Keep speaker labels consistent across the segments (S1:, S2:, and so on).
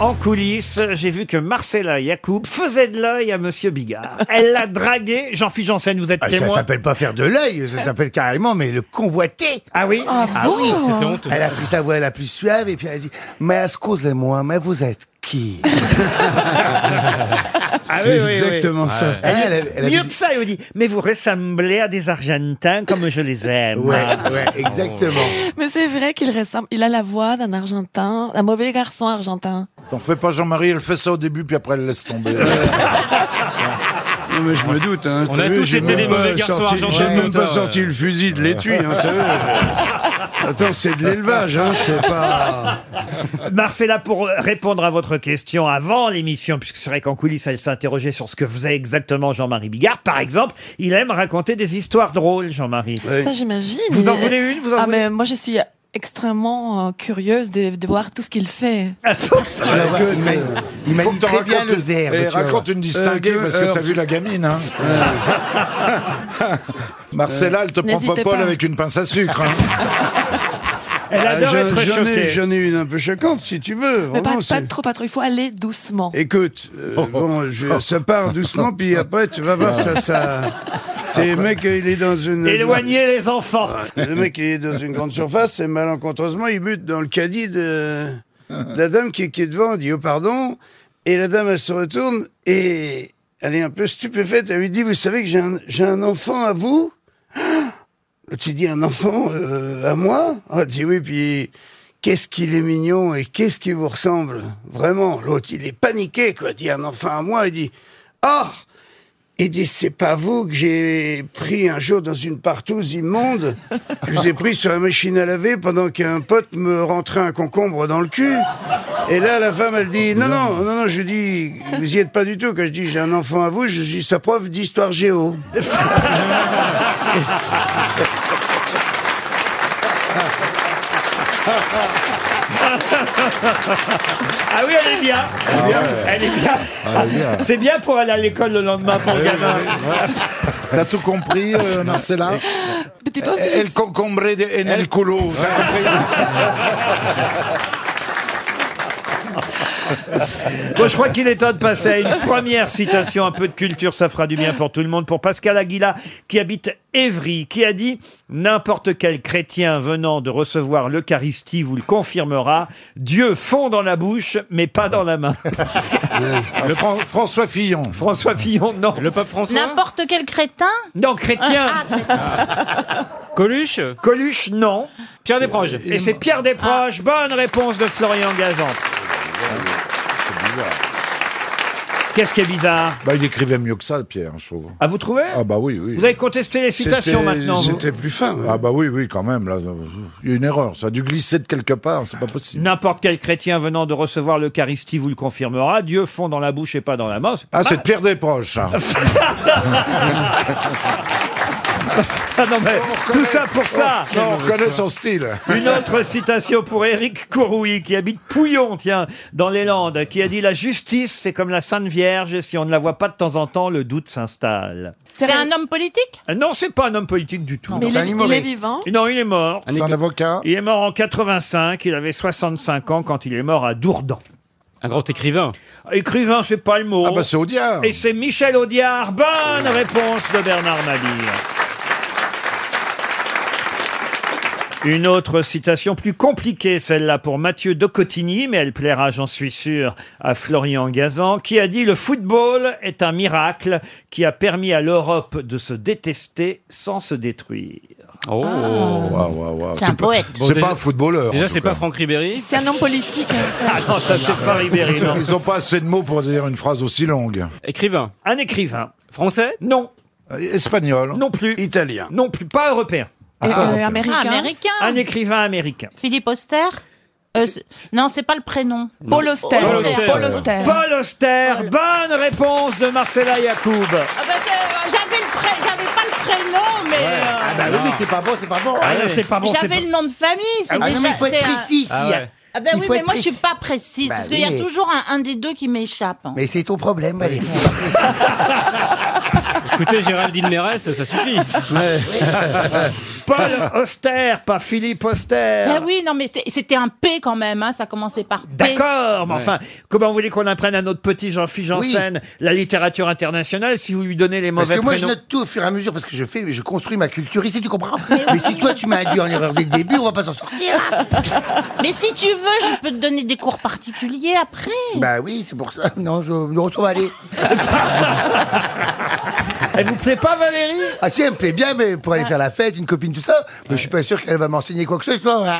S1: en coulisses, j'ai vu que Marcella Yacoub faisait de l'œil à Monsieur Bigard. Elle l'a dragué. Jean-Philippe Janssen, vous êtes
S2: Ah, ça
S1: témoin. Euh.
S2: s'appelle pas faire de l'œil, ça s'appelle carrément, mais le convoiter.
S1: Ah oui
S2: Ah oui,
S3: C'était honteux.
S2: Elle a pris sa voix la plus suave et puis elle a dit Mais excusez-moi, mais vous êtes qui
S1: Ah oui, oui, oui.
S2: ça. Elle, elle- elle avait
S1: Mieux que
S2: dit-
S1: ça, il vous dit, mais vous ressemblez à des Argentins comme je les aime.
S2: Ouais, ouais, exactement.
S4: Mais c'est vrai qu'il ressemble. Il a la voix d'un Argentin, d'un mauvais garçon argentin.
S5: T'en fais pas Jean-Marie, elle fait ça au début, puis après elle laisse tomber.
S6: Non, mais je me doute. Hein,
S3: On
S6: T'as
S3: a
S6: vu,
S3: tous
S6: j'ai
S3: été
S6: même
S3: des
S6: pas
S3: mauvais garçons
S6: sorti-
S3: argentins,
S6: J'ai même
S3: toi.
S6: pas sorti le fusil de l'étui. Hein, t'as vu. Attends, c'est de l'élevage, hein, c'est pas...
S1: Marcella, pour répondre à votre question avant l'émission, puisque c'est vrai qu'en coulisses, elle s'interrogeait sur ce que faisait exactement Jean-Marie Bigard. Par exemple, il aime raconter des histoires drôles, Jean-Marie.
S6: Oui.
S4: Ça, j'imagine.
S1: Vous en voulez une Vous en
S4: Ah,
S1: voulez
S4: mais moi, je suis extrêmement euh, curieuse de, de voir tout ce qu'il fait.
S2: Tu vas voir, il manie- Il manie
S5: t'en
S2: très bien
S5: racontes
S2: le
S5: une-
S2: verbe.
S5: eh,
S2: tu vas
S5: raconte
S2: voir.
S5: une distinguée
S6: Euh,
S5: parce que
S6: alors-
S5: t'as vu la gamine. Hein. Marcella, elle te prend
S4: N'hésitez
S5: pas Paul
S4: pas.
S5: avec une pince à sucre. hein.
S1: Elle
S6: Ah,
S1: adore
S6: j'en-
S1: être
S6: j'en ai-
S1: choquée.
S6: J'en ai une un peu choquante, si tu veux.
S4: Mais pas,
S6: vraiment,
S4: pas
S6: c'est-
S4: trop, pas trop. Il faut aller doucement.
S6: Écoute, euh,
S3: Oh,
S6: bon, je- ça part doucement, puis après, tu vas voir, ça... ça... C'est le mec, il est dans une...
S1: Éloignez les enfants.
S6: Le mec, il est dans une grande surface et malencontreusement, il bute dans le caddie de, de la dame qui, qui est devant. On dit, oh, pardon. Et la dame, elle se retourne et elle est un peu stupéfaite. Elle lui dit, vous savez que j'ai un, j'ai un enfant à vous Ah L'autre, il dit, un enfant euh, à moi Elle dit, oui, puis qu'est-ce qu'il est mignon et qu'est-ce qu'il vous ressemble Vraiment, l'autre, il est paniqué, quoi. Il dit, un enfant à moi. Il dit, ah il dit, c'est pas vous que j'ai pris un jour dans une partouze immonde. Je vous ai pris sur la machine à laver pendant qu'un pote me rentrait un concombre dans le cul. Et là, la femme, elle dit, non, non, non, non, je dis, vous y êtes pas du tout. Quand je dis, j'ai un enfant à vous, je suis sa prof d'histoire géo.
S1: Ah oui, elle est bien. Elle est bien.
S5: Ah, bien.
S1: C'est bien pour aller à l'école le lendemain Bah, pour le gamin.
S5: T'as tout compris, euh, Marcella
S4: Mais tu penses que
S5: Elle
S4: je-
S5: concombrée de en el culo.
S1: Bon, je crois qu'il est temps de passer à une première citation, un peu de culture, ça fera du bien pour tout le monde. Pour Pascal Aguila, qui habite Évry, qui a dit « N'importe quel chrétien venant de recevoir l'Eucharistie vous le confirmera, Dieu fond dans la bouche, mais pas dans la main.
S5: Le Fran- François Fillon. »
S1: François Fillon, non.
S3: Le pape François
S7: N'importe quel crétin Ah,
S1: Non, chrétien.
S3: Coluche
S1: Coluche, non.
S3: Pierre Desproges
S1: Et c'est Pierre Desproges. Bonne réponse de Florian Gazan. Qu'est-ce qui est bizarre
S5: Bah, il écrivait mieux que ça, Pierre, je trouve.
S1: Ah, vous trouvez
S5: Ah bah oui, oui.
S1: Vous avez contesté les citations
S6: C'était-
S1: maintenant. vous.
S6: C'était plus fin. ouais.
S5: Ah bah oui, oui, quand même. Là, euh, il y a une erreur. Ça a dû glisser de quelque part. C'est pas possible.
S1: N'importe quel chrétien venant de recevoir l'Eucharistie vous le confirmera. Dieu fond dans la bouche et pas dans la main. C'est pas
S5: Ah, c'est de Pierre Desproges, ça.
S1: mal. Ah Non, mais tout ça pour ça.
S5: Non, Oh, on reconnaît son style.
S1: Une autre citation pour Éric Courrouy, qui habite Pouillon, tiens, dans les Landes, qui a dit La justice, c'est comme la Sainte Vierge, si on ne la voit pas de temps en temps, le doute s'installe.
S7: C'est un homme politique
S1: Ah Non, c'est pas un homme politique du tout.
S4: Mais il,
S5: c'est un
S4: est, il est
S5: humoriste.
S4: vivant.
S1: Non, il est mort.
S5: C'est un avocat.
S1: Il est mort en 85, il avait 65 ans quand il est mort à Dourdan.
S3: Un grand écrivain.
S1: Écrivain, c'est pas le mot.
S5: Ah bah c'est Audiard.
S1: Et c'est Michel Audiard. Bonne réponse de Bernard Mabille. Une autre citation plus compliquée, celle-là pour Mathieu Docotigny, mais elle plaira, j'en suis sûr, à Florian Gazan, qui a dit Le football est un miracle qui a permis à l'Europe de se détester sans se détruire.
S4: Ah.
S3: Oh
S5: Waouh, waouh, waouh.
S7: C'est un
S5: pas-
S7: poète.
S3: Bon,
S5: c'est
S3: déjà-
S5: pas un footballeur. en
S3: Déjà,
S5: tout
S3: c'est pas
S5: cas.
S3: Franck Ribéry.
S4: C'est un homme politique. hein.
S1: Ah non, ça c'est pas Ribéry, non.
S5: Ils ont pas assez de mots pour dire une phrase aussi longue.
S3: Écrivain.
S1: Un écrivain.
S3: Français
S1: Non,
S5: Euh, Espagnol.
S1: non plus.
S6: Italien.
S1: Non plus, pas européen.
S4: Et, euh,
S5: ok.
S4: américain.
S7: Ah, Américain
S1: Un écrivain américain.
S7: Philippe Auster Euh, c'est- Non, c'est pas le prénom.
S4: Paul Auster.
S7: Paul
S3: Auster.
S4: Paul Auster.
S1: Paul Auster, bonne réponse de Marcella Yacoub.
S7: Ah bah, je- j'avais le pré- j'avais pas le prénom, mais euh,
S5: bah oui, mais c'est pas bon, c'est pas bon.
S1: Ah non, c'est pas bon, c'est
S7: j'avais
S1: pas-
S7: le nom de famille. c'est déjà- c'est un-
S3: Ah ouais.
S7: Ah ben
S2: Il
S7: oui,
S2: faut
S7: mais
S2: être
S7: moi je suis
S2: précis.
S7: pas précise
S2: Bah
S7: parce qu'il y
S2: oui.
S7: a toujours un, un des deux qui m'échappe.
S2: Mais c'est ton problème, Valérie.
S3: Écoutez, Géraldine Mérès, ça suffit.
S1: Paul Auster, pas Philippe Auster.
S7: Ben oui, non, mais c'est- c'était un P quand même, hein, ça commençait par P.
S1: D'accord, mais enfin, comment vous voulez qu'on apprenne à notre petit Jean-Philippe Janssen la littérature internationale si vous lui donnez les
S2: Parce
S1: mauvais
S2: que moi, je
S1: prénoms
S2: note tout au fur et à mesure, parce que je fais, je construis ma culture ici, tu comprends Mais si toi, tu m'as induit en erreur dès le début, on va pas s'en sortir.
S7: Mais si tu veux, je peux te donner des cours particuliers après.
S2: Bah oui, c'est pour ça. Non, je, non, on va aller.
S1: Elle vous plaît pas, Valérie
S2: Ah si, elle me plaît bien, mais pour aller faire la fête, une copine, tout ça. Mais je suis pas sûr qu'elle va m'enseigner quoi que ce soit. hein.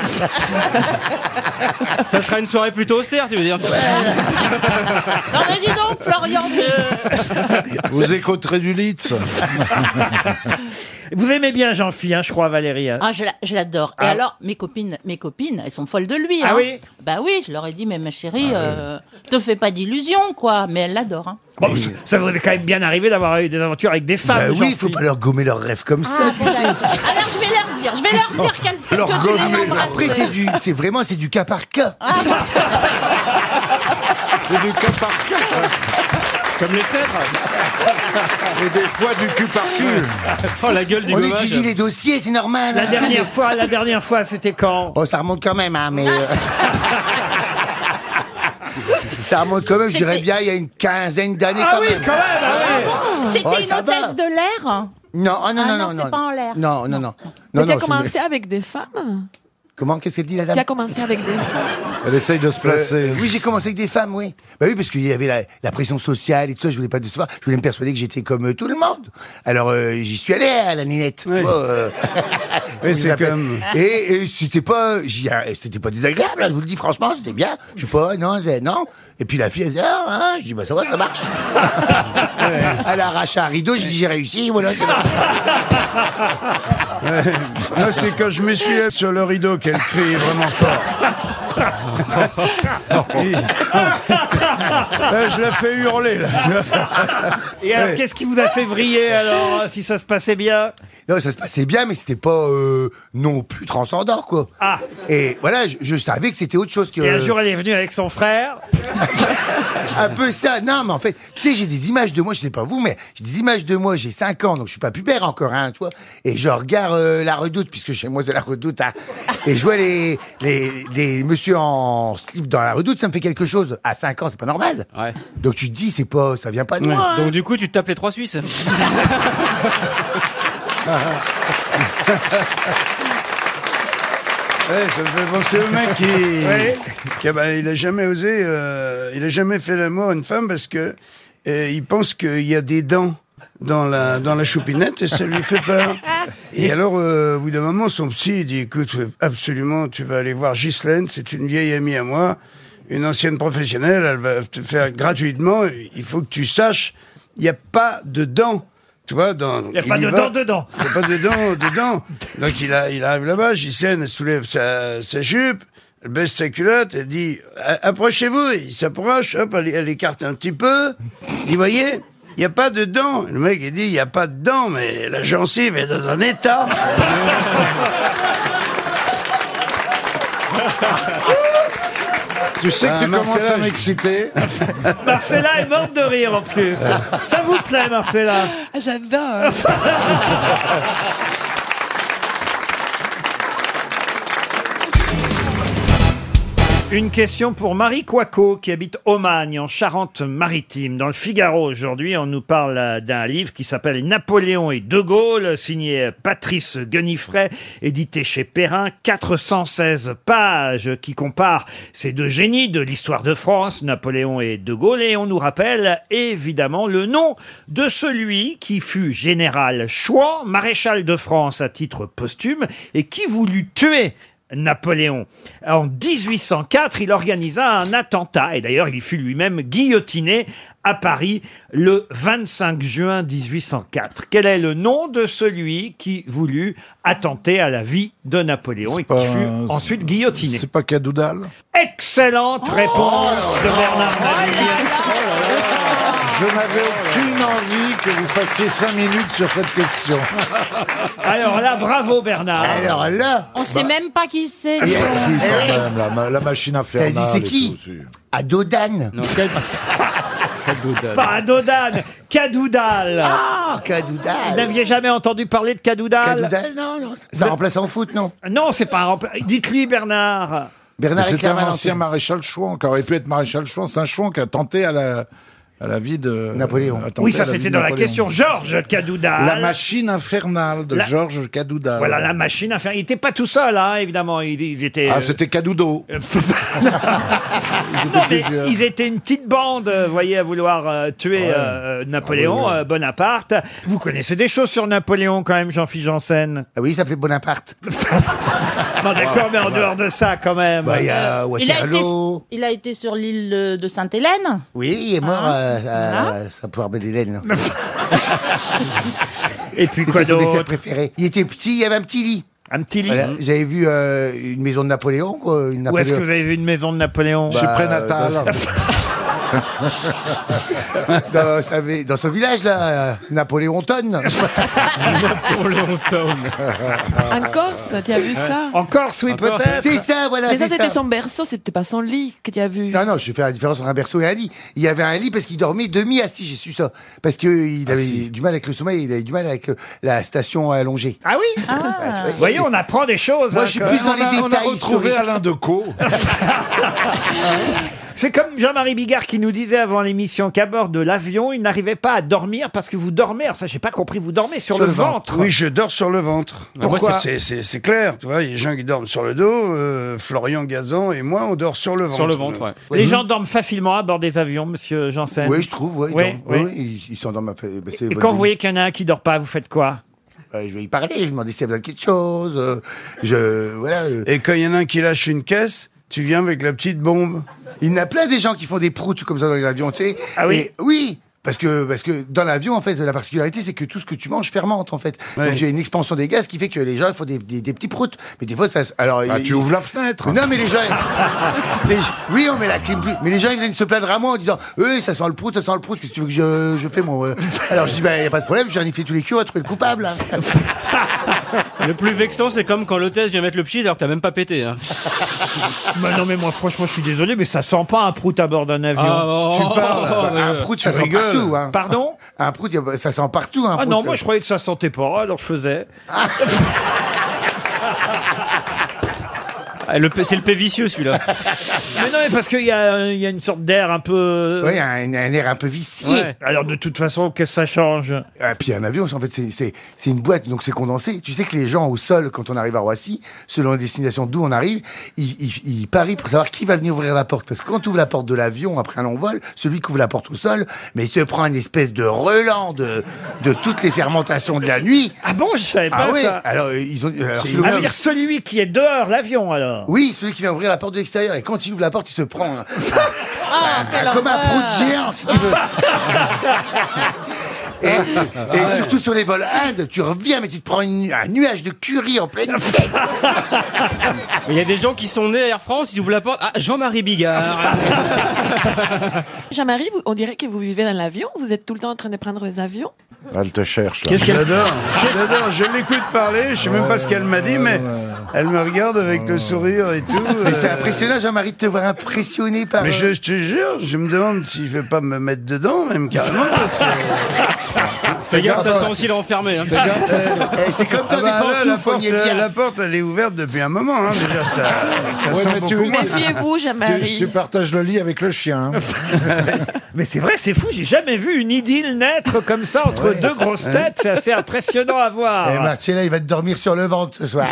S3: Ça sera une soirée plutôt austère, tu veux dire
S7: Non, mais dis donc, Florian, je...
S5: Vous écouterez du Litz.
S1: Vous aimez bien Jean-Philippe, hein, je crois, Valérie. hein.
S7: Ah, je la- je l'adore. Et alors, mes copines, mes copines, elles sont folles de lui.
S1: Ah
S7: hein.
S1: oui
S7: Bah oui, je leur ai dit, mais ma chérie, euh, te fais pas d'illusions, quoi. Mais elles l'adorent. hein.
S1: Bon, ça- ça vous est quand même bien arrivé d'avoir eu des aventures avec des femmes.
S2: Bah oui, il
S1: Jean-Philippe. Ah.
S2: faut pas leur gommer leurs rêves comme ça.
S7: Alors je vais leur dire, je vais leur dire qu'elles sont
S5: Leur
S7: que tu les
S5: gommer,
S7: embrasses.
S2: Après, c'est du, c'est vraiment, c'est du cas par cas.
S1: Ah.
S5: C'est du cas par hein. cas.
S3: Comme les têtes.
S5: Et des fois du cul par cul.
S3: Oh, la gueule du
S2: On
S3: gommage.
S2: étudie les dossiers, c'est normal.
S1: La
S2: hein.
S1: dernière fois, la dernière fois, c'était quand
S2: Oh, ça remonte quand même, hein, mais. euh, ça remonte quand même, je dirais
S7: C'était-
S2: bien, il y a une quinzaine d'années
S1: Ah
S2: quand
S1: oui,
S2: même.
S1: quand même. ah oui.
S7: C'était
S2: Ouais,
S7: une
S2: ça va.
S7: hôtesse de l'air
S2: Non, oh, non,
S7: Ah
S2: non,
S7: non,
S2: non,
S7: c'était
S2: non.
S7: pas en l'air.
S2: Non, non, non.
S4: Mais
S2: Non,
S4: qui a
S2: non,
S4: commencé
S2: c'est-
S4: avec des femmes
S2: Comment Qu'est-ce qu'elle dit, la dame
S4: Qui a commencé avec des femmes
S5: Elle essaye de se placer.
S2: Euh, oui, j'ai commencé avec des femmes, oui. Bah oui, parce qu'il y avait la, la pression sociale et tout ça, je voulais pas décevoir. Je voulais me persuader que j'étais comme euh, tout le monde. Alors, euh, j'y suis allé à la ninette.
S6: Oui.
S2: tu vois, euh,
S6: Oui, c'est
S2: ils appellent.
S6: comme-
S2: Et, et c'était pas, j'y- euh, c'était pas désagréable, hein, je vous le dis franchement, c'était bien. Je suis pas, non, j'ai- non. Et puis la fille, elle disait, ah, hein. je dis, bah ça va, ça marche. Elle arrache un rideau, je dis, j'ai réussi, voilà. c'est bon.
S6: Non, c'est quand je m'essuie sur le rideau qu'elle crie vraiment fort. Et- Là, je la fais hurler, là. tu vois.
S1: Et alors,
S6: Ouais.
S1: qu'est-ce qui vous a fait vriller alors, si ça se passait bien
S2: Non, ça se passait bien, mais c'était pas euh, non plus transcendant, quoi.
S1: Ah.
S2: Et voilà, je, je savais que c'était autre chose que.
S1: Et un jour, elle est venue avec son frère.
S2: un peu ça. Non, mais en fait, tu sais, j'ai des images de moi, je sais pas vous, mais j'ai des images de moi, j'ai 5 ans, donc je suis pas pubère encore, hein, tu vois. Et je regarde euh, la redoute, puisque chez moi, c'est la redoute, hein. Et je vois les, les, les monsieur en slip dans la redoute, ça me fait quelque chose. À 5 ans, c'est pas normal.
S3: Ouais.
S2: Donc tu te dis, c'est pas, ça vient pas de moi. hein.
S3: Donc du coup, tu te tapes les trois Suisses.
S6: Ouais, Eh, ça me fait penser au mec qui,
S1: Ouais.
S6: qui, ah bah, il a jamais osé, euh, il a jamais fait l'amour à une femme parce que euh, il pense qu'il y a des dents dans la dans la choupinette et ça lui fait peur. Et alors, euh, au bout d'un moment, son psy il dit écoute, faut absolument, tu vas aller voir Ghislaine, c'est une vieille amie à moi, une ancienne professionnelle, elle va te faire gratuitement. Il faut que tu saches, il n'y a pas de dents. Tu vois, dans,
S1: Il n'y a pas
S6: y
S1: de
S6: va.
S1: dents dedans.
S6: Il n'y a pas de dents dedans. Donc il, a, il arrive là-bas, Gisèle elle soulève sa, sa jupe, elle baisse sa culotte, elle dit A- Approchez-vous. Il s'approche, hop, elle, elle écarte un petit peu. Il dit Voyez, il n'y a pas de dents. Le mec, il dit Il n'y a pas de dents, mais la gencive est dans un état.
S5: Tu sais que
S6: Ah,
S5: tu commences à
S6: Marcella, je-
S5: m'exciter.
S1: Marcella est morte de rire en plus. Ça vous plaît, Marcella
S4: Ah, J'adore
S1: Une question pour Marie Coicot, qui habite Aumagne, en Charente-Maritime. Dans le Figaro, aujourd'hui, on nous parle euh, d'un livre qui s'appelle Napoléon et De Gaulle, signé euh, Patrice Guenifray, édité chez Perrin, 416 pages, qui compare ces deux génies de l'histoire de France, Napoléon et De Gaulle, et on nous rappelle évidemment le nom de celui qui fut général Chouan, maréchal de France à titre posthume, et qui voulut tuer Napoléon. En 1804, il organisa un attentat, et d'ailleurs il fut lui-même guillotiné à Paris le 25 juin 1804. Quel est le nom de celui qui voulut attenter à la vie de Napoléon et
S5: C'est pas
S1: qui fut
S5: un-
S1: ensuite guillotiné
S5: C'est pas Cadoudal
S1: Excellente réponse de Bernard Mabille.
S5: Je n'avais aucune envie que vous fassiez 5 minutes sur cette question.
S1: Alors là, bravo Bernard
S2: Alors là,
S7: On sait même pas qui c'est.
S5: Ah,
S7: Eh
S5: Si, quand même, la, ma- la machine
S2: t'as
S5: infernale.
S2: dit c'est
S5: et
S2: qui
S5: tout, si.
S2: À Dodane.
S3: Non, quel-
S1: Pas Dodan, Cadoudal.
S2: Ah,
S1: Vous
S2: Cadoudal
S1: n'aviez jamais entendu parler de Cadoudal
S2: Cadoudal, non, non. Ça remplace en foot, non
S1: Non, c'est pas un rempla- Dites-lui, Bernard.
S2: Bernard
S5: C'était un
S2: Éclair
S5: ancien maréchal Chouan, qui aurait pu être maréchal Chouan. C'est un Chouan qui a tenté à la, à la vie de...
S2: Napoléon.
S5: a tenté
S1: Oui,
S5: à
S1: ça,
S5: vie
S1: c'était
S5: de
S1: dans la
S5: Napoléon.
S1: question. Georges Cadoudal.
S5: La machine infernale de
S1: La-
S5: Georges Cadoudal.
S1: Voilà, la machine à faire. Il n'était pas tout seul, hein, évidemment. Ils, ils étaient. euh,
S5: Ah, c'était Cadoudo.
S1: euh,
S5: Ils étaient
S1: Non, mais
S5: plusieurs.
S1: ils étaient une petite bande, euh, vous voyez, à vouloir euh, tuer
S5: Ouais.
S1: euh,
S5: Ah
S1: Napoléon euh, Bonaparte. Vous connaissez des choses sur Napoléon quand même, Jean-Philippe Janssen.
S2: Ah oui, il s'appelait Bonaparte.
S1: Non, d'accord, mais en dehors de ça, quand même.
S2: Bah, il y a
S7: Il a, été,
S2: Waterloo.
S7: il a été sur l'île euh, de Sainte-Hélène.
S2: Oui, il est mort
S1: Hein
S2: euh,
S7: Ah.
S2: à, à, saint pouvoir hélène
S1: Et puis quoi
S2: C'était son dessert
S1: d'autre
S2: préféré. Il était petit, il y avait un petit lit.
S1: Un petit lit.
S2: Voilà, J'avais vu euh, une maison de Napoléon, quoi. Une
S1: Où est-ce que
S2: Napoléon-
S1: vous avez vu une maison de Napoléon
S5: Chez
S2: Bah,
S5: Prénatal.
S2: dans, sa vi- dans son village, là, euh, Napoléon Tonne.
S3: Pour Léonton.
S4: En Corse, tu as Euh, vu ça
S1: En Corse, oui,
S3: En Corse,
S1: peut-être.
S2: C'est ça, voilà.
S4: Mais ça,
S2: c'est
S4: c'était son berceau, c'était pas son lit que tu as vu.
S2: Non, non, je fais la différence entre un berceau et un lit. Il y avait un lit parce qu'il dormait demi-assis, j'ai su ça. Parce qu'il
S1: Ah,
S2: avait du mal avec le sommeil, il avait du mal avec euh, la station allongée.
S1: Ah oui
S2: Bah,
S1: Vous voyez, on apprend des choses.
S2: Moi,
S1: hein,
S2: je suis
S1: quand
S2: plus
S1: même.
S2: dans les
S5: on, a, on a
S2: détails
S5: retrouvé
S2: historiques.
S5: Alain Decaux.
S1: C'est comme Jean-Marie Bigard qui nous disait avant l'émission qu'à bord de l'avion, il n'arrivait pas à dormir parce que vous dormez. Alors ça, j'ai pas compris. Vous dormez sur, le, ventre.
S6: Oui, je dors sur le ventre.
S3: Ah, moi,
S6: Pourquoi C'est-
S3: c'est-
S6: C'est c'est clair, tu vois, il y a des gens qui dorment sur le dos, euh, Florian Gazan et moi, on dort sur le ventre.
S3: Sur le ventre, ouais.
S1: Les gens dorment facilement à bord des avions, monsieur Janssen.
S2: Oui, je trouve, ouais,
S1: Oui,
S2: dans- oui,
S1: oui.
S2: oui, il, il s'endorme. à fa- bah, c'est
S1: Et
S2: bonne
S1: quand
S2: nuit.
S1: vous voyez qu'il y en a un qui dort pas, vous faites quoi
S2: Euh, je vais y parler, je vais demander s'il y a besoin de quelque chose. euh, je, voilà, euh,
S6: Et quand il y en a un qui lâche une caisse, tu viens avec la petite bombe.
S2: il y en a plein des gens qui font des proutes comme ça dans les avions, tu sais.
S1: Ah oui
S2: Et oui parce que, parce que dans l'avion, en fait, la particularité, c'est que tout ce que tu manges fermente, en fait.
S6: Ouais.
S2: Donc, il y a une expansion des gaz qui fait que les gens font des, des, des petits proutes. Mais des fois, ça. se- Alors,
S5: Ah,
S2: il-
S5: tu ouvres la fenêtre.
S2: Non, mais les gens. les- oui, on met la clim plus. Mais les gens, ils viennent se plaindre à moi en disant Oui, ça sent le prout, ça sent le prout, qu'est-ce que tu veux que je, je fais, moi euh Alors, je dis Bah, y a pas de problème, j'en ai fait tous les culs, on va trouver le coupable. hein.
S3: Le plus vexant, c'est comme quand l'hôtesse vient mettre le pied alors que t'as même pas pété. hein.
S1: Bah Non, mais moi, franchement, je suis désolé, mais ça sent pas un prout à bord d'un avion.
S3: oh,
S2: tu parles. un prout, ça
S6: tu
S2: sent
S6: rigoles.
S2: partout. Hein.
S1: Pardon
S2: Un prout, y a- ça sent partout. Un
S1: Ah
S2: prout,
S1: non, moi,
S2: euh.
S1: je croyais que ça sentait pas, alors je faisais.
S3: Ah, le P- C'est le P vicieux celui-là.
S1: Mais non, mais parce qu'il y a, euh, il y a une sorte d'air un peu. euh,
S2: Oui, un, un air un peu vicié.
S1: Ouais. Alors, de toute façon, qu'est-ce que ça change
S2: Et Ah, puis un avion, en fait, c'est- c'est c'est une boîte, donc c'est condensé. Tu sais que les gens au sol, quand on arrive à Roissy, selon la destination d'où on arrive, ils, ils, ils parient pour savoir qui va venir ouvrir la porte. Parce que quand tu ouvres la porte de l'avion après un long vol, celui qui ouvre la porte au sol, mais il se prend une espèce de relan de, de toutes les fermentations de la nuit.
S1: Ah bon, je savais
S2: Ah
S1: pas
S2: oui,
S1: ça.
S2: alors euh, ils ont... alors,
S6: C'est
S2: selon-
S1: Ah, je veux dire celui qui est dehors, l'avion, alors.
S2: oui, celui qui vient ouvrir la porte de l'extérieur. Et quand il ouvre la porte, il se prend hein. un-
S7: Ah, quelle
S2: comme un
S7: horreur.
S2: prout géant, si tu veux.
S1: Ah.
S2: Et, et surtout sur les vols Inde, tu reviens mais tu te prends une- un nuage de curry en
S1: Ah.
S2: pleine tête.
S3: Il y a des gens qui sont nés à Air France, ils ouvrent la porte. Ah, Jean-Marie Bigard.
S4: Jean-Marie, vous- on dirait que vous vivez dans l'avion, vous êtes tout le temps en train de prendre des avions.
S5: Elle te cherche, là.
S3: Qu'est-ce qu'elle
S6: J'adore, j'adore, je l'écoute parler, je sais même pas ce qu'elle m'a dit, mais elle me regarde avec le sourire et tout.
S2: Mais c'est
S6: euh,
S2: impressionnant, Jean-Marie, de te voir impressionné par.
S6: Mais
S2: euh,
S6: je, je te jure, je me demande s'il ne veut pas me mettre dedans, même carrément, parce que...
S3: Fais gaffe, ça sent aussi l'enfermé. hein.
S2: eh, c'est comme
S6: Ah
S2: dans
S6: bah, là,
S2: des
S6: la,
S2: pantoufles, on
S6: porte,
S2: y est bien.
S6: la porte, elle est ouverte depuis un moment, hein, déjà, ça, ça
S5: Ouais,
S6: sent
S5: mais
S6: beaucoup
S5: tu-
S6: moins.
S4: Méfiez-vous,
S5: Tu, tu
S4: Jean-Marie.
S5: partages le lit avec le chien. hein.
S1: Ah. Mais c'est vrai, c'est fou, j'ai jamais vu une idylle naître comme ça entre deux grosses têtes, c'est assez impressionnant à voir.
S2: Eh, Marcella, il va te dormir sur le ventre ce soir.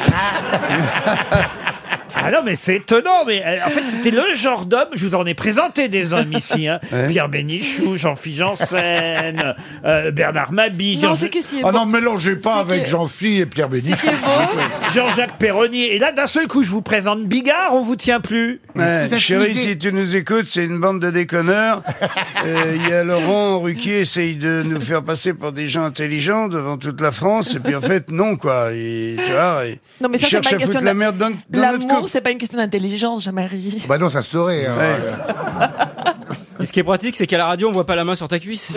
S1: Ah non, mais c'est étonnant, mais euh, en fait, c'était le genre d'homme, je vous en ai présenté des hommes ici, hein. Pierre Bénichou, Jean-Philippe Janssen, euh, Bernard Mabille,
S4: Non,
S1: Jean-
S4: c'est que si.
S5: Ah non, mélangez pas
S4: C'est
S5: avec
S4: que-
S5: Jean-Phi et Pierre
S4: C'est
S5: Bénichou.
S4: qui est beau,
S1: Jean-Jacques Perroni, et là, d'un seul coup, je vous présente Bigard, on vous tient plus.
S6: Ouais,
S2: Tout à fait
S6: chérie,
S2: l'idée.
S6: si tu nous écoutes, c'est une bande de déconneurs. Euh, Il y a Laurent Ruquier essaye de nous faire passer pour des gens intelligents devant toute la France, et puis en fait, non, quoi. Il, tu vois, il,
S4: Non, mais
S6: il
S4: ça, c'est
S6: cherche
S4: pas
S6: à
S4: une question
S6: foutre
S4: de-
S6: la merde dans, dans notre
S4: L'amour,
S6: couple.
S4: c'est pas une question d'intelligence, Jean-Marie.
S2: bah non, ça se saurait. hein.
S6: Ouais.
S3: Et ce qui est pratique, c'est qu'à la radio, on voit pas la main sur ta cuisse.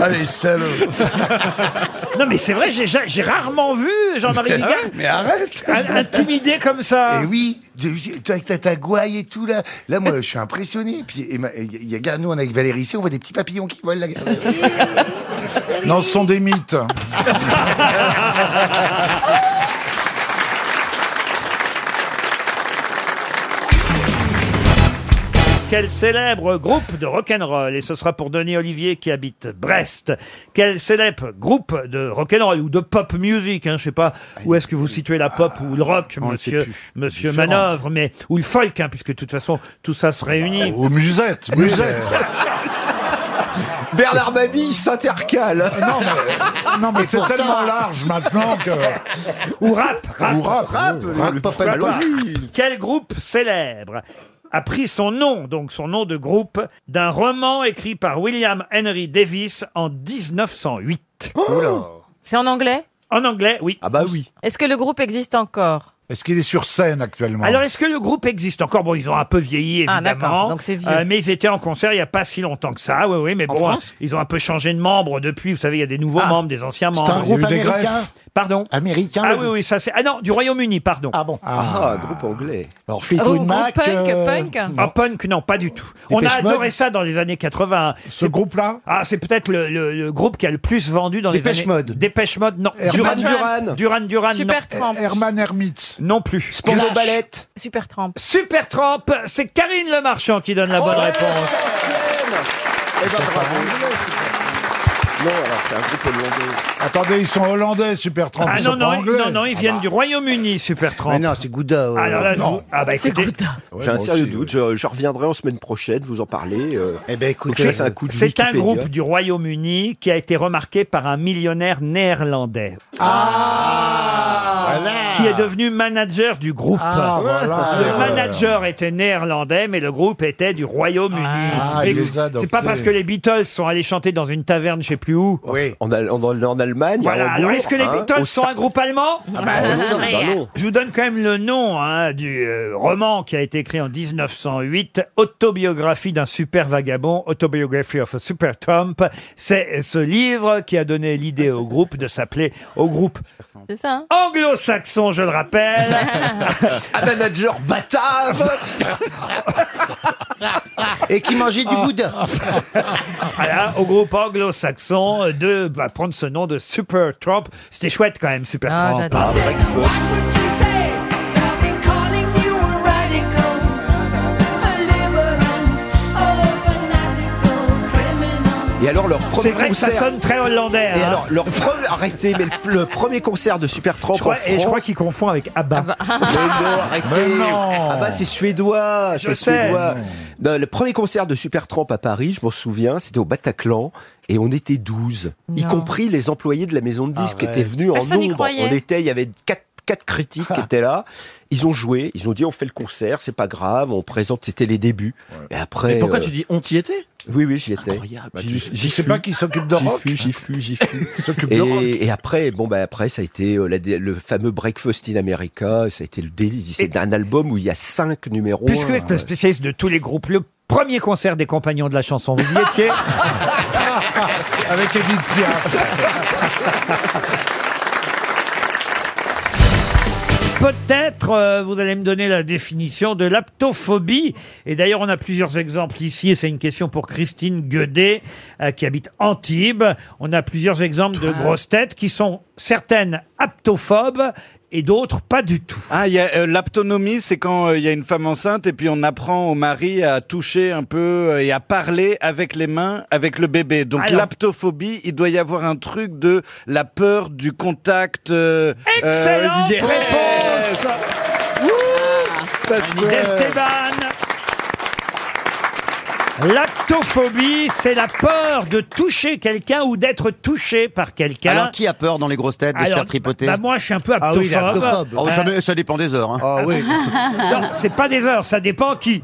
S6: Allez, salaud.
S1: Non, mais c'est vrai, j'ai ja- j'ai rarement vu Jean-Marie Bigard
S6: Ah Mais arrête
S1: in- intimidé comme ça.
S2: Et oui, de- toi avec ta tagouaille et tout là. Là, moi, je suis impressionné. Puis, et ma- il y a, regarde, nous, on est avec Valérie ici, on voit des petits papillons qui volent là. regarde.
S5: Non, ce sont des mythes.
S1: Quel célèbre groupe de rock'n'roll, et ce sera pour Denis Olivier qui habite Brest, quel célèbre groupe de rock'n'roll ou de pop music, hein, je sais pas où est-ce que vous situez la pop ou le rock,
S5: Ah, on le
S1: monsieur,
S5: sait plus.
S1: monsieur
S5: Différent.
S1: Manœuvre, mais, ou le folk, hein, puisque de toute façon tout ça se réunit.
S5: Ou Oh, musette, musette.
S8: Bernard Mabille s'intercale.
S5: non, mais, non, mais c'est tellement large maintenant que.
S1: Ou rap, rap.
S5: Ou rap, oui.
S8: Rap, papa,
S1: Pourquoi
S8: Louis.
S1: pas Quel groupe célèbre a pris son nom, donc son nom de groupe, d'un roman écrit par William Henry Davis en 1908
S9: C'est en anglais
S1: En anglais, oui.
S8: Ah bah oui.
S9: Est-ce que le groupe existe encore
S5: Est-ce qu'il est sur scène actuellement
S1: Alors, est-ce que le groupe existe encore Bon, ils ont un peu vieilli,
S9: Ah,
S1: évidemment. Euh,
S9: d'accord, donc c'est vieux.
S1: mais ils étaient en concert il n'y a pas si longtemps que ça. Oui, oui, mais bon,
S8: France
S1: ils ont un peu changé de membres depuis. Vous savez, il y a des nouveaux
S9: Ah.
S1: membres, des anciens
S2: C'est un
S1: membres.
S5: groupe
S2: groupe
S5: américain
S2: américain.
S1: Pardon
S2: Américain.
S1: Ah oui, oui, ça c'est... Ah non, du Royaume-Uni, pardon.
S2: Ah bon.
S8: Ah, groupe anglais.
S9: Ah,
S5: Alors,
S9: Ou
S5: Fleetwood
S9: groupe
S5: Mac,
S9: punk,
S5: euh,
S9: punk
S1: En Ah, punk, non, pas du tout. On a
S2: Dépêche Mode
S1: adoré ça dans les années 80.
S5: ce groupe-là
S1: Ah, c'est peut-être le, le- le groupe qui a le plus vendu dans
S8: Dépêche
S1: les années...
S8: Mode.
S1: Dépêche Mode, non.
S8: Duran
S9: Duran.
S8: Duran.
S1: Duran Duran, non.
S9: Super Tramp.
S5: Herman Hermits.
S1: Non plus.
S8: Spandau Ballet.
S9: Super Tramp.
S1: Super Tramp, c'est Karine Le Marchand qui donne la bonne réponse.
S8: Eh ben, bravo. Non, alors c'est un groupe hollandais.
S5: Attendez, ils sont hollandais, Super Tramp.
S1: Ah
S5: oh, ils
S1: non
S5: sont
S1: non,
S5: pas anglais.
S1: non non, ils viennent du Royaume-Uni, Super Tramp.
S2: Mais non, c'est Gouda. euh,
S1: Alors là, je
S5: non.
S1: vous- ah bah écoutez,
S8: J'ai un
S5: moi
S8: sérieux
S5: aussi,
S8: doute. Je, je reviendrai en semaine prochaine vous en parler. euh.
S2: Eh ben, écoute,
S8: Donc ça, c'est un coup de
S1: c'est un
S8: Wikipédia.
S1: groupe du Royaume-Uni qui a été remarqué par un millionnaire néerlandais qui est devenu manager du groupe.
S5: Ah, voilà.
S1: Le manager était néerlandais, mais le groupe était du Royaume-Uni.
S5: Ah, il
S1: Et
S5: les a
S1: c'est pas
S5: adoptés.
S1: parce que les Beatles sont allés chanter dans une taverne, je sais plus où.
S2: Oui.
S8: En, Al- en, en Allemagne. à
S1: Voilà.
S8: Hambourg,
S1: Alors, est-ce que les
S8: hein,
S1: Beatles
S8: au
S1: sont un groupe allemand
S8: Ah non, bah non.
S1: Je vous donne quand même le nom hein, du euh, roman qui a été écrit en 1908, Autobiographie d'un super vagabond, Autobiography of a Super Trump. C'est ce livre qui a donné l'idée au groupe de s'appeler au groupe
S9: C'est ça hein
S1: anglo-saxon, je le rappelle.
S8: Un manager batave
S2: Et qui mangeait du Gouda.
S1: Voilà, au groupe anglo-saxon euh, de bah, prendre ce nom de Super Trump. C'était chouette quand même, Super
S9: Ah,
S1: Trump.
S9: j'adore.
S8: Et alors leur premier
S1: C'est vrai que
S8: concert.
S1: ça sonne très hollandais.
S8: Et
S1: hein.
S8: alors leur pre- arrêtez, mais le, le premier concert de Supertramp
S1: je crois,
S8: en France.
S1: et je crois qu'il confond avec Abba.
S8: Mais non, arrêtez.
S5: Mais non.
S8: Ah bah c'est suédois,
S1: Je
S8: c'est
S1: sais.
S8: suédois. Non, le premier concert de Supertramp à Paris, je m'en souviens, c'était au Bataclan et on était 12, y
S9: Non.
S8: compris les employés de la maison de disques qui étaient venus en
S9: Personne n'y
S8: nombre.
S9: croyait.
S8: On était, il y avait quatre quatre critiques qui étaient là, ils ont joué, ils ont dit on fait le concert, c'est pas grave, on présente, c'était les débuts. Et après
S10: Pourquoi
S8: euh,
S10: tu dis on t'y était
S8: Oui oui, j'y étais.
S10: Incroyable.
S8: J'y-
S5: Je
S8: J'y
S5: sais
S8: fus.
S5: pas qui s'occupe de rock.
S8: J'y fus, j'y fus, j'y fus.
S5: Qui s'occupe de rock.
S8: Et, et après, bon, bah, après, ça a été euh, la dé- le fameux Breakfast in America. Ça a été le délice. C'est un album où il y a cinq numéros.
S1: Puisque
S8: un.
S1: vous êtes le spécialiste de tous les groupes, le premier concert des compagnons de la chanson, vous y étiez
S5: Avec Edith Piaf.
S1: Peut-être euh, vous allez me donner la définition de l'aptophobie. Et d'ailleurs, on a plusieurs exemples ici. Et c'est une question pour Christine Guedet, euh, qui habite Antibes. On a plusieurs exemples de
S10: Ah.
S1: grosses têtes qui sont certaines aptophobes et d'autres pas du tout.
S10: Ah, il y a, euh, l'aptonomie, c'est quand euh, il y a une femme enceinte et puis on apprend au mari à toucher un peu euh, et à parler avec les mains, avec le bébé. Donc
S1: Alors-
S10: l'aptophobie, il doit y avoir un truc de la peur du contact. euh,
S1: Excellente
S10: euh, yeah.
S1: réponse
S7: Ah.
S10: Parce que, euh,
S1: d'Esteban. L'actophobie, c'est la peur de toucher quelqu'un ou d'être touché par quelqu'un.
S8: Alors, qui a peur dans les grosses têtes de se
S1: Alors,
S8: faire tripoter
S1: bah, moi, je suis un peu
S8: Ah oui, il est
S1: aptophobe.
S8: aptophobe. Oh, ça,
S1: Euh,
S8: ça dépend des heures. hein.
S1: non, c'est pas des heures, ça dépend qui.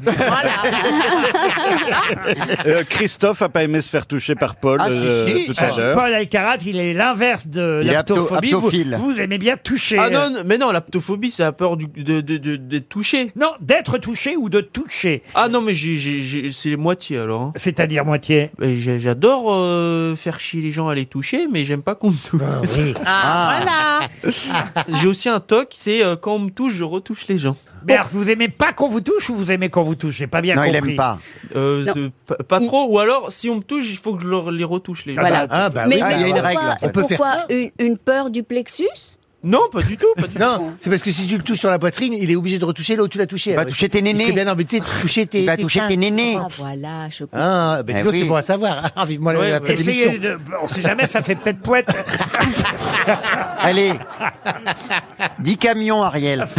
S5: Euh, Christophe a pas aimé se faire toucher par Paul
S1: Ah, si,
S5: euh,
S1: si.
S5: tout
S1: Euh,
S5: à l'heure.
S1: Paul Alcarat, il est l'inverse de
S5: Il est apto-
S1: l'aptophobie. Vous,
S5: aptophile.
S1: vous aimez bien toucher.
S11: Ah non, non, mais non, l'aptophobie, c'est la peur du- de, de, de- d'être touché.
S1: Non, d'être touché ou de toucher.
S11: Ah non, mais j'ai, j'ai, j'ai- c'est moitié alors. hein.
S1: C'est-à-dire moitié
S11: Mais j'ai- J'adore euh, faire chier les gens à les toucher, mais j'aime pas qu'on me touche.
S1: Bah
S12: Ah,
S11: J'ai aussi un toc, c'est euh, quand on me touche, je retouche les gens.
S1: Mais alors, vous aimez pas qu'on vous touche ou vous aimez qu'on vous touche J'ai pas bien compris.
S11: Euh,
S1: Non.
S11: de- pa- pas trop, ou alors si on me touche, il faut que je leur, les retouche les gens.
S13: Voilà.
S1: Ah, bah
S13: mais pourquoi-
S11: On peut
S13: Pourquoi
S1: Eh,
S13: une, une peur du plexus
S11: Non, pas du tout.
S2: non, c'est parce que si tu le touches sur la poitrine, il est obligé de retoucher là où tu l'as touché. Ah
S8: va toucher tes nénés.
S2: Il bien embêté de toucher tes.
S8: Il va toucher tes nénés.
S13: Ah voilà, je comprends.
S2: Ah, ben
S8: Eh
S2: dis donc,
S8: oui.
S2: c'est bon à savoir. Ah, vivement la- la fin de
S1: Essayez
S2: l'émission.
S1: de... On sait jamais, ça fait peut-être poète.
S8: Allez, 10 camions, Ariel.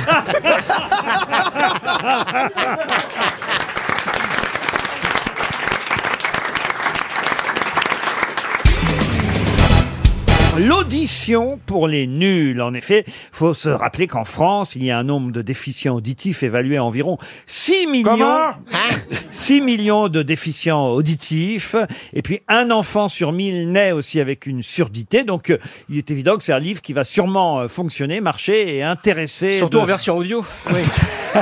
S1: L'audition pour les nuls, en effet. faut se rappeler qu'en France, il y a un nombre de déficients auditifs évalué à environ 6 millions.
S14: Comment
S1: 6 millions de déficients auditifs. Et puis, un enfant sur 1000 naît aussi avec une surdité. Donc, euh, il est évident que c'est un livre qui va sûrement euh, fonctionner, marcher et intéresser.
S15: Surtout
S1: de-
S15: en version audio.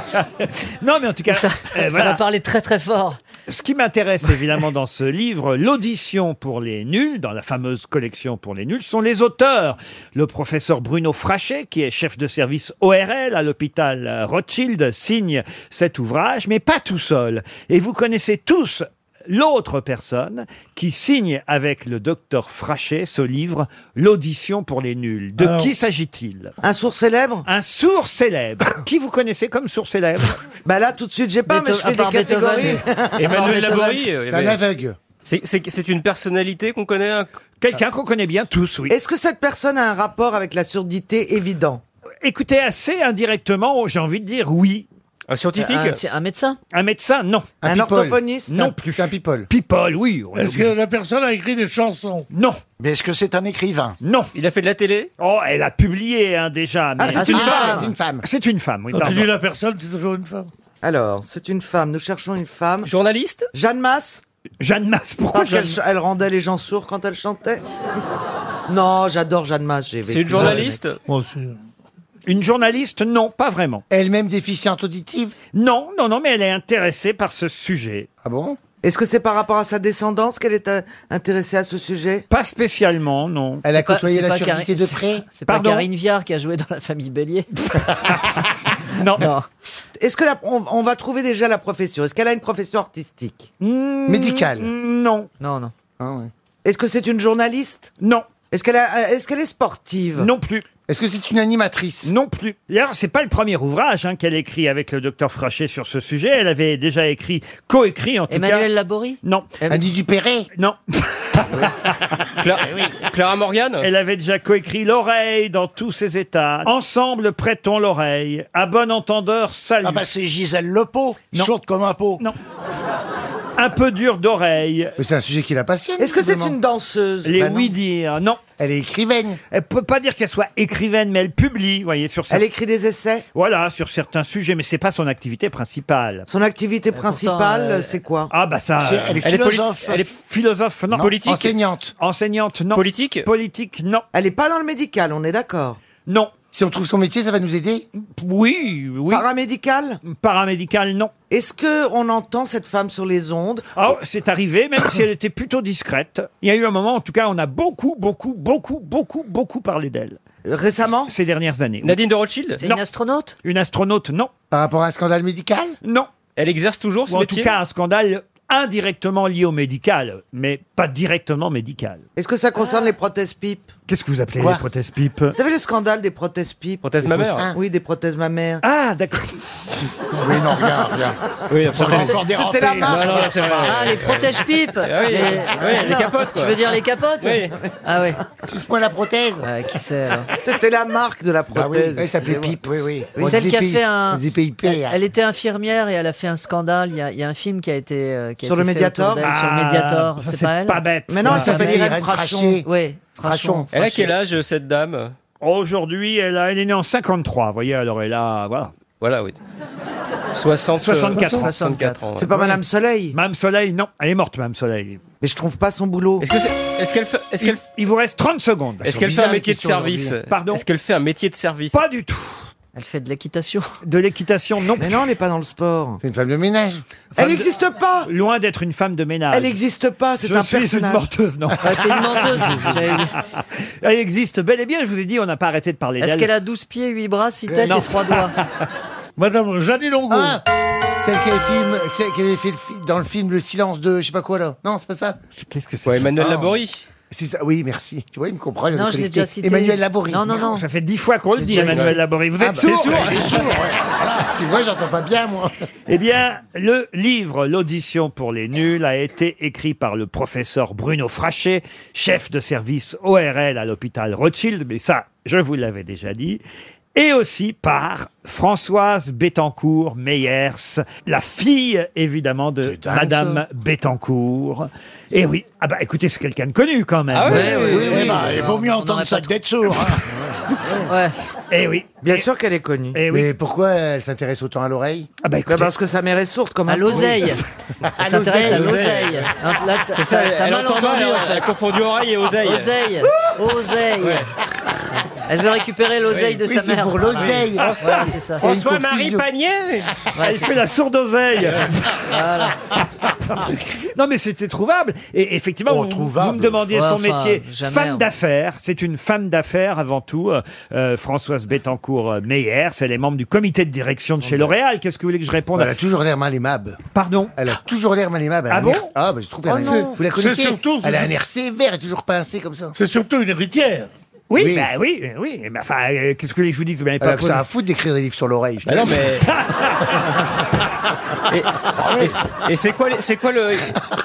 S1: non, mais en tout cas, ça,
S15: ça va
S1: parler très très fort. Eh, Ce qui m'intéresse évidemment dans ce livre, l'audition pour les nuls, dans la fameuse collection pour les nuls, sont les auteurs. Le professeur Bruno Frachet, qui est chef de service ORL à l'hôpital Rothschild, signe cet ouvrage, mais pas tout seul. Et vous connaissez tous l'autre personne qui signe avec le docteur Frachet ce livre, L'audition pour les nuls. De
S3: Alors-
S1: qui s'agit-il Un sourd célèbre Un sourd célèbre. qui vous connaissez comme sourd célèbre
S3: Bah là, tout de suite, j'ai pas, mais je fais des catégories.
S15: Emmanuel Laborie. euh, mais-
S2: aveugle.
S15: C'est- C'est c'est une personnalité qu'on connaît. un-
S1: Quelqu'un qu'on connaît bien tous, oui.
S3: Est-ce que cette personne a un rapport avec la surdité évident
S1: Écoutez, assez indirectement, j'ai envie de dire oui.
S15: Un scientifique
S3: Un-
S1: médecin Un médecin, non.
S3: Un Un people. orthophoniste
S1: Non
S3: Un-
S1: plus. Un people. People, oui. on
S16: Est-ce que
S1: l'oublie.
S16: la personne a écrit des chansons
S1: Non.
S8: Mais est-ce que c'est un écrivain
S1: Non.
S15: Il a fait de la télé
S1: Oh, elle a publié hein, déjà. mais-
S3: Ah, c'est une
S8: Ah,
S3: femme.
S1: femme. C'est une femme, oui.
S16: Quand tu
S1: pardon.
S16: dis la personne, c'est toujours une femme.
S3: Alors, c'est une femme. Nous cherchons une femme.
S15: Journaliste
S3: Jeanne Masse
S1: Jeanne Masse, pourquoi
S3: Parce qu'elle
S1: Jeanne-
S3: ch- elle rendait les gens sourds quand elle chantait. non, j'adore Jeanne Masse. j'ai vécu
S15: C'est une journaliste
S1: Une journaliste, non, pas vraiment. Elle-même déficiente auditive Non, non, non, mais elle est intéressée par ce sujet. Ah bon
S3: Est-ce que c'est par rapport à sa descendance qu'elle est euh, intéressée à ce sujet
S1: Pas spécialement, non.
S2: Elle a côtoyé la surdité de près.
S17: C'est pas
S3: Pardon
S17: Karine Viard qui a joué dans la famille Bélier.
S1: non.
S3: Est-ce que la- on, on va trouver déjà la profession Est-ce qu'elle a une profession artistique Ah
S2: Médicale
S1: Hmm, Non.
S17: Non, non.
S3: Est-ce que c'est une journaliste
S1: Non.
S3: Est-ce qu'elle a- est-ce qu'elle est sportive
S1: Non plus. Est-ce que c'est une animatrice Non plus. D'ailleurs, c'est pas le premier ouvrage hein, qu'elle écrit avec le docteur Frachet sur ce sujet. Elle avait déjà écrit, co-écrit en tout cas.
S17: Emmanuel Laborie
S1: Non.
S2: Ah
S17: Annie
S1: Dupéré Non.
S2: Eh
S15: Clara Morgan
S1: Elle avait déjà coécrit L'oreille dans tous ses états. Ensemble, prêtons l'oreille. À bon entendeur, salut. Ah bah c'est Gisèle Lepot, sourde comme un pot. Non. Un peu dur d'oreille.
S2: Mais c'est un sujet qui la passionne.
S1: Est-ce que c'est
S2: visiblement.
S1: une
S3: danseuse
S1: Les oui-dire, non.
S2: Elle est écrivaine.
S1: Elle peut pas dire qu'elle soit écrivaine, mais elle publie, vous voyez, sur
S3: Elle écrit des essais
S1: Voilà, sur certains sujets, mais c'est pas son activité principale.
S3: Son activité principale,
S1: euh,
S3: c'est quoi
S1: Ah bah ça.
S3: C'est-
S1: euh,
S3: elle est
S1: poli-
S3: philosophe.
S1: Elle est philosophe, non.
S3: Non. Politique
S1: Enseignante. Enseignante, non. Politique. Politique, non.
S3: Elle n'est pas dans le médical, on est d'accord
S1: Non.
S2: Si on trouve son métier, ça va nous aider
S1: Oui, oui.
S3: Paramédical
S1: Paramédical, non.
S3: Est-ce que on entend cette femme sur les ondes
S1: Ah, c'est arrivé, même si elle était plutôt discrète. Il y a eu un moment, en tout cas, on a beaucoup, beaucoup, beaucoup, beaucoup, beaucoup parlé d'elle.
S3: Récemment
S1: Ces dernières années. oui.
S15: Nadine de Rothschild
S1: Non. Une astronaute, non. Par rapport à un scandale médical Non.
S15: Elle exerce toujours ce
S1: Ou en
S15: métier
S1: tout cas, un scandale indirectement lié au médical, mais pas directement médical.
S3: Est-ce que ça concerne les prothèses pipes
S1: Qu'est-ce que vous appelez
S18: Quoi
S1: les prothèses pipes
S18: Vous savez le scandale des prothèses pipes
S1: Prothèses
S18: Des
S1: mammaires.
S18: fausses- Ah Oui, des prothèses mammaires.
S1: Ah, d'accord.
S18: oui, non, rien, rien.
S3: Oui,
S18: Ça va encore déraper.
S17: C'était la marque.
S18: Non, non, c'est vrai.
S17: Ah, les protège-pipes.
S18: Ah oui,
S17: les...
S18: oui, les capotes, quoi.
S17: Tu veux dire les capotes
S18: Oui.
S17: Ah oui.
S18: Touche-moi la prothèse.
S17: qui c'est alors
S18: C'était la marque de la prothèse.
S17: oui, elle s'appelait
S18: excusez-moi.
S17: Pipe,
S18: oui, oui.
S17: Oui, celle qui a fait un.
S18: Vous y payez pas,
S17: elle,
S18: hein.
S17: elle était infirmière et elle a fait un scandale. Il y a, il y a un film qui a été. euh, qui a
S18: Sur
S17: été
S18: le
S17: fait autour
S18: Mediator
S17: d'elle, Sur
S18: Ah,
S17: Mediator.
S18: ça,
S17: C'est
S18: c'est
S17: pas elle.
S18: pas bête, Mais non, ça. elle s'appelle Irène Frachon.
S17: Oui, Frachon.
S3: Elle a quel âge, cette dame
S1: Aujourd'hui, elle, a- elle est née en 53, vous voyez, alors elle a... Voilà.
S3: Voilà, oui. 60,
S1: 64 ans.
S3: 64 ans.
S1: ouais.
S18: C'est pas Madame Soleil
S1: Madame Soleil, non, elle est morte, Madame Soleil.
S18: Mais je trouve pas son boulot.
S3: Est-ce que c'est- est-ce qu'elle fait, est-ce qu'elle,
S1: Il vous reste 30 secondes.
S3: est-ce qu'elle fait un métier de service
S1: Pardon
S3: Est-ce qu'elle fait un métier de service
S1: Pas du tout.
S17: Elle fait de l'équitation.
S1: De l'équitation, non.
S18: Mais non, on n'est pas dans le sport.
S2: C'est une femme de ménage.
S18: Elle n'existe pas
S1: Loin d'être une femme de ménage.
S18: Elle n'existe pas, c'est
S1: Je
S18: un
S1: suis une
S18: personnage.
S1: menteuse, non.
S18: Ouais, c'est une menteuse, j'allais
S1: Elle existe bel et bien, je vous ai dit, on n'a pas arrêté de parler d'elle.
S17: Est-ce qu'elle a 12 pieds, 8 bras, 6
S18: Euh,
S17: têtes
S1: Non.
S17: et 3 doigts
S15: Madame Jeannie Longo.
S2: Ah Celle qui avait, film, celle qui avait fait le fi- dans le film Le silence de je sais pas quoi là. Non, c'est pas ça.
S1: Qu'est-ce que c'est
S3: Ouais, Emmanuel
S2: Ah.
S3: Laborie.
S2: C'est ça. Oui, merci. Tu vois, il me comprend. il
S17: Non,
S2: avait
S17: je l'ai
S2: connecté.
S17: déjà cité.
S2: Emmanuel Laborie.
S17: Non, non, non.
S1: Ça fait dix fois qu'on le
S2: J'ai
S1: dit,
S2: déjà
S1: Emmanuel
S2: cité.
S1: Laborie. Vous
S2: Ah
S1: êtes
S2: bah,
S1: sourd.
S2: il est sourd, ouais. Voilà, Tu vois, j'entends pas bien moi.
S1: Eh bien, le livre L'audition pour les nuls a été écrit par le professeur Bruno Frachet, chef de service ORL à l'hôpital Rothschild, mais ça, je vous l'avais déjà dit. Et aussi par Françoise Bettencourt Meyers, la fille évidemment de
S3: dingue,
S1: Madame Bettencourt. Et oui, ah bah écoutez, c'est quelqu'un de connu quand même.
S5: Ah oui, oui, oui, oui, bah, il vaut mieux entendre ça que d'être sourd. hein.
S1: Et Eh oui.
S18: Bien sûr qu'elle est connue.
S1: Eh oui.
S2: Mais pourquoi elle s'intéresse autant à l'oreille
S1: Ah bah écoutez,
S18: Parce que sa mère est sourde comme
S17: À
S18: un pourri.
S17: l'oseille. Elle s'intéresse à
S18: l'oseille.
S17: l'oseille. Hein, là, t'as-
S3: C'est ça,
S17: t'as- t'as
S3: elle
S17: mal
S3: entend mal,
S17: entendu
S3: elle
S17: en
S3: elle
S17: fait.
S3: a confondu oreille et oseille.
S17: Oseille. Oseille. Elle veut récupérer l'oseille de
S2: Oui,
S17: sa
S2: c'est
S17: mère.
S2: pour l'oseille.
S17: Ah, oui. Voilà, c'est ça.
S3: François-Marie Panier
S1: elle fait la sourde oseille.
S17: Voilà.
S1: Non, mais c'était trouvable. Et
S2: Oh,
S1: effectivement, vous, vous me demandiez
S17: Ouais,
S1: son
S17: enfin,
S1: métier.
S17: jamais,
S1: femme
S17: hein.
S1: d'affaires. C'est une femme d'affaires avant tout. Euh, euh, Françoise Bettencourt Meyers. Elle est membre du comité de direction de chez L'Oréal. Qu'est-ce que vous voulez que je réponde
S2: Bah, Elle a toujours l'air mal aimable.
S1: Pardon
S2: Elle a toujours l'air mal aimable. Elle a
S1: Ah
S2: un
S1: bon
S2: air- Ah, bah, je trouve. qu'elle a-
S1: Oh non.
S2: Vous la
S15: C'est
S2: connaissez
S15: surtout-
S2: Elle a
S15: c'est-
S2: un air sévère, elle est toujours pincée comme ça.
S15: C'est surtout une héritière.
S1: Oui,
S2: Oui.
S1: bah oui, euh, oui. Mais enfin, euh, qu'est-ce que les je vous dis que vous m'avez
S2: Elle
S1: pas
S2: a que
S1: posé
S2: ça à foutre d'écrire des livres sur l'oreille. je te
S3: Bah non,
S2: dis.
S3: mais. Et- et et c'est quoi, les- c'est quoi le.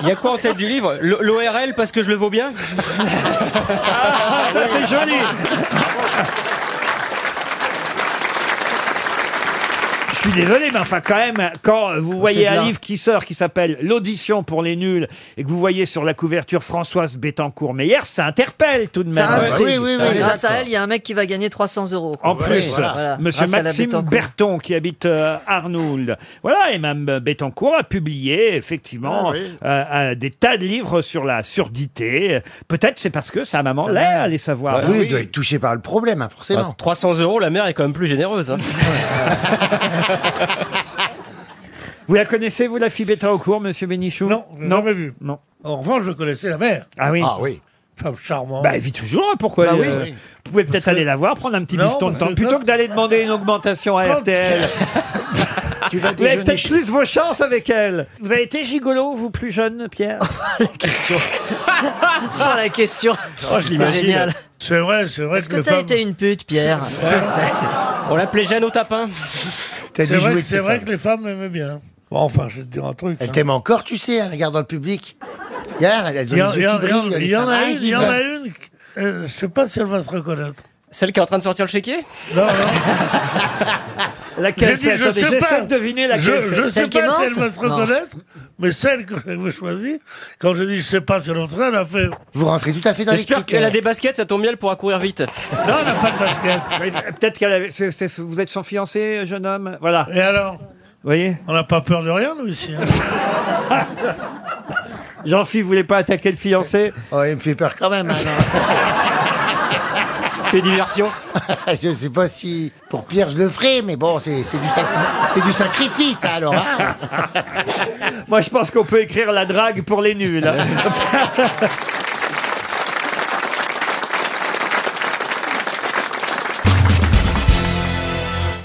S3: Il y a quoi en tête du livre L- L'ORL parce que je le vaux bien
S1: Ah, ça c'est joli Je suis désolé, mais enfin quand même, quand vous voyez un
S18: bien.
S1: livre qui sort qui s'appelle L'audition pour les nuls et que vous voyez sur la couverture Françoise Bettencourt Meyer, ça interpelle tout de même.
S18: Ça intrigue. Oui, oui, oui.
S17: Et grâce à elle, il y a un mec qui va gagner 300 euros. quoi.
S1: En plus,
S17: Voilà.
S1: Monsieur
S17: Grâce à la
S1: Maxime
S17: Bettencourt.
S1: Berton qui habite euh, Arnould. Voilà, et Mme Bettencourt a publié effectivement
S5: Ah oui.
S1: euh, euh, des tas de livres sur la surdité. Peut-être c'est parce que sa maman l'a, allez savoir.
S15: Ah
S1: Ah
S2: Oui, il doit être touché par le problème, hein,
S3: Bah,
S2: forcément.
S3: 300 euros, la mère est quand même plus généreuse. hein.
S1: Vous la connaissez, vous, la fille Bettencourt, Monsieur Bénichou
S15: Non, je l'ai jamais vu.
S1: Non.
S15: En revanche, je connaissais la mère.
S1: Ah oui.
S2: Ah oui.
S15: Femme charmante.
S1: Bah, elle vit toujours, hein, pourquoi
S15: Bah oui.
S1: euh, Vous pouvez peut-être aller la voir, prendre un petit
S15: Non,
S1: bifton de
S15: parce
S1: temps,
S15: que
S1: plutôt
S15: comme-
S1: que d'aller demander une augmentation à
S15: Comme-
S1: RTL.
S2: Tu vas
S1: Vous avez
S2: Ah, déjeuner
S1: peut-être
S2: chez-
S1: plus vos chances avec elle. Vous avez été gigolo, vous, plus jeune, Pierre
S17: Oh, la question.
S3: Oh, je
S17: C'est
S3: l'imagine.
S17: génial.
S15: C'est vrai, c'est vrai
S17: Est-ce
S15: que,
S17: que
S15: les
S17: t'as
S15: femmes-
S17: été une pute, Pierre
S3: On l'appelait Jeanne au tapin.
S2: T'as
S15: C'est
S2: dit
S15: vrai,
S2: jouer
S15: que-
S2: de
S15: c'est
S2: tes
S15: vrai
S2: femmes.
S15: que les femmes aimaient bien. Bon, enfin, je vais te dire un truc.
S2: Elle
S15: hein.
S2: t'aime encore, tu sais, hein, regarde dans le public. Regarde, elles ont
S15: Il y, en-
S2: les
S15: il y
S2: yeux
S15: en-
S2: qui
S15: il y en-
S2: brillent.
S15: il
S2: les
S15: y en
S2: femmes.
S15: a
S2: Ah,
S15: une, il
S2: qui
S15: y en
S2: brillent.
S15: a une. euh, je sais pas si elle va se reconnaître.
S3: Celle qui est en train de sortir le chéquier
S15: Non, non. J'ai
S1: Laquelle
S15: dit,
S1: c'est
S15: je
S1: Attendez,
S15: sais
S1: J'essaie
S15: pas.
S1: de deviner
S15: Je,
S1: laquelle c'est.
S15: je sais
S17: Celle qui est
S15: pas si
S17: morte
S15: elle va se
S17: Non.
S15: reconnaître, mais celle que j'avais choisie, quand je dis je sais pas si elle va se reconnaître, elle a fait.
S2: Vous rentrez tout à fait dans les hein.
S3: J'espère qu'elle
S2: critères.
S3: a des baskets, ça tombe bien, elle pourra courir vite.
S15: Non, elle n'a pas de basket.
S1: Oui, euh, Peut-être qu'elle avait- c'est- c'est- Vous êtes son fiancé, jeune homme Voilà. Vous
S15: Et alors
S1: voyez
S15: On n'a pas peur de rien, nous, ici. hein.
S1: Jean-Philippe voulait pas attaquer le fiancé
S2: Oh, il me fait peur quand même. hein, non.
S3: Fait diversion.
S2: je sais pas si pour Pierre je le ferai, mais bon, c'est c'est du, sac- c'est du sacrifice ça, alors. hein.
S1: Moi, je pense qu'on peut écrire la drague pour les nuls. hein.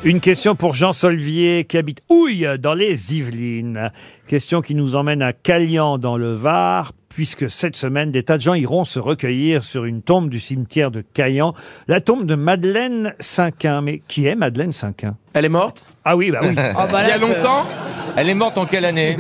S1: Une question pour Jean Solvier qui habite Houille dans les Yvelines. Question qui nous emmène à Calian dans le Var. puisque cette semaine, des tas de gens iront se recueillir sur une tombe du cimetière de Caen, la tombe de Madeleine Cinquin. Mais qui est Madeleine Cinquin Elle est morte Ah oui, bah oui.
S13: Il y a longtemps Elle est morte en quelle année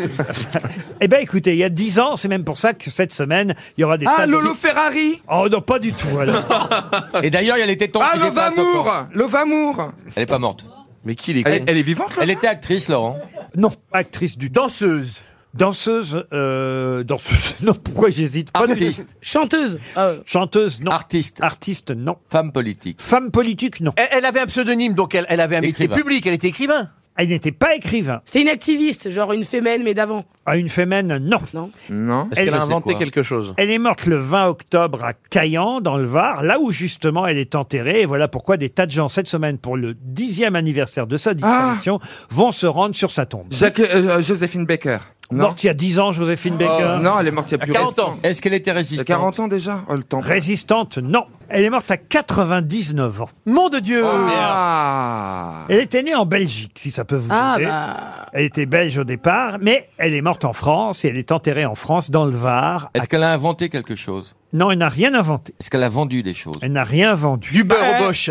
S1: Eh bien, écoutez, il y a dix ans, c'est même pour ça que cette semaine, il y aura des
S13: Ah,
S1: tas de-
S13: Lolo Ferrari
S1: Oh non, pas du tout, alors.
S13: Et d'ailleurs, il y a les tétons
S19: Ah,
S13: qui
S19: le
S13: dépassent
S19: Vamour
S13: encore.
S19: Le Vamour
S13: Elle est pas morte. Mais qui
S19: les
S13: elle,
S19: con
S13: elle est vivante, Elle était actrice, Laurent.
S1: Non, actrice du danseuse. Danseuse, euh, danseuse. Non, pourquoi j'hésite Pas du-
S20: Chanteuse.
S1: Chanteuse, non.
S13: Artiste.
S1: Artiste, non.
S13: Femme politique.
S1: Femme politique, non.
S20: Elle, elle avait un pseudonyme, donc elle, elle avait un métier
S1: Écrivain.
S20: public, elle était écrivain.
S1: Elle Ah, n'était pas écrivain.
S20: C'était une activiste, genre une fémène, mais d'avant.
S1: À une fémène, non. Non.
S20: Non.
S1: Elle sait quoi.
S20: chose
S1: Elle est morte le 20 octobre à Caen, dans le Var, là où justement elle est enterrée. Et voilà pourquoi des tas de gens, cette semaine, pour le dixième anniversaire de sa disparition, vont se rendre sur sa tombe.
S19: Ah Jacques, euh, Joséphine Baker.
S1: Morte il y a 10 ans, Joséphine Baker.
S19: Oh, non, elle est morte il y a plus récent.
S13: Est-ce qu'elle était résistante
S19: 40 ans déjà Oh, le temps.
S1: Résistante, non. Elle est morte à 99 ans.
S20: Mon de Dieu
S13: Ah.
S19: Ah.
S1: Elle était née en Belgique, si ça peut vous
S20: Ah,
S1: aider.
S20: bah.
S1: Elle était belge au départ, mais elle est morte en France et elle est enterrée en France, dans le Var.
S13: Est-ce qu'elle a inventé quelque chose
S1: Non, elle n'a rien inventé.
S13: Est-ce qu'elle a vendu des choses
S1: Elle n'a rien vendu. Du
S13: beurre au boche.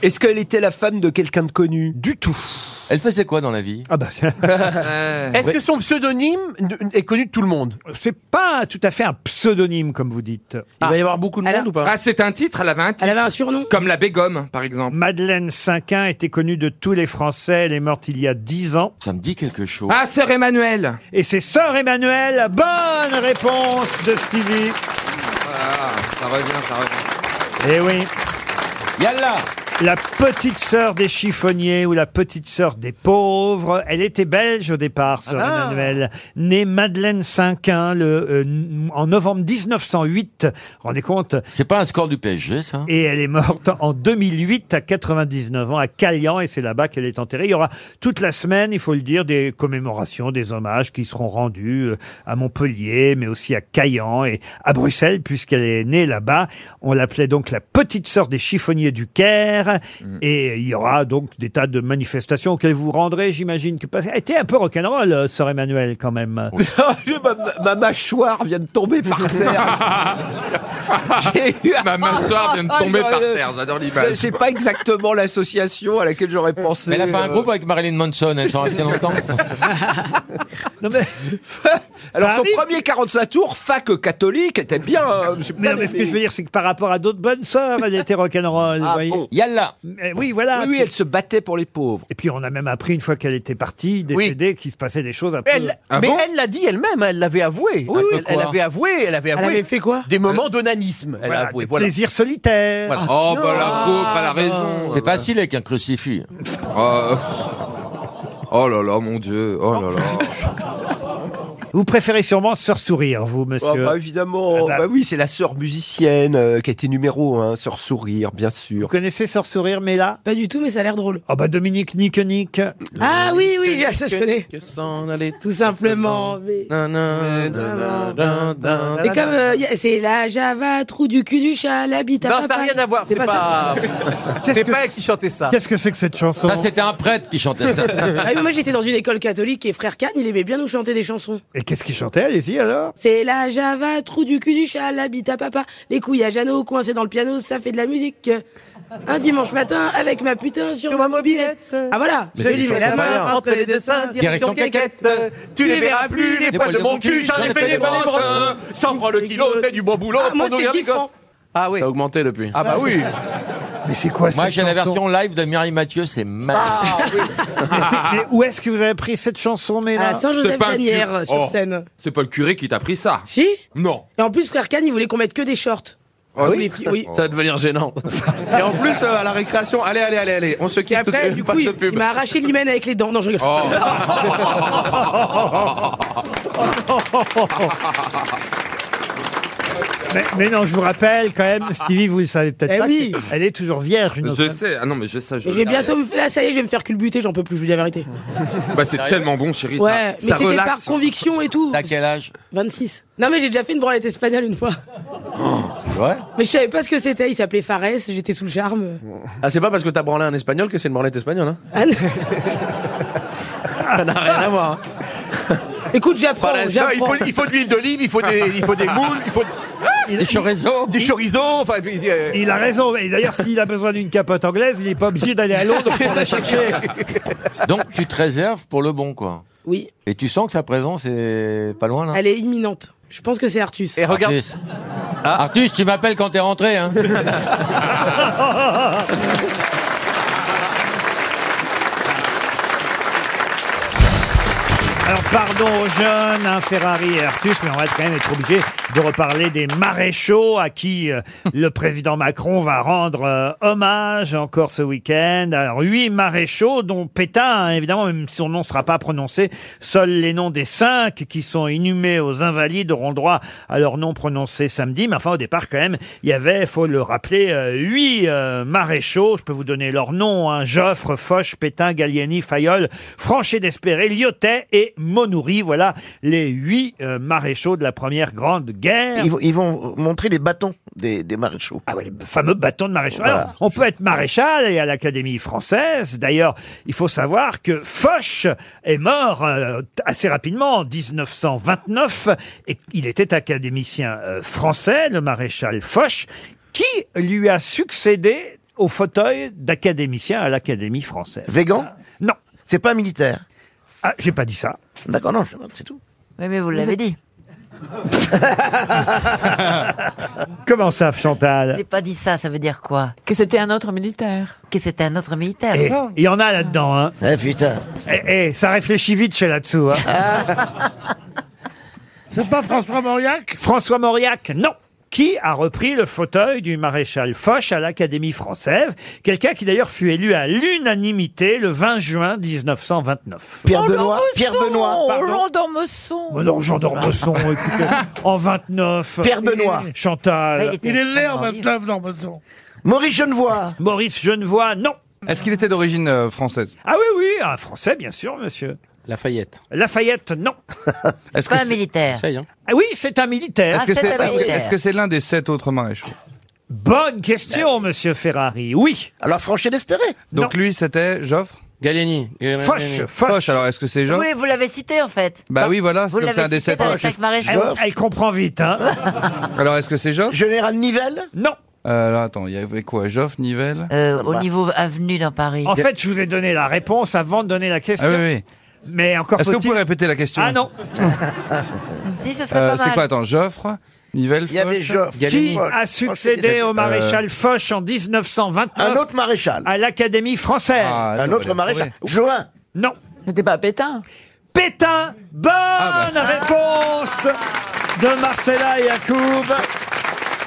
S8: Est-ce qu'elle était la femme de quelqu'un de connu
S1: Du tout.
S13: Elle faisait quoi dans la vie
S1: Ah bah.
S20: Est-ce que son pseudonyme n- est connu de tout le monde
S1: C'est pas tout à fait un pseudonyme, comme vous dites.
S19: Il va y avoir beaucoup de monde ou pas Ah, c'est un titre, elle avait un titre. Elle avait un surnom. Comme la Bégomme, par exemple.
S1: Madeleine Cinquin était connue de tous les Français. Elle est morte il y a 10 ans.
S13: Ça me dit quelque chose.
S19: Ah, sœur Emmanuel
S1: Et c'est Sœur Emmanuel. Bonne Ah, réponse de Stevie.
S19: Ah, ça revient, ça revient.
S1: Eh oui.
S13: Yalla
S1: La petite sœur des chiffonniers ou la petite sœur des pauvres. Elle était belge au départ, sœur
S20: Ah.
S1: Emmanuel. Née Madeleine Cinquin le, euh, n- en novembre 1908. Rendez compte
S13: C'est pas un score du PSG, ça
S1: Et elle est morte en 2008 à 99 ans à Calian et c'est là-bas qu'elle est enterrée. Il y aura toute la semaine, il faut le dire, des commémorations, des hommages qui seront rendus euh, à Montpellier, mais aussi à Cayenne et à Bruxelles puisqu'elle est née là-bas. On l'appelait donc la petite sœur des chiffonniers du Caire et il y aura donc des tas de manifestations auxquelles vous rendrez, j'imagine que parce qu'elle était un peu rock'n'roll, euh, sœur Emmanuel quand même.
S18: ma, ma mâchoire vient de tomber par terre. J'ai eu-
S19: Ma mâchoire vient de tomber
S18: Ah,
S19: par
S18: j'aurais-
S19: terre, j'adore l'image.
S18: C'est- C'est pas exactement l'association à laquelle j'aurais pensé.
S13: Mais elle a fait un
S18: euh,
S8: Ah,
S13: groupe avec Marilyn Manson, elle s'en restait longtemps.
S18: Alors son premier 45 tours, fac catholique, était bien.
S20: euh,
S18: hein, j'ai
S1: Mais,
S18: pas
S1: non, mais ce que
S18: aimé.
S1: je veux dire, c'est que par rapport à d'autres bonnes sœurs, elle était rock'n'roll.
S20: Ah,
S1: Ah, vous voyez.
S13: Yalla
S1: Eh oui, voilà.
S18: Oui, oui, elle se battait pour les pauvres.
S1: Et puis on a même appris une fois qu'elle était partie, décédée, qu'il se passait des choses un
S19: Ah
S1: peu.
S20: Elle-
S3: Ah
S20: mais elle l'a dit elle-même, hein, elle l'avait avoué.
S1: Oui, oui.
S20: elle, elle avait avoué, elle avait avoué.
S1: avait fait
S20: quoi Des moments d'onanisme, elle
S1: Voilà,
S20: a avoué.
S1: des
S20: Voilà.
S1: plaisirs solitaires.
S20: Voilà. Ah,
S19: Oh, bah la pauvre, elle a raison.
S13: C'est facile avec un crucifix.
S19: Oh, oh là là, mon Dieu. Oh là là.
S1: Vous préférez sûrement Sœur Sourire, vous,
S8: Ah
S1: monsieur.
S8: bah évidemment, bah, oui, c'est la sœur musicienne euh, qui a été numéro un, sœur sourire, bien sûr.
S1: Vous connaissez Sœur Sourire, mais là
S20: Pas du tout, mais ça a l'air drôle.
S1: Ah bah Dominique Nick Nick.
S20: Ah oui, oui, ça je connais.
S21: Que s'en aller
S20: Tout simplement. mais- C'est comme, euh, y a- c'est la Java, trou du cul du chat, l'habit à
S21: Non, ça n'a
S20: papa.
S21: rien à voir, c'est pas. C'est pas elle qui chantait ça.
S1: Qu'est-ce que c'est que cette chanson
S13: Ça,
S3: Ah,
S13: c'était un prêtre qui chantait ça.
S20: Ah oui, mais moi j'étais dans une école catholique et frère Kahn, il aimait bien nous chanter des chansons.
S1: Et qu'est-ce qu'il chantait Allez-y alors.
S20: C'est la Java, trou du cul du chat, l'habit à papa, les couilles à Jeannot, coincé dans le piano, ça fait de la musique. Un dimanche matin, avec ma putain sur ma mobilette. Ah voilà,
S21: Je lui mets la main entre les deux seins, direction quéquette. Tu les verras plus, les poils de mon cul, j'en ai fait des bonnes brosses. 100
S1: Ah,
S21: francs le kilo, c'est du bon boulot.
S20: Ah, moi,
S21: pour
S20: c'était
S21: nourrir les
S20: 10 francs.
S21: gosses. Ah oui. Ça a augmenté depuis. Ah bah oui.
S1: Mais c'est quoi
S13: Moi,
S1: cette
S13: j'ai la
S1: chanson
S13: version live de Mireille Mathieu, c'est magnifique.
S21: Ah,
S1: mais, c'est- mais où est-ce que vous avez pris cette chanson, mais là
S20: À Saint-Joseph-Danière, sur
S21: Oh.
S20: scène.
S19: C'est pas le curé qui t'a pris ça.
S20: Si
S19: Non.
S20: Et en plus, frère Kahn, il voulait qu'on mette que des shorts.
S19: Ah
S20: Les filles, oui.
S21: Ça va devenir gênant.
S19: Et en plus, euh, à la récréation, allez, allez, allez, allez, on se quitte.
S20: Après, du
S19: pas
S20: coup,
S19: de
S20: il,
S19: pub.
S20: il m'a arraché l'hymen avec les dents. Non, je rigole.
S19: Oh.
S1: mais, mais non, je vous rappelle quand même, Stevie, vous le savez peut-être
S20: Eh
S1: pas,
S20: oui.
S1: que- elle est toujours vierge. une
S19: Je
S1: autre-
S19: sais, ah non, mais je sais. Je
S20: Mais je vais bientôt me là, ça y est, je vais me faire culbuter, j'en peux plus, je vous dis la vérité.
S19: Bah, c'est tellement bon, chérie. ça-
S20: Ouais,
S19: ça,
S20: mais c'était
S19: relaxe.
S20: par conviction et tout.
S13: T'as quel âge
S20: 26. Non, mais j'ai déjà fait une branlette espagnole une fois.
S13: Ouais.
S20: Mais je savais pas ce que c'était, il s'appelait Fares, j'étais sous le charme.
S21: Ah, c'est pas parce que t'as branlé un espagnol que c'est une branlette espagnole, hein
S20: Ah non.
S21: Ça n'a rien à
S19: hein.
S21: voir.
S20: Écoute, j'apprends.
S21: Voilà, ça, il, faut, il faut de l'huile d'olive, il faut des, il faut des moules, il faut du chorizo, du chorizo. Enfin, puis, euh,
S1: Il a raison. Et d'ailleurs, s'il a besoin d'une capote anglaise, il n'est pas obligé d'aller à Londres pour la chercher.
S13: Donc tu te réserves pour le bon, quoi.
S20: Oui.
S13: Et tu sens que sa présence est pas loin, là
S20: Elle est imminente. Je pense que c'est Artus. Et
S13: Artus.
S21: Ah.
S13: Artus, tu m'appelles quand t'es rentré, hein
S1: Alors pardon aux jeunes, hein, Ferrari et Artus, mais on va quand même être obligé de reparler des maréchaux à qui euh, le président Macron va rendre euh, hommage encore ce week-end. Alors huit maréchaux, dont Pétain, hein, évidemment, même si son nom ne sera pas prononcé, seuls les noms des cinq qui sont inhumés aux Invalides auront droit à leur nom prononcé samedi. Mais enfin, au départ, quand même, il y avait, faut le rappeler, euh, huit euh, maréchaux. Je peux vous donner leurs noms hein, Joffre, Foch, Pétain, Gallieni, Fayol, Franchet d'Espéré, Lyotet et Monoury. Voilà les huit euh, maréchaux de la première grande guerre.
S18: Ils, vont- ils vont montrer les bâtons des, des maréchaux.
S1: Ah ouais, les fameux bâtons de maréchal. Alors, on peut être maréchal et à l'Académie française. D'ailleurs, il faut savoir que Foch est mort euh, assez rapidement en 1929 et il était académicien euh, français, le maréchal Foch, qui lui a succédé au fauteuil d'académicien à l'Académie française.
S18: Végan
S1: Non.
S18: C'est pas un militaire
S1: Ah, j'ai pas dit ça.
S18: D'accord, non, je demande, c'est tout.
S17: Oui, mais vous l'avez dit.
S1: Comment ça, Chantal
S17: J'ai pas dit ça, ça veut dire quoi
S4: Que c'était un autre militaire.
S17: Que c'était un autre militaire.
S1: Eh, Il y en a là-dedans, hein.
S18: Eh putain.
S1: Eh, eh, ça réfléchit vite chez là-dessous, hein.
S18: Ah.
S15: C'est pas François Mauriac
S1: François Mauriac, non. Qui a repris le fauteuil du maréchal Foch à l'Académie française Quelqu'un qui d'ailleurs fut élu à l'unanimité le 20 juin 1929.
S18: Pierre
S3: Oh,
S18: Benoît Pierre Benoît pardon.
S17: d'Ormesson.
S1: Mais non, Jean d'Ormesson, écoutez, en 29.
S18: Pierre Benoît.
S1: Chantal.
S15: Il est né en 29 dans Besson.
S18: Maurice Genevois
S1: Maurice Genevois, non.
S13: Est-ce qu'il était d'origine euh, française
S1: Ah oui, oui, un Français, bien sûr, monsieur.
S13: Lafayette.
S1: Lafayette, non.
S13: Est-ce
S17: Pas un militaire. Ah,
S13: Essaye, hein.
S1: Ah oui, c'est un militaire.
S13: Est-ce que
S17: c'est
S13: c'est
S17: un
S13: est-ce que-
S17: militaire.
S13: est-ce que c'est l'un des sept autres maréchaux
S1: Bonne question, monsieur Ferrari. Oui.
S18: Alors Franchet d'Espéré
S13: Donc lui, c'était Joffre Gallieni.
S1: Foch, Foch.
S13: Foch, alors est-ce que c'est
S17: Vous,
S13: Joffre
S17: vous l'avez cité en fait.
S13: Bah oui, voilà,
S17: Vous
S13: c'est comme c'est un
S17: l'avez
S13: des
S17: cité
S13: sept
S17: dans les
S13: maréchaux.
S17: cinq maréchaux.
S1: Elle, elle comprend vite, hein.
S13: Alors est-ce que c'est Joffre
S18: Général Nivelle
S1: Non.
S13: Euh, alors, attends, il y avait quoi Joffre, Nivelle
S17: Euh, au niveau avenue dans Paris.
S1: En fait, je vous ai donné la réponse avant de donner la question.
S13: Ah oui, oui.
S1: Mais encore
S13: Est-ce que vous
S1: faut-il.
S13: pouvez répéter la question
S1: Ah non.
S17: si ce serait
S13: Euh,
S17: pas mal.
S13: C'est quoi Attends, Joffre, Nivelle,
S18: Il y avait Joffre.
S1: Qui
S18: Foch.
S1: a succédé
S13: euh,
S1: au maréchal Foch en
S18: Un
S1: 1929
S18: autre maréchal.
S1: à l'Académie française
S13: Ah,
S18: Un autre maréchal. Join.
S1: Non.
S4: C'était pas Pétain.
S1: Pétain. Bonne
S13: Ah, bah.
S1: réponse de Marcella Yacoub.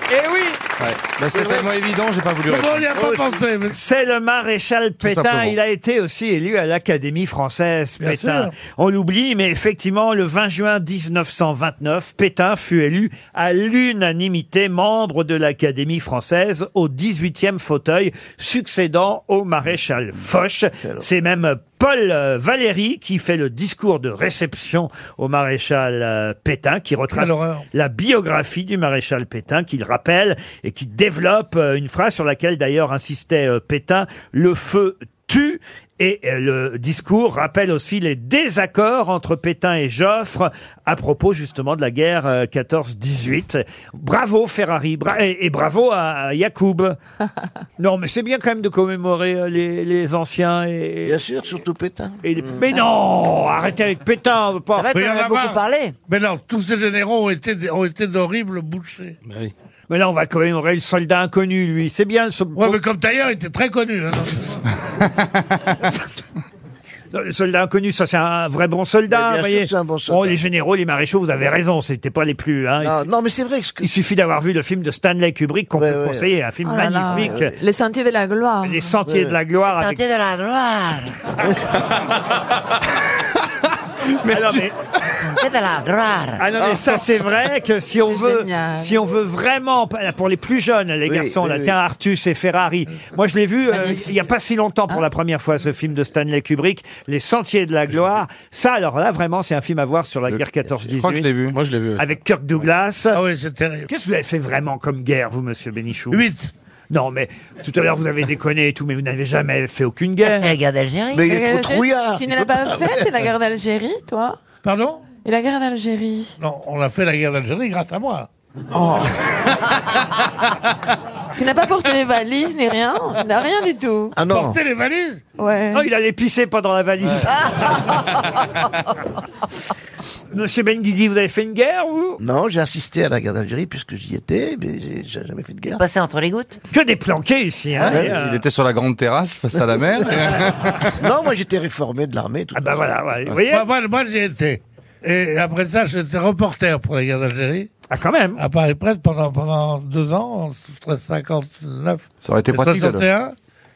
S18: Eh
S1: Et oui.
S13: Bah, C'est tellement évident, j'ai pas voulu
S15: Comment on
S13: répondre.
S15: n'y a pas pensé mais-
S1: C'est le maréchal Pétain.
S13: simplement.
S1: Il a été aussi élu à l'Académie française,
S15: Bien
S1: Pétain.
S15: sûr.
S1: On l'oublie, mais effectivement, le 20 juin 1929, Pétain fut élu à l'unanimité membre de l'Académie française au 18e fauteuil, succédant au maréchal Foch. C'est même Paul euh, Valéry qui fait le discours de réception au maréchal euh, Pétain, qui retrace
S15: Quelle horreur.
S1: la biographie du maréchal Pétain qu'il rappelle et qui développe euh, une phrase sur laquelle d'ailleurs insistait euh, Pétain, le feu tue. Et euh, le discours rappelle aussi les désaccords entre Pétain et Joffre à propos justement de la guerre euh, 14-18. Bravo Ferrari bra- et, et bravo à, à Yacoub. non mais c'est bien quand même de commémorer euh, les, les anciens et,
S18: Bien sûr, surtout Pétain. Mm.
S1: et les- Mais non Arrêtez avec Pétain on peut Oh, pas-
S17: En fait,
S15: Mais il y
S17: on
S15: en
S17: en a
S15: a
S17: beaucoup
S15: marre.
S17: parlé.
S15: Mais non, tous ces généraux ont été, des- ont été d'horribles bouchers.
S1: Mais là on va commémorer le soldat inconnu lui. C'est bien le, so-
S15: Ouais, mais comme Tailleur était très connu. hein.
S1: Non, Le soldat inconnu, ça c'est un vrai bon
S18: Mais
S1: soldat.
S18: bien
S1: vous voyez.
S18: sûr, c'est un bon soldat.
S1: Oh, les généraux, les maréchaux, vous avez raison, c'était pas les plus. hein. Il
S18: Ah,
S1: su-
S18: non, mais c'est vrai. ce que-
S1: Il suffit d'avoir vu le film de Stanley Kubrick qu'on
S18: Ouais,
S1: peut
S18: ouais.
S1: conseiller, un film
S4: Oh là là.
S1: magnifique,
S4: Les sentiers de la gloire.
S1: Les Sentiers
S18: Ouais.
S1: de la gloire. avec-
S17: Sentier de la gloire.
S1: Mais non, Ah, mais-
S17: Sentier de la gloire.
S1: Ah non, mais ça c'est vrai que si on
S4: C'est
S1: veut,
S4: génial.
S1: si on veut vraiment pour les plus jeunes, les
S18: Oui,
S1: garçons,
S18: oui,
S1: là,
S18: oui.
S1: tiens Artus et Ferrari. Moi je l'ai vu euh,
S4: Magnifique.
S1: il y a pas si longtemps pour la première fois ce film de Stanley Kubrick, Les Sentiers de la gloire. Ça alors là vraiment c'est un film à voir sur la guerre 14-18
S13: vu. Moi, je l'ai vu.
S1: avec Kirk Douglas.
S15: Ah oui, c'est terrible.
S1: Qu'est-ce que vous avez fait vraiment comme guerre, vous, monsieur Bénichou
S15: 8.
S1: Non, mais tout à l'heure, vous avez déconné et tout, mais vous n'avez jamais fait aucune
S4: Eh,
S1: guerre. La guerre d'Algérie.
S4: La guerre d'Algérie, euh, Tu ne l'as pas faite, la guerre d'Algérie, toi
S15: Pardon
S4: Et la guerre d'Algérie
S15: Non, on a fait la guerre d'Algérie grâce à moi.
S17: Oh.
S4: Tu n'as pas porté les valises ni rien Tu n'as rien du tout.
S1: Ah non. Porter
S15: les valises
S4: Ouais.
S1: Non, il allait pisser pas dans la valise. Monsieur Benguigui, vous avez fait une guerre, vous
S18: Non, j'ai assisté à la guerre d'Algérie puisque j'y étais, mais j'ai j'ai jamais fait de guerre.
S17: Passé entre les gouttes.
S1: Que des planqués ici, hein
S18: Ouais.
S1: et, euh,
S13: Il était sur la grande terrasse face à la mer.
S18: non, moi j'étais réformé de l'armée. Ah
S1: bah voilà,
S15: moi, moi, moi, j'y étais. Et après ça, j'étais reporter pour la guerre d'Algérie.
S1: Ah, quand même
S15: À Paris Presse pendant, pendant deux ans, entre 59
S13: Ça aurait été
S15: et
S13: pratique,
S15: 61.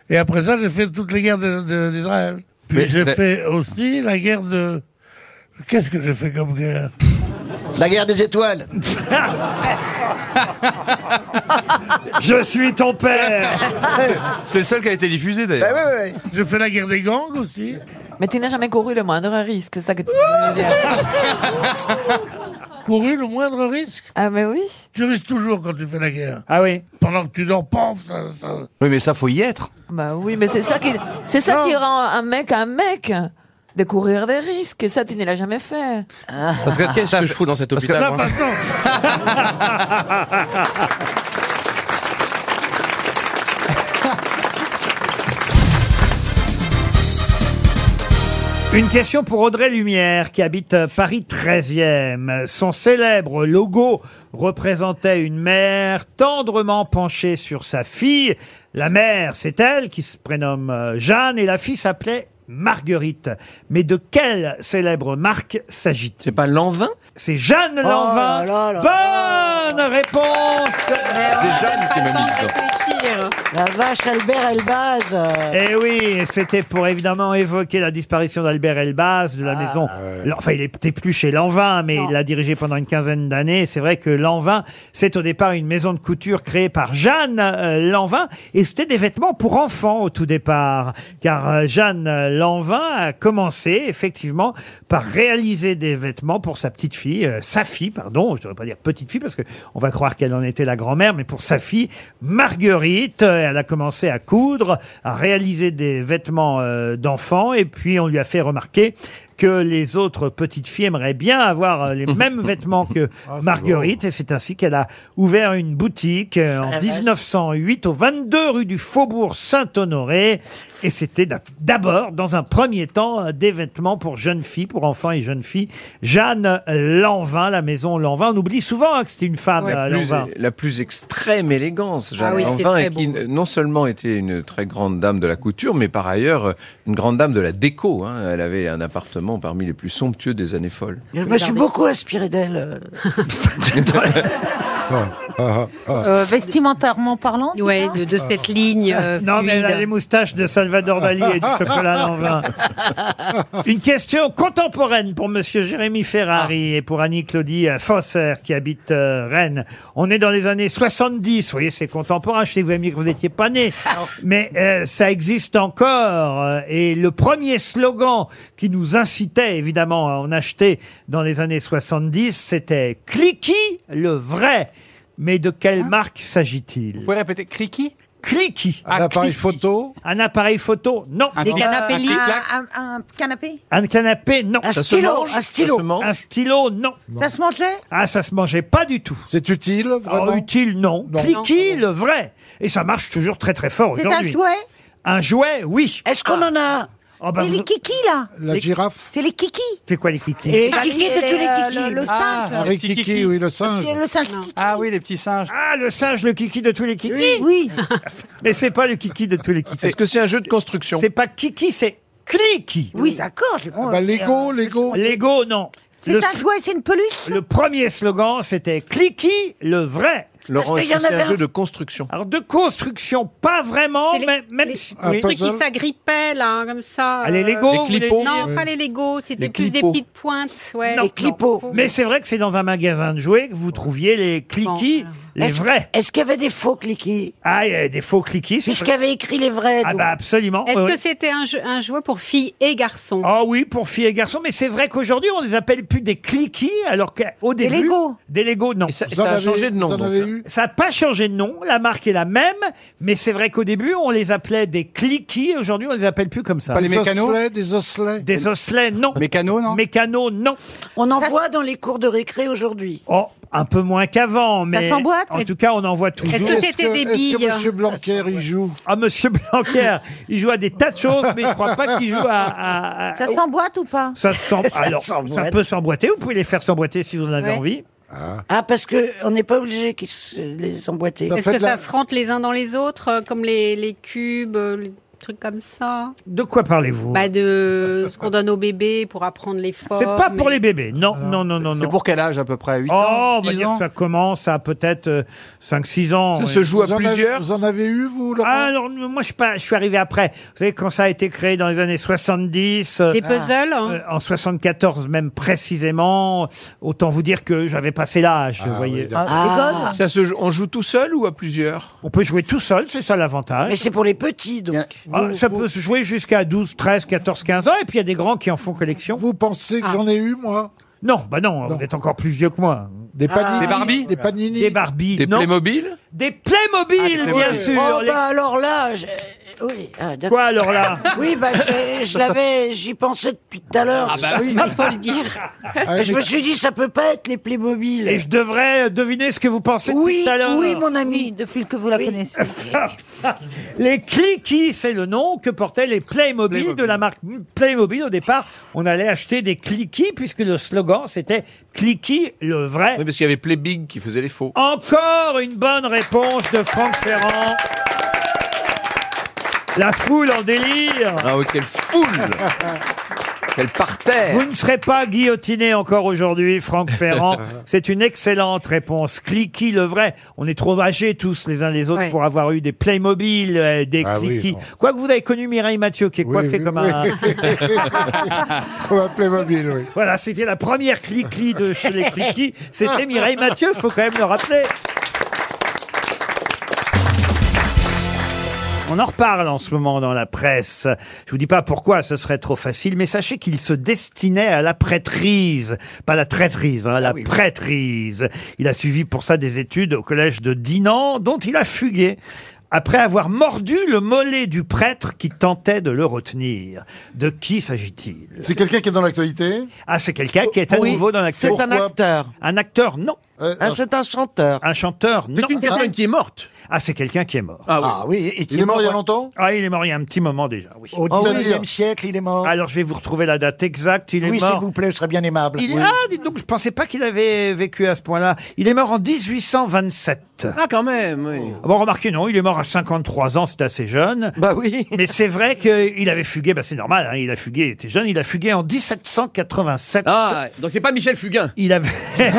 S15: Et après ça, j'ai fait toutes les guerres de- de- d'Israël.
S13: Mais-
S15: Puis j'ai
S13: mais-
S15: fait aussi la guerre de... Qu'est-ce que j'ai fait comme guerre
S18: La guerre des étoiles.
S1: Je suis ton père
S18: Ah,
S13: C'est le seul qui a été diffusé
S3: Eh
S13: d'ailleurs.
S15: J'ai fait la guerre des gangs aussi.
S4: Mais tu n'as jamais couru le moindre risque, c'est ça que tu veux dire.
S15: Couru le moindre risque
S4: Ah mais oui
S15: Tu risques toujours quand tu fais la guerre.
S1: Ah oui
S15: Pendant que tu dors, paf, ça- ça...
S13: Oui, mais ça, faut y être.
S4: Bah oui, mais c'est ça qui, c'est ça qui rend un mec un mec, de courir des risques. Et ça, tu ne l'as jamais fait.
S8: Ah.
S13: Parce que qu'est-ce que je fous dans cet hôpital
S15: Non,
S13: moi
S15: pardon.
S18: Ah,
S1: Une question pour Audrey Lumière qui habite euh, Paris 13e. Son célèbre logo représentait une mère tendrement penchée sur sa fille. La mère, c'est elle qui se prénomme euh, Jeanne et la fille s'appelait Marguerite. Mais de quelle célèbre marque s'agit-il C'est pas Lanvin C'est Jeanne
S4: Oh
S1: Lanvin.
S18: oh
S1: Bonne réponse
S17: hein.
S22: La vache Albert Elbaz. euh,
S1: Eh oui, c'était pour évidemment évoquer la disparition d'Albert Elbaz de
S22: Ah.
S1: la maison. Enfin, il était plus chez Lanvin, mais il l'a dirigé pendant une quinzaine d'années. C'est vrai que Lanvin, c'est au départ une maison de couture créée par Jeanne euh, Lanvin, et c'était des vêtements pour enfants au tout départ, car euh, Jeanne euh, Lanvin a commencé effectivement par réaliser des vêtements pour sa petite fille, euh, sa fille, pardon, je devrais pas dire petite fille parce que on va croire qu'elle en était la grand-mère, mais pour sa fille Marguerite, euh, elle a commencé à coudre, à réaliser des vêtements euh, d'enfants, et puis on lui a fait remarquer que les autres petites filles aimeraient bien avoir euh, les mêmes vêtements que Marguerite, et c'est ainsi qu'elle a ouvert une boutique euh, en
S21: la vache.
S1: 1908 au 22 rue du Faubourg Saint-Honoré, et c'était d'a- d'abord, dans un premier temps, euh, des vêtements pour jeunes filles, pour enfants et jeunes filles. Jeanne Lanvin, la maison Lanvin, on oublie souvent hein, que c'était une femme,
S13: La
S1: euh,
S13: plus-
S1: Lanvin.
S13: la plus extrême élégance, Jeanne
S1: Ah oui, c'était
S13: Lanvin,
S1: très
S13: et qui n- non seulement était une très grande dame de la couture, mais par ailleurs euh, une grande dame de la déco. hein. Elle avait un appartement parmi les plus somptueux des années folles.
S22: Je me suis beaucoup inspiré d'elle. euh.
S8: Ah,
S13: Ah,
S1: Euh,
S12: Euh,
S9: vestimentairement parlant Ouais, de, de cette ligne. euh,
S1: Non, mais elle a
S9: fluide.
S1: les moustaches de Salvador Dali et du chocolat en vin. Une question contemporaine pour Monsieur Jérémy Ferrari
S21: Ah.
S1: et pour Annie-Claudie euh, Fosser qui habite euh, Rennes. On est dans les années 70, vous voyez, c'est contemporain. Je sais que vous avez mis que vous n'étiez pas né, mais euh, ça existe encore. Euh, Et le premier slogan qui nous incitait évidemment à en acheter dans les années 70, c'était « Cliquez le vrai ». Mais de quelle marque s'agit-il Vous
S21: Ah. pouvez répéter Ah, Cliquis
S1: Cliquis.
S21: Un appareil
S1: photo Un appareil photo, non.
S21: Des clic- canapés lits.
S12: Un, un- un canapé
S1: Un canapé, non.
S12: Un Ça se stylo, mange, un stylo. ça se mange
S1: Un stylo, non.
S12: Ça se mangeait
S1: Ah, ça se mangeait pas du tout. C'est utile, vraiment Utile, non.
S12: Non.
S1: Cliquis, le vrai. Et ça marche toujours très très fort
S12: C'est
S1: aujourd'hui.
S12: un jouet
S1: Un jouet, oui. Ah. Est-ce qu'on en a
S12: C'est les kikis, là
S1: La girafe
S12: C'est les kikis
S1: C'est quoi les kikis
S12: Les kikis de tous les kikis.
S1: le singe. Ah, Harry Kiki, oui, le singe.
S12: Le singe
S1: Ah oui, les petits singes. Ah, le singe, le kiki de tous les kikis Oui. Mais c'est pas le kiki de tous les kikis.
S13: Est-ce que c'est un jeu de construction
S1: C'est pas kiki, c'est cliqui.
S12: Oui, d'accord. j'ai compris. Euh,
S1: Ah bah, Lego. Lego, non.
S12: C'est
S1: Le-
S12: un jouet, c'est une peluche
S1: Le premier slogan, c'était Cliquis, le vrai.
S12: Laurent, Parce qu'il est-ce y que en c'est un avait jeu un- de
S13: construction
S1: Alors, de construction, pas vraiment, mais même si.
S23: Les trucs qui s'agrippaient, là, comme ça.
S1: Ah, les Lego, Les vous voulez clippos. dire
S23: Non,
S1: Oui.
S23: pas les Lego, c'était
S1: Les
S23: plus des
S1: clippos.
S23: petites pointes. Ouais,
S1: Non, non. Mais c'est vrai que c'est dans un magasin de jouets que vous trouviez les cliquis. les
S12: Est-ce-
S1: vrais.
S12: Est-ce qu'il y avait des faux cliquets
S1: Ah, il y a des faux cliquis.
S12: Puisqu'il avait écrit les vrais.
S1: Ah
S12: donc.
S1: bah absolument.
S23: Est-ce
S1: oui,
S23: que
S1: oui.
S23: c'était un jeu, un jouet pour filles et garçons
S1: Ah oui, pour filles et garçons, mais c'est vrai qu'aujourd'hui on les appelle plus des cliquis, alors qu'au début des Lego. Des Lego, non. Ça,
S13: ça a avez- changé de nom, vous en donc. avez eu
S1: Ça n'a pas changé de nom. La marque est la même, mais c'est vrai qu'au début on les appelait des cliquis. Aujourd'hui on les appelle plus comme ça.
S5: Pas les Des mécanos osselets,
S1: des osselets. Des osselets, non. Mécanos, non. Mécanos, non.
S12: On en voit dans les cours de récré aujourd'hui.
S1: Oh, un peu moins qu'avant, mais
S12: s'emboîte,
S1: en
S12: est-ce-
S1: tout cas on en voit toujours.
S12: que c'était des
S5: Est-ce
S12: billes
S5: que Monsieur Blanquer y joue
S1: Ah, Monsieur Blanquer, il joue à des tas de choses, mais je crois pas qu'il joue à- à- à-
S12: Ça s'emboîte ou pas
S1: Ah, oh.
S12: Ah,
S1: Ça, s'em-
S12: Ça
S1: alors, ça
S12: s'emboîte.
S1: peut s'emboîter. Vous pouvez les faire s'emboîter si vous en avez
S23: Ouais.
S1: envie.
S12: Ah, parce qu'on n'est pas obligé qu'ils se- les
S1: Ah,
S12: emboîter.
S1: Bah,
S23: Est-ce que ça se rentre les uns dans les autres, euh, comme les, les cubes, euh, les trucs comme ça
S1: De quoi parlez-vous
S23: Bah de ce qu'on donne aux bébés pour apprendre les formes.
S1: C'est pas pour
S23: et-
S1: les bébés. Non, non, non, non.
S18: oh, C'est
S1: non.
S18: pour quel âge à peu près 8
S1: Oh,
S18: ans
S1: on va
S18: 10
S1: dire
S18: ans
S1: que ça commence à peut-être 5-6 ans.
S13: Ça
S1: oui.
S13: se joue à plusieurs.
S5: Vous en avez eu, vous, Laurent
S1: Ah, alors, moi, je suis, pas, je suis arrivé après. Vous savez, quand ça a été créé dans les années 70. euh,
S23: Des puzzles, hein.
S1: euh, En 74, même précisément. Autant vous dire que j'avais passé l'âge, vous voyez.
S12: Ah.
S13: Ça se joue- on joue tout seul ou à plusieurs
S1: On peut jouer tout seul, c'est ça l'avantage.
S12: Mais c'est pour les petits, donc.
S1: Ah, ça peut se jouer jusqu'à 12, 13, 14, 15 ans, et puis il y a des grands qui en font collection. Vous pensez que j'en ai eu, moi Non, bah non, vous êtes encore plus vieux que moi.
S5: Des
S13: Ah.
S5: panini
S1: Des Barbie
S5: Des panini
S1: Des Barbie,
S13: Des
S1: non.
S13: Playmobil
S1: Des Playmobil,
S13: Ah, des
S1: bien
S13: Playmobil.
S1: sûr
S12: Oh,
S1: les-
S12: bah alors là, je- oui. ah, d'accord.
S1: Quoi, alors là
S12: Oui, bah je, je l'avais, j'y pensais depuis tout à l'heure.
S1: Ah, bah oui.
S12: il faut le dire.
S5: Ah,
S1: Ah,
S12: je me suis dit, ça peut pas être les Playmobil.
S1: Et je devrais euh, deviner ce que vous pensez
S12: oui,
S1: depuis tout à l'heure.
S12: oui, mon ami. depuis que vous la connaissez.
S1: Les cliquis, c'est le nom que portaient les Playmobil, de la marque Playmobil. Au départ, on allait acheter des cliquis puisque le slogan c'était cliquis le vrai.
S10: Eh.
S13: Oui, parce qu'il y avait Playbig qui faisait les faux.
S1: Encore une bonne réponse de Franck Ferrand. La foule en délire.
S13: Ah oui, quelle foule Quelle parterre
S1: Vous ne serez pas guillotiné encore aujourd'hui, Franck Ferrand. C'est une excellente réponse. Cliquis, le vrai. On est trop âgés tous les uns les autres
S23: Ouais.
S1: pour avoir eu des Playmobil, euh, des
S5: Ah oui,
S1: cliquis.
S5: non.
S1: Quoique vous avez connu Mireille Mathieu, qui est coiffée
S5: oui,
S1: comme
S5: oui.
S1: un...
S5: On va Playmobil, oui.
S1: Voilà, c'était la première cliquis de chez les cliquis. C'était Mireille Mathieu, faut quand même le rappeler. On en reparle en ce moment dans la presse. Je vous dis pas pourquoi, ce serait trop facile, mais sachez qu'il se destinait à la prêtrise. Pas la traîtrise,
S5: Ah
S1: hein, la prêtrise. Il a suivi pour ça des études au collège de Dinan, dont il a fugué. Après avoir mordu le mollet du prêtre qui tentait de le retenir. De qui s'agit-il
S5: C'est quelqu'un qui est dans l'actualité
S1: ah, c'est quelqu'un qui est à
S5: Oui,
S1: nouveau dans l'acteur.
S5: c'est un Pourquoi Euh,
S1: acteur. Un acteur, non. c'est un chanteur. Un chanteur, non.
S18: C'est une personne qui est morte.
S1: Ah, c'est quelqu'un qui est mort.
S18: Ah oui.
S5: et qui Il est est mort mort il y a longtemps
S1: Ah, il est mort il y a un petit moment déjà, oui.
S24: Au
S1: Ah oui.
S24: 19e siècle, il est mort.
S1: Alors, je vais vous retrouver la date exacte. Il est
S24: oui, s'il
S1: mort.
S24: vous plaît, je serais bien aimable.
S1: Il est...
S24: Oui.
S1: Ah, dites donc, je pensais pas qu'il avait vécu à ce point-là. Il est mort en 1827.
S18: Ah, quand même, oui.
S1: Ah Bon, remarquez, non, il est mort à 53 ans, c'est assez jeune. Bah oui. Mais c'est vrai qu'il avait fugué, bah c'est normal, hein, il a fugué, il était jeune, il a fugué en 1787.
S18: Ah, donc c'est pas Michel Fugain.
S1: Il avait.
S5: Mais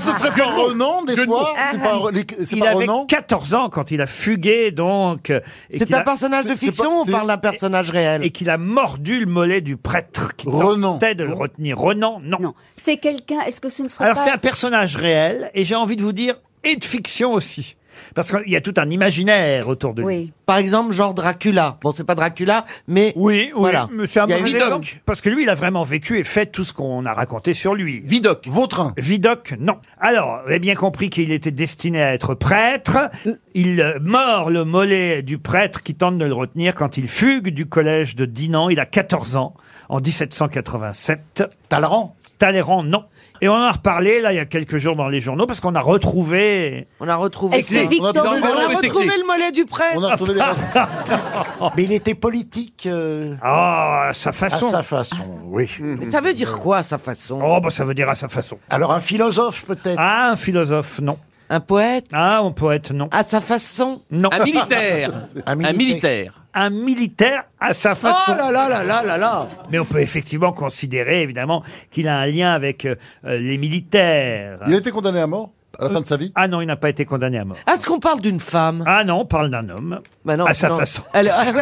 S5: ce serait bien Renan, des fois C'est pas, c'est
S1: Il
S5: pas
S1: avait
S5: Renan
S1: 14 ans quand il a fugué, donc. euh, et
S22: C'est
S1: qu'il
S22: un
S1: a-
S22: personnage de
S1: C'est- c'est
S22: fiction
S1: pas-
S22: ou on
S1: c'est-
S22: parle d'un personnage réel
S1: Et qu'il a mordu le mollet du prêtre qui tentait de le retenir. Renan, non.
S25: C'est quelqu'un, est-ce que ce ne serait
S1: Alors
S25: pas...
S1: c'est un personnage réel, et j'ai envie de vous dire, et de fiction aussi. Parce qu'il y a tout un imaginaire autour de lui.
S22: Par exemple, genre Dracula. Bon, c'est pas Dracula, mais.
S1: Oui, oui,
S22: Voilà.
S1: mais c'est un
S22: Il y a
S1: mauvais
S22: Vidocq.
S1: exemple, parce que lui, il a vraiment vécu et fait tout ce qu'on a raconté sur lui. Vidocq. Vautrin. Vidocq, non. Alors, vous avez bien compris qu'il était destiné à être prêtre. Il euh, mord le mollet du prêtre qui tente de le retenir quand il fugue du collège de Dinan. Il a 14 ans, en 1787. Talleyrand Talleyrand, non. Et on en a reparlé, là, il y a quelques jours dans les journaux, parce qu'on a retrouvé... On a retrouvé...
S22: Est-ce que Victor On a retrouvé le mollet du prêtre. Ah.
S20: Ah.
S24: Mais il était politique. euh,
S1: Ah, sa façon.
S24: À sa façon, oui.
S22: Mais ça veut dire quoi, sa façon
S1: Oh, bah ça veut dire à sa façon.
S24: Alors un philosophe peut-être.
S1: Ah, un philosophe, non. Un poète Ah, un poète, non. À sa façon Non.
S18: Un militaire. Un militaire. Un militaire.
S1: Un militaire à sa façon.
S24: Oh là là là là là là
S1: Mais on peut effectivement considérer, évidemment, qu'il a un lien avec euh, euh, les militaires.
S5: Il a été condamné à mort à la fin de sa vie
S1: Ah non, il n'a pas été condamné à mort.
S22: Est-ce qu'on parle d'une femme
S1: Ah non, on parle d'un homme.
S22: Bah non,
S1: à sa
S22: non.
S1: façon.
S22: Elle-
S25: Un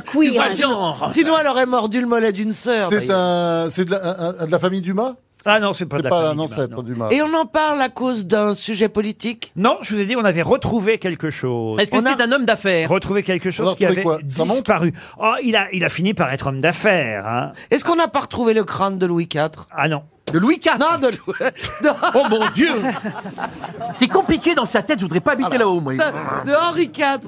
S25: queer.
S22: Sinon, elle aurait mordu le mollet d'une sœur.
S5: C'est
S22: d'ailleurs.
S5: un- c'est de, la- un- un- de la famille Dumas
S1: Ah non, c'est pas
S5: C'est
S1: de la
S5: pas
S1: famille
S5: un ancêtre
S1: du
S5: du
S1: mal. non.
S5: mal.
S3: Et on en parle à cause d'un sujet politique
S1: Non, je vous ai dit, on avait retrouvé quelque chose.
S3: Est-ce que
S1: On a
S3: c'est un homme d'affaires
S1: Retrouvé quelque chose qui avait
S3: retrouvé quoi Ça monte
S1: disparu. Oh, il a, il a fini par être homme d'affaires. hein.
S3: Est-ce qu'on n'a pas retrouvé le crâne de Louis IV
S1: Ah non.
S3: De Louis IV Non, de Louis...
S18: Oh mon Dieu C'est compliqué dans sa tête, je voudrais pas habiter là-haut, moi.
S3: De Henri IV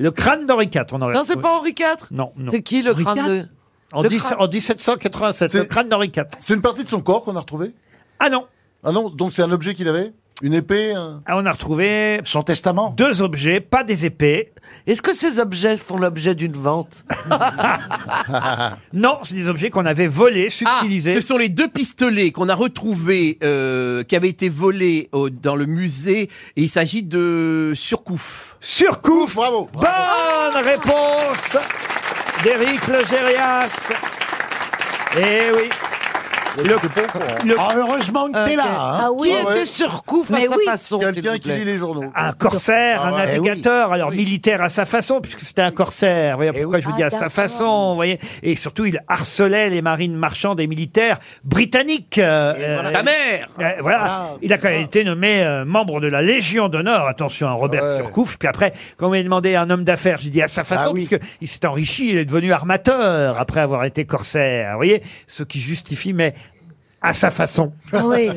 S1: Le crâne d'Henri IV, on aurait
S3: Non, c'est
S1: retrouvé.
S3: pas Henri IV
S1: Non, non.
S3: C'est qui le
S1: Henri
S3: crâne
S1: IV
S3: de...
S1: En,
S3: Le
S1: 10
S3: crâne-
S1: en 1787, le crâne d'Henri IV.
S5: C'est une partie de son corps qu'on a retrouvée
S1: Ah non.
S5: Ah non, donc c'est un objet qu'il avait Une épée un-
S1: Ah, on a retrouvé
S5: Son testament
S1: deux objets, pas des épées.
S3: Est-ce que ces objets font l'objet d'une vente
S1: Non, c'est des objets qu'on avait volés, subtilisés.
S18: Ah, ce sont les deux pistolets qu'on a retrouvés, euh, qui avaient été volés au- dans le musée, et il s'agit de surcouf.
S1: Surcouf Bravo Bonne réponse d'Éric Legérias. Eh oui le, le-
S5: Ah, heureusement que t'es là hein.
S3: Qui était surcouf à
S5: Mais
S3: sa
S5: oui.
S3: façon
S5: Quelqu'un qui lit les journaux.
S1: un corsaire,
S5: Ah
S1: un
S5: ouais. Eh oui.
S1: navigateur, alors militaire à sa façon, puisque c'était un corsaire. Vous voyez pourquoi je vous dis
S3: Ah,
S1: à sa
S3: d'accord.
S1: façon, vous voyez. Et surtout, il harcelait les marines marchandes et militaires britanniques. euh,
S18: voilà.
S1: euh,
S18: Ta mère
S1: euh, voilà. Il a quand même été nommé euh, membre de la Légion d'honneur. Attention, à Robert
S18: Ouais.
S1: Surcouf. Puis après, quand vous m'avez demandé à un homme d'affaires, j'ai dit à sa façon,
S18: Ah oui.
S1: puisque il s'est enrichi, il est devenu armateur après avoir été corsaire. Vous voyez, ce qui justifie, mais à sa façon.
S13: Ah oui.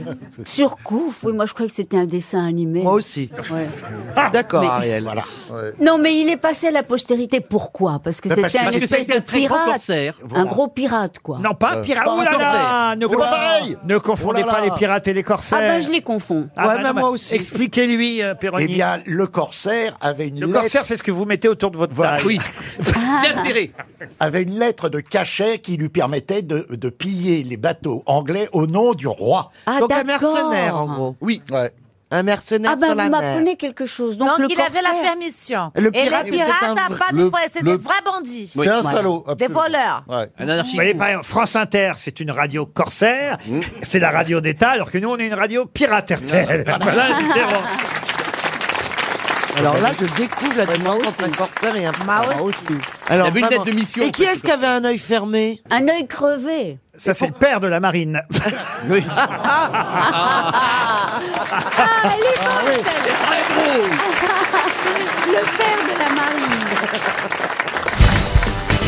S13: Surcouf, oui, moi je croyais que c'était un dessin animé. Moi
S3: aussi. D'accord, Ariel. Voilà.
S1: Ah,
S13: Non, mais il est passé à la postérité. Pourquoi Parce que
S3: Bah, parce
S13: c'était
S3: que-
S13: un
S3: parce que ça a
S13: espèce
S3: été
S13: de
S18: un très grand
S13: pirate.
S18: corsaire.
S13: Un
S18: Voilà.
S13: gros pirate, quoi.
S1: Non, pas un pirate. Oh là là Ne,
S13: Euh, C'est
S1: confondez-
S13: pas pareil.
S1: ne confondez
S13: Oh là
S1: pas
S13: là.
S1: les pirates et les
S13: Ah
S1: corsaires.
S13: ben, je les confonds.
S1: Ah bah non, bah, Expliquez-lui, euh, Péroni.
S2: Eh bien, le corsaire avait une
S1: le
S2: lettre...
S1: corsaire, c'est ce que vous mettez autour de votre voile.
S2: Oui.
S18: Bien serré.
S2: avait une lettre de cachet qui lui permettait de, de piller les bateaux anglais au nom du roi.
S3: Donc un mercenaire, en gros.
S18: Oui.
S3: Un
S9: bah,
S3: mercenaire
S13: Ah ben,
S3: sur la
S13: vous
S3: mer.
S13: m'apprenez quelque chose. Donc,
S9: Donc,
S13: le
S9: il avait la
S13: corsaire-
S9: permission.
S3: Le
S9: et
S3: pirate
S9: les
S3: était
S9: pirates,
S3: un
S9: à
S3: vrai-
S9: pas
S1: le-
S9: des vrais- c'est des
S1: le-
S9: vrais bandits.
S1: Oui. C'est un salaud,
S9: Des
S1: absolument.
S9: voleurs.
S1: Un anarchiste. Vous voyez, par exemple, France Inter, c'est une radio corsaire, c'est la radio d'État, alors que nous, on est une radio pirate RTL. Voilà la différence.
S3: Alors là, je découvre la différence entre un corsaire et un pirate.
S1: Il
S3: Alors,
S1: y avait une
S3: vraiment.
S1: lettre de mission, en
S3: Et qui
S1: fait,
S3: est-ce qui avait un œil fermé
S13: Un œil crevé.
S1: Ça, c'est le père de la marine.
S13: Ah, elle est bonne, celle-là. Le père de la marine.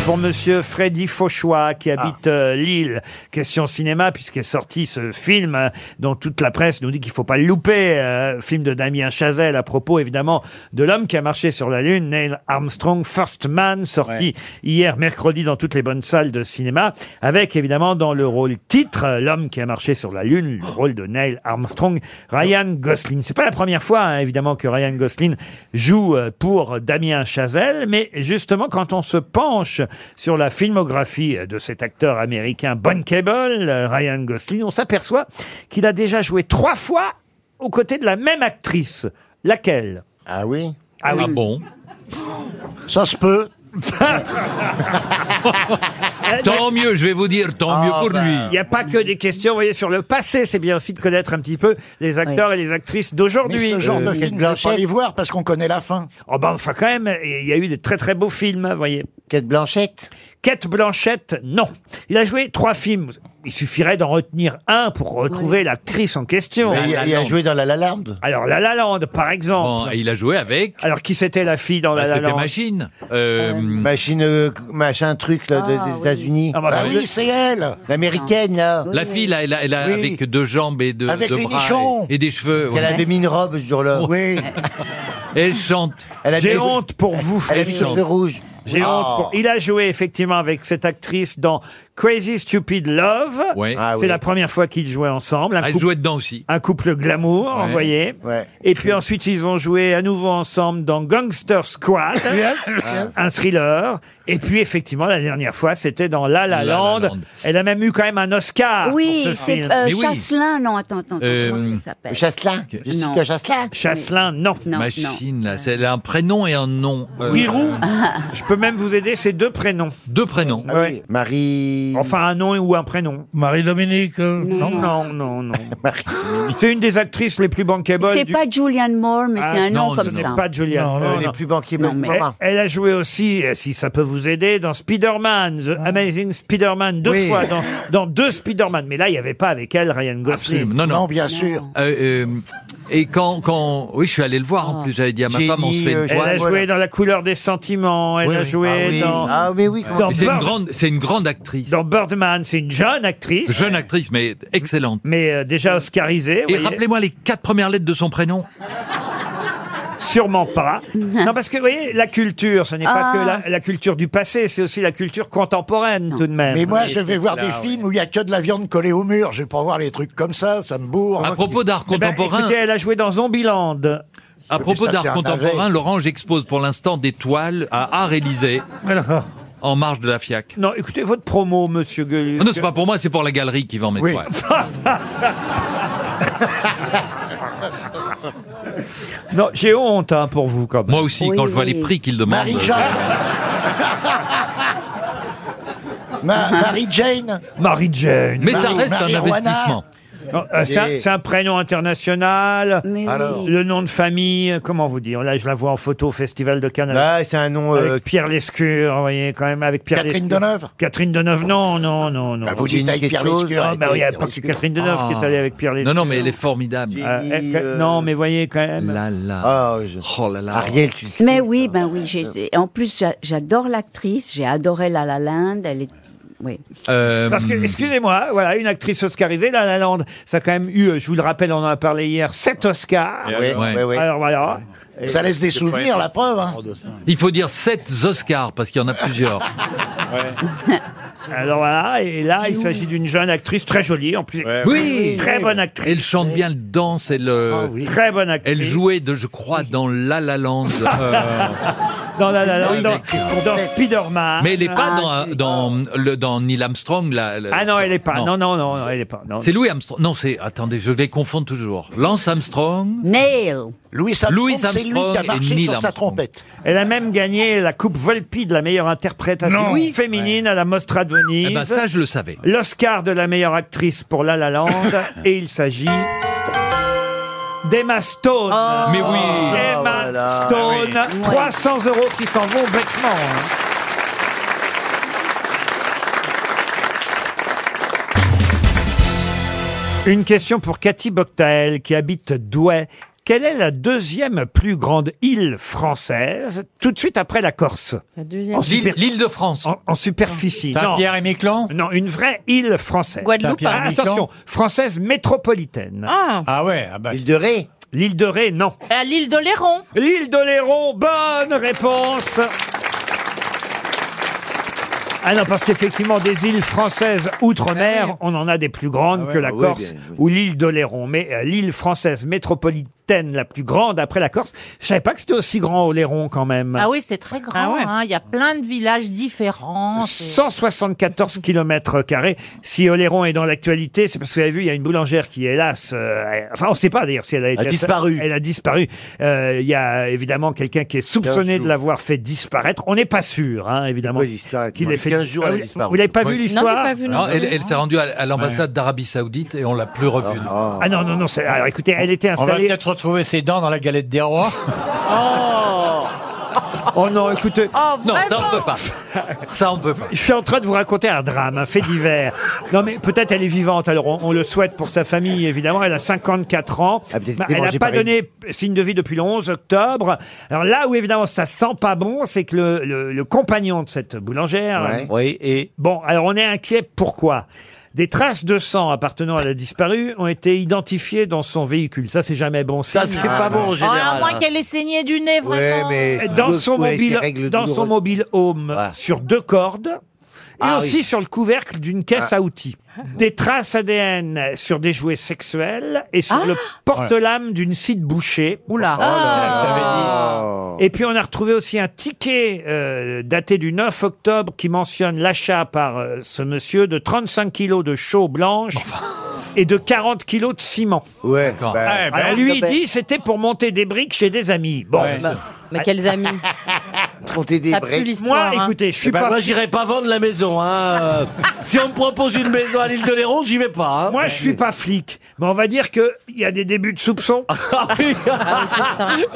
S1: Pour monsieur Freddy Fauchois, qui habite euh, Lille. Question cinéma, puisqu'est sorti ce film euh, dont toute la presse nous dit qu'il faut pas le louper. euh, film de Damien Chazelle à propos, évidemment, de l'homme qui a marché sur la Lune, Neil Armstrong, First Man, sorti hier mercredi dans toutes les bonnes salles de cinéma, avec évidemment dans le rôle titre, euh, l'homme qui a marché sur la Lune, le rôle de Neil Armstrong, Ryan Gosling. C'est pas la première fois, hein, évidemment, que Ryan Gosling joue euh, pour Damien Chazelle, mais justement, quand on se penche sur la filmographie euh, de cet acteur américain Cable, euh, Ryan Gosling, on s'aperçoit qu'il a déjà joué trois fois aux côtés de la même actrice. Laquelle
S2: Ah oui
S1: Ah oui.
S18: bon
S2: Ça se peut.
S18: Tant mieux, je vais vous dire, tant
S2: Ah
S18: mieux
S2: ben.
S18: pour lui.
S1: Il n'y a pas que des questions, vous voyez, sur le passé. C'est bien aussi de connaître un petit peu les acteurs et les actrices
S2: Mais
S1: d'aujourd'hui.
S2: ce genre de film, je ne pas les voir parce qu'on connaît la fin.
S1: Oh ben, enfin, quand même, il y a eu des très très beaux films, vous voyez. Quête Blanchette Quête Blanchette, non. Il a joué trois films. Il suffirait d'en retenir un pour retrouver l'actrice en question.
S2: Mais il, a- il a joué dans La La Land.
S1: Alors, La La Land, par exemple.
S18: il a joué avec.
S1: Alors, qui c'était la fille dans
S18: bah,
S1: La La Land
S18: machine.
S2: Machine, euh, machin truc là, de- des États-Unis.
S1: Hmm. Ah, bah,
S2: Ah
S1: c'est-
S2: oui, c'est elle, l'américaine là.
S18: La fille, là, elle a, elle a-
S2: Oui.
S18: avec deux jambes et deux,
S2: Avec
S18: deux
S2: les
S18: bras
S2: nichons.
S18: et, et des cheveux. ouais.
S2: Qu'elle avait mis une robe ce jour-là. Oui.
S18: Elle chante.
S1: J'ai honte pour vous.
S2: Elle a mis cheveux rouges.
S1: J'ai
S2: Ah.
S1: honte pour- Il a joué effectivement avec cette actrice dans Crazy Stupid Love.
S18: Ouais. Ah
S1: C'est
S18: oui.
S1: la première fois qu'ils jouaient ensemble. Un
S18: Elle
S1: couple-
S18: jouait dedans aussi.
S1: Un couple glamour,
S18: Ouais.
S1: vous voyez. Et puis ensuite, ils ont joué à nouveau ensemble dans Gangster Squad, un thriller. Et puis effectivement, la dernière fois, c'était dans La La
S18: La La
S1: Land.
S18: Land.
S1: Elle a même eu quand même un Oscar.
S13: Oui,
S1: pour ce
S13: c'est
S1: film.
S13: euh, Chasselin. Non, attends, attends. attends,
S18: Euh,
S13: comment ça s'appelle
S2: Chasselin
S13: Jessica Non. Chasselin
S1: Chasselin, non.
S18: Machine, là. c'est- Elle a un prénom et un nom. Euh,
S13: Ah,
S1: Giroud. Je peux même vous aider, c'est deux prénoms.
S18: Deux prénoms.
S1: Ouais.
S2: Marie.
S1: Marie. Enfin, un nom ou un prénom. Marie-Dominique.
S3: euh.
S1: Non, non, non, non. C'est une des actrices les plus bankable.
S13: C'est
S1: du-
S13: pas Julianne Moore, mais
S1: Ah,
S13: c'est un
S1: non,
S13: nom comme
S1: ce
S13: ça.
S1: n'est pas Julianne.
S3: Non, non, elle est plus banquier,
S1: Non,
S3: mais-
S1: mais- Elle, elle a joué aussi, euh, si ça peut vous aider, dans Spider-Man, The
S3: Ah.
S1: Amazing Spider-Man, deux
S18: Oui.
S1: fois, dans, dans deux Spider-Man. Mais là, il n'y avait pas avec elle Ryan Gosling.
S18: Absolument. Non, non. Euh, euh, et quand, quand. Oui, je suis allé le voir en plus. J'avais dit à ma femme, on se fait une
S1: euh, Elle a
S18: toile.
S1: joué dans La couleur des sentiments, elle
S18: Oui,
S1: a
S18: oui.
S1: joué
S18: Ah oui.
S1: dans.
S18: Ah
S3: mais oui,
S18: Mais C'est une, grande- c'est une grande actrice.
S1: Dans Birdman, c'est une jeune actrice.
S18: Jeune actrice, mais excellente.
S1: Mais euh, déjà oscarisée.
S18: Et
S1: voyez.
S18: rappelez-moi les quatre premières lettres de son prénom.
S1: Sûrement pas. Non, parce que vous voyez, la culture, ce n'est pas
S3: Ah.
S1: que la, la culture du passé, c'est aussi la culture contemporaine tout de même.
S2: Mais moi, je vais voir des films où il n'y a que de la viande collée au mur. Je vais pas voir les trucs comme ça, ça me bourre.
S18: À propos d'art
S1: Eh ben,
S18: contemporain.
S1: écoutez, elle a joué dans Zombieland.
S18: À
S2: ça,
S18: propos
S2: c'est
S18: d'art
S2: un
S18: contemporain,
S2: navet.
S18: Laurent, j'expose pour l'instant des toiles à Art Élysée, en marge de la FIAC.
S1: Non, écoutez votre promo, monsieur Gueuluc.
S18: Ah non, c'est pas pour moi, c'est pour la galerie qui vend mes
S1: Oui.
S18: toiles.
S1: Non, j'ai honte hein, pour vous quand même.
S18: Moi aussi, quand je vois les prix qu'ils demandent.
S2: Ma- Marie-Jane
S1: Marie-Jane.
S18: Mais ça Marie- reste un Marijuana. investissement.
S1: Non, euh, c'est un-
S18: Et-
S1: c'est un, prénom international.
S3: oui. Alors.
S1: Le nom de famille, euh, comment vous dire Là, je la vois en photo au Festival de Cannes.
S3: Là, c'est un nom. euh,
S1: avec Pierre Lescure, vous voyez, quand même, avec Pierre
S3: Catherine
S1: Lescure.
S3: Deneuve
S1: Catherine Deneuve, non, non, non, non.
S3: Bah, vous dites avec Pierre Lescure,
S1: Ah,
S3: avec
S1: bah oui, il n'y a
S3: Pierre
S1: pas que
S3: Lescure.
S1: Catherine Deneuve qui est allée avec Pierre Lescure.
S18: Ah. Non, non, mais elle est formidable.
S1: Euh, elle- Non, mais voyez quand même.
S18: Là,
S1: Ah,
S18: là. Oh là là.
S3: Ah, Ariel, tu
S13: Mais oui, ben oui. j'ai- j'ai- En plus, j'a- j'adore l'actrice. J'ai adoré La La Land. Elle est. Oui.
S18: Euh,
S1: Parce que, excusez-moi, voilà, une actrice oscarisée, La La Land, ça a quand même eu, euh, je vous le rappelle, on en a parlé hier, 7 Oscars.
S2: Ah oui, Ouais. oui, oui.
S1: Alors voilà.
S2: Ça laisse des souvenirs, la preuve. hein.
S18: Il faut dire sept Oscars, parce qu'il y en a plusieurs.
S1: Alors voilà, et là, il s'agit d'une jeune actrice très jolie, en plus.
S18: Oui.
S1: Très bonne actrice. Ah
S18: Elle chante bien, elle danse, elle. euh,
S1: Très bonne actrice.
S18: Elle jouait, de, je crois, dans La La Land. Euh,
S1: Dans La La Land, dans, dans Spider-Man.
S18: Mais elle n'est pas dans, dans, le, dans Neil Armstrong. là. le-
S1: Ah non, elle n'est pas. Non, non, non, non, elle n'est pas. Non.
S18: C'est Louis Armstrong. Non, c'est. Attendez, je les confonds toujours. Lance Armstrong.
S13: Neil.
S2: Louis Armstrong, c'est lui qui a marché sur sa trompette.
S1: Elle a même gagné la Coupe Volpi de la meilleure interprétation
S18: Non.
S1: féminine à la Mostra de Venise.
S18: Eh ben ça, je le savais.
S1: L'Oscar de la meilleure actrice pour La La Land. et il s'agit d'Emma Stone.
S18: Mais oui.
S1: Emma
S18: Oh là là.
S1: Stone.
S18: Oh. Ah oui.
S1: 300 euros qui s'en vont bêtement. hein. Une question pour Cathy Boctael qui habite Douai. Quelle est la deuxième plus grande île française, tout de suite après la Corse
S18: La deuxième. L'île- l'île de France.
S1: En, en superficie. non.
S26: Saint-Pierre et Miquelon
S1: Non, une vraie île française.
S26: Guadeloupe Saint-Pierre et
S1: Ah,
S26: Miquelon
S1: attention, française métropolitaine.
S26: Ah. Ah ouais, ah bah.
S1: L'île de Ré L'île de Ré, non.
S7: À l'île d'Oléron.
S1: L'île d'Oléron, bonne réponse ah non, parce qu'effectivement, des îles françaises outre-mer, on en a des plus grandes que la
S3: Ah oui,
S1: Corse
S3: bien, oui.
S1: ou l'île d'Oléron. Mais euh, l'île française métropolitaine la plus grande après la Corse, je savais pas que c'était aussi grand Oléron quand même.
S7: Ah oui, c'est très grand. hein. Il y a plein de villages différents. c'est-
S1: 174 km carrés. Si Oléron est dans l'actualité, c'est parce que vous avez vu, il y a une boulangère qui, hélas, euh, enfin, on ne sait pas d'ailleurs si elle a, été-
S3: disparu.
S1: Elle a disparu. Euh, Il y a évidemment quelqu'un qui est soupçonné
S3: jours.
S1: de l'avoir fait disparaît. disparaître. On n'est pas sûr, hein, évidemment, qu'il ait fait. Ah, vous- Vous l'avez pas vu l'histoire
S18: Non, Elle, elle s'est rendue à, à l'ambassade d'Arabie Saoudite et on l'a plus revue.
S1: Ah non, non, non. c'est- Alors écoutez, elle était
S26: On va
S1: installée.
S26: peut-être retrouver ses dents dans la galette des rois.
S1: Oh non, écoutez.
S18: non, ça on peut pas. Ça on peut pas.
S1: Je suis en train de vous raconter un drame, un fait divers. Non, mais peut-être elle est vivante. Alors, on, on le souhaite pour sa famille, évidemment. Elle a 54 ans.
S3: peut-être
S1: Bah,
S3: été
S1: elle n'a
S3: mangée
S1: pas
S3: par une-
S1: donné signe de vie depuis le 11 octobre. Alors là où, évidemment, ça sent pas bon, c'est que le, le- le compagnon de cette boulangère...
S3: Ouais.
S1: Oui, et... Bon, alors on est inquiet. Pourquoi des traces de sang appartenant à la disparue ont été identifiées dans son véhicule. Ça, c'est jamais bon. hein. Ça,
S7: Ah, ouais. Ah, à moins
S8: hein.
S7: qu'elle ait saigné du nez, vraiment.
S1: dans son mobile, dans son mobile home, sur deux cordes. Et
S3: Ah
S1: aussi
S3: oui.
S1: sur le couvercle d'une caisse
S3: Ah.
S1: à outils. Des traces ADN sur des jouets sexuels et sur le
S3: Ah.
S1: porte-lame d'une scie de boucher. Oula.
S3: Oh.
S1: Et puis on a retrouvé aussi un ticket euh, daté du 9 octobre qui mentionne l'achat par euh, ce monsieur de 35 kilos de chaux blanche et de 40 kilos de ciment. Eh ben,
S3: Ouais. bah,
S1: Alors lui il dit c'était pour monter des briques chez des amis. Bon.
S3: Ouais.
S1: Bah,
S3: Mais quels
S1: amis
S2: raconter des
S3: T'as plus
S2: breaks.
S3: l'histoire, Moi, hein. écoutez, je suis
S2: Eh ben,
S3: pas-
S2: moi,
S3: Moi, j'irai pas vendre la maison. Hein. Euh, si on me propose une maison à l'île de Léron, j'y vais pas. hein.
S1: Moi, je suis pas flic, mais on va dire qu'il y a des débuts de soupçon.
S3: Ah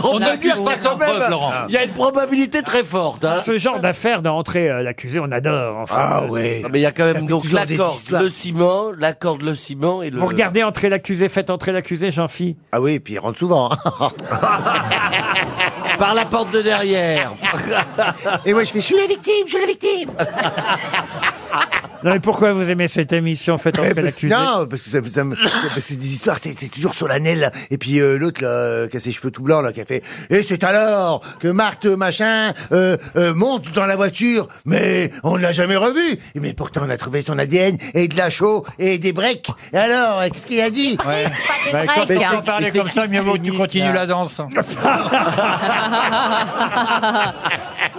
S3: On n'accuse pas sans preuve, Laurent. Il y a une probabilité très forte. hein.
S1: Ce genre d'affaire d'entrer l'accusé, on adore. Enfin, Euh,
S3: Non, Mais il y a quand même donc
S1: toujours
S3: la
S1: des
S3: corde,
S1: histoires.
S3: le ciment, la corde, le ciment et le.
S1: Vous regardez entrer l'accusé, faites entrer l'accusé, jean phi
S2: Ah oui, et puis il rentre souvent.
S3: hein. Par la porte de derrière.
S2: Et moi, je fais, je suis la victime, je suis la victime.
S1: Non, mais pourquoi vous aimez cette émission Faites
S2: Eh,
S1: entrer
S2: parce-
S1: l'accusé.
S2: non, parce que ça, ça me- parce que c'est des histoires, c'est c'est toujours solennel. là. Et puis euh, l'autre là, euh, qui a ses cheveux tout blancs là, qui a fait, et c'est alors que Marthe machin euh, euh, monte dans la voiture, mais on ne l'a jamais revu. Mais pourtant on a trouvé son ADN et de la chaux et des breaks. Et alors, euh, qu'est-ce qu'il a dit
S18: Bah, quand tu t'en parlais comme ça, mieux vaut que tu continues la danse.
S13: Ah
S3: Tu vois,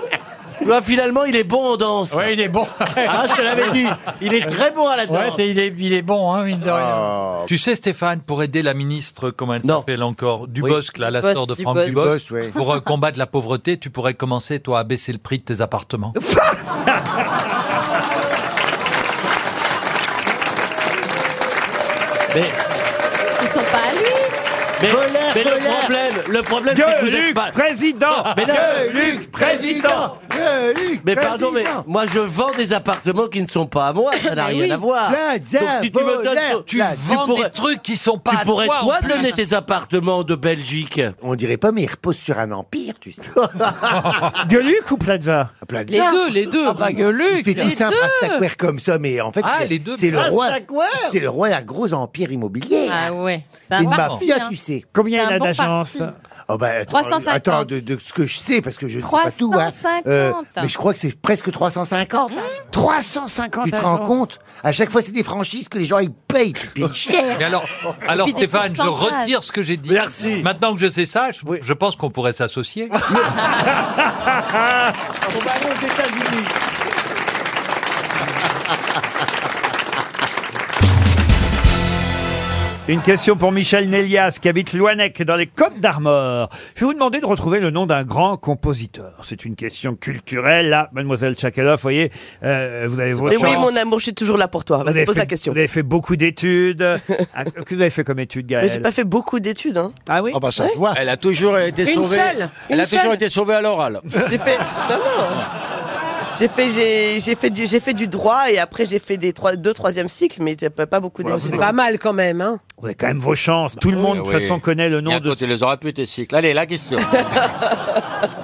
S3: Bah, finalement, il est bon en danse.
S18: Ouais, il est bon.
S3: Ah, je te l'avais dit. Il est très bon à la danse.
S18: Ouais, t'es- il est, il est bon, hein, mine de rien.
S3: Tu
S18: sais, Stéphane, pour aider la ministre, comment elle s'appelle encore Dubosc, là, la
S3: Dubosc,
S18: sœur de
S3: Dubosc.
S18: Franck Dubosc,
S3: Dubosc, ouais.
S18: pour euh, combattre la pauvreté, tu pourrais commencer, toi, à baisser le prix de tes appartements.
S3: Mais,
S20: Ils sont pas à lui.
S3: mais-
S20: Colère,
S3: mais
S20: colère.
S3: le problème, le problème, c'est que vous êtes pas...
S1: président
S3: mais non.
S1: Gueuluc, président
S3: Mais pardon, mais moi je vends des appartements qui ne sont pas à moi, ça n'a
S18: Mais
S3: rien
S18: oui.
S3: à voir.
S18: La
S3: Donc, si tu me donnes-
S18: diavolère,
S3: tu
S18: la vends des
S3: pourrais-
S18: trucs qui sont pas
S3: tu
S18: à
S3: pourrais
S18: toi,
S3: toi
S18: en plus.
S3: donner tes appartements de Belgique.
S2: On dirait pas, mais il repose sur un empire, tu sais.
S1: Gueuluc ou Plaza
S2: Les deux, les deux. Ah bah Gueuluc, il fait
S3: les
S2: tout simple
S3: deux.
S2: Rastaquouère comme ça, mais en fait,
S3: Ah,
S2: il est-
S3: les deux.
S2: c'est le roi,
S3: Rastaquouère.
S2: c'est le roi d'un gros empire immobilier.
S20: Ah ouais. C'est un
S2: Une
S20: parti.
S2: mafia,
S20: hein.
S2: tu sais.
S20: C'est un bon parti.
S2: Oh bah, attends,
S20: 350.
S2: attends, de, de ce que je sais, parce que je ne sais pas tout. hein.
S20: 350.
S2: mais je crois que c'est presque 350.
S20: Mmh.
S2: hein.
S1: 350
S2: Tu te rends compte À chaque fois, c'est des franchises que les gens, ils payent, ils payent cher.
S18: Mais alors, alors
S2: puis des
S18: Stéphane, je
S2: pourcentages.
S18: retire ce que j'ai dit. Maintenant que je sais ça, je, je pense qu'on pourrait s'associer.
S1: Ah.
S3: On va aller aux États-Unis.
S1: Une question pour Michel Nélias, qui habite Loanec, dans les Côtes d'Armor. Je vais vous demander de retrouver le nom d'un grand compositeur. C'est une question culturelle. Là, mademoiselle Tchakaloff, vous voyez, euh, vous avez vos
S20: Mais oui,
S1: chances.
S20: mon amour, je suis toujours là pour toi.
S1: Vous avez,
S20: Vas-y, pose
S1: fait,
S20: la question.
S1: vous avez fait beaucoup d'études. Ah, Qu'est-ce que vous avez fait comme études, Gaël
S20: Mais j'ai pas fait beaucoup d'études. Hein.
S1: Ah oui
S20: bah
S1: ça se
S20: voit.
S10: Elle a toujours été
S20: Une
S10: sauvée.
S20: seule,
S10: Elle a
S20: une seule.
S10: toujours été sauvée à l'oral.
S20: J'ai fait. Non, non. J'ai fait, j'ai, j'ai fait, du, j'ai fait du droit et après j'ai fait des trois, deux troisième cycles, mais j'ai pas, pas beaucoup
S10: Voilà,
S20: d'émotions.
S10: c'est pas
S20: mal quand même. Hein.
S1: Vous avez quand même vos chances. Tout le monde,
S13: Ah,
S1: de toute façon, connaît le nom de...
S10: Tu les aurais pu, tes cycles. Allez, la question.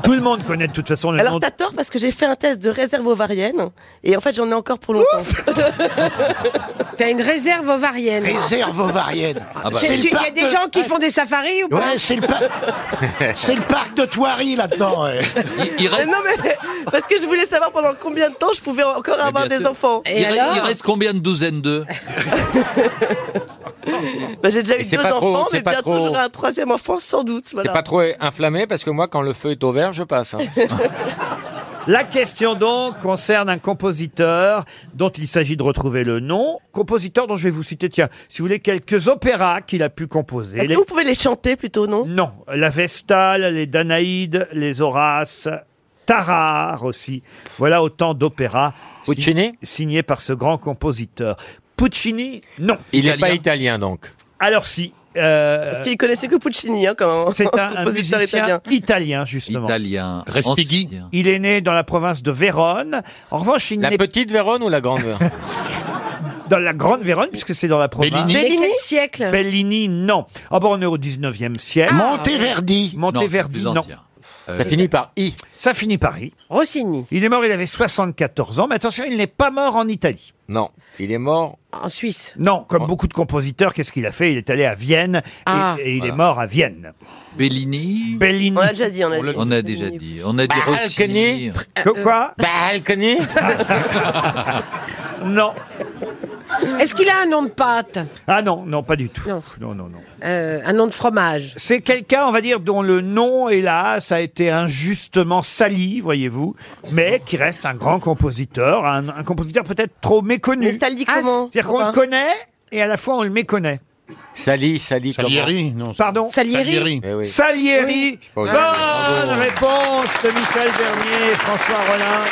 S1: Tout le monde connaît de toute façon le nom
S20: Alors
S1: de...
S20: t'as tort parce que j'ai fait un test de réserve ovarienne et en fait j'en ai encore pour longtemps.
S9: T'as une réserve ovarienne.
S20: Réserve ovarienne.
S10: Ah bah.
S9: C'est-
S10: C'est le
S9: tu- Il y a
S10: parc
S9: des
S10: de-
S9: gens qui font des safaris ou pas
S10: Ouais, c'est le
S9: C'est le
S10: parc de Thoiry là-dedans.
S20: Mais non mais parce que je voulais savoir pendant combien de temps je pouvais encore avoir
S18: Eh bien
S20: des
S18: sûr.
S20: enfants.
S18: il, re- il reste combien de douzaines d'eux
S20: Bah, j'ai déjà
S10: Et
S20: eu
S10: c'est
S20: deux
S10: pas trop,
S20: enfants,
S10: c'est
S20: mais
S10: pas
S20: bientôt
S10: trop.
S20: j'aurai un troisième enfant sans doute.
S10: T'es
S20: Voilà.
S10: pas trop inflammé parce que moi, quand le feu est au vert, je passe. hein.
S1: La question donc concerne un compositeur dont il s'agit de retrouver le nom. Compositeur dont je vais vous citer, tiens, si vous voulez, quelques opéras qu'il a pu composer.
S20: Est-ce que vous pouvez les chanter plutôt, non
S1: Non. La Vestale, les Danaïdes, les Horaces, Tarare aussi. Voilà autant d'opéras si- signés par ce grand compositeur. Puccini, non.
S10: Il n'est pas italien donc.
S1: Alors si. euh,
S20: Parce qu'ils connaissaient que Puccini, hein, quand même.
S1: c'est un, un musicien italien. justement.
S18: Italien.
S1: Respighi. Il est né dans la province de Vérone. En revanche, il
S10: La
S1: n'est
S10: petite Vérone ou la grande Vérone
S1: dans la grande Vérone, puisque c'est dans la province.
S10: Bellini
S20: Mais quel siècle Ah,
S1: Bellini, non. Ah bon, on est au 19e siècle.
S10: Monteverdi.
S1: Monteverdi,
S10: Non,
S1: non.
S10: c'est plus ancien. Euh, Ça finit par I.
S1: Ça finit par I.
S20: Rossini.
S1: Il est mort, il avait 74 ans, mais attention, il n'est pas mort en Italie.
S10: Non, il est mort.
S20: En Suisse.
S1: Non, comme beaucoup de compositeurs, qu'est-ce qu'il a fait Il est allé à Vienne et-
S20: Ah.
S1: et, il
S18: Voilà.
S1: est mort à Vienne.
S18: Bellini.
S1: Bellini.
S20: On l'a déjà dit, Bah, Euh, on l'a
S18: On a déjà dit. On a dit Rossini.
S10: Balcony.
S1: Que- Quoi
S20: Bah,
S10: Balcony.
S1: Non.
S9: Est-ce qu'il a un nom de pâte
S1: Ah non, non, pas du tout. non, non. non.
S9: Euh, Un nom de fromage
S1: C'est quelqu'un, on va dire, dont le nom, hélas, a été injustement sali, voyez-vous, mais qui reste un grand compositeur, un, un compositeur peut-être trop méconnu.
S20: Mais sali comment
S1: C'est-à-dire qu'on
S20: Robin
S1: le connaît et à la fois on le méconnaît.
S27: Sali, Sali, comment
S1: Salieri, Pardon
S27: Salieri. Eh oui.
S1: Salieri.
S27: Oui.
S1: Bonne
S27: Bravo.
S1: réponse de Michel Bernier et François Rollin.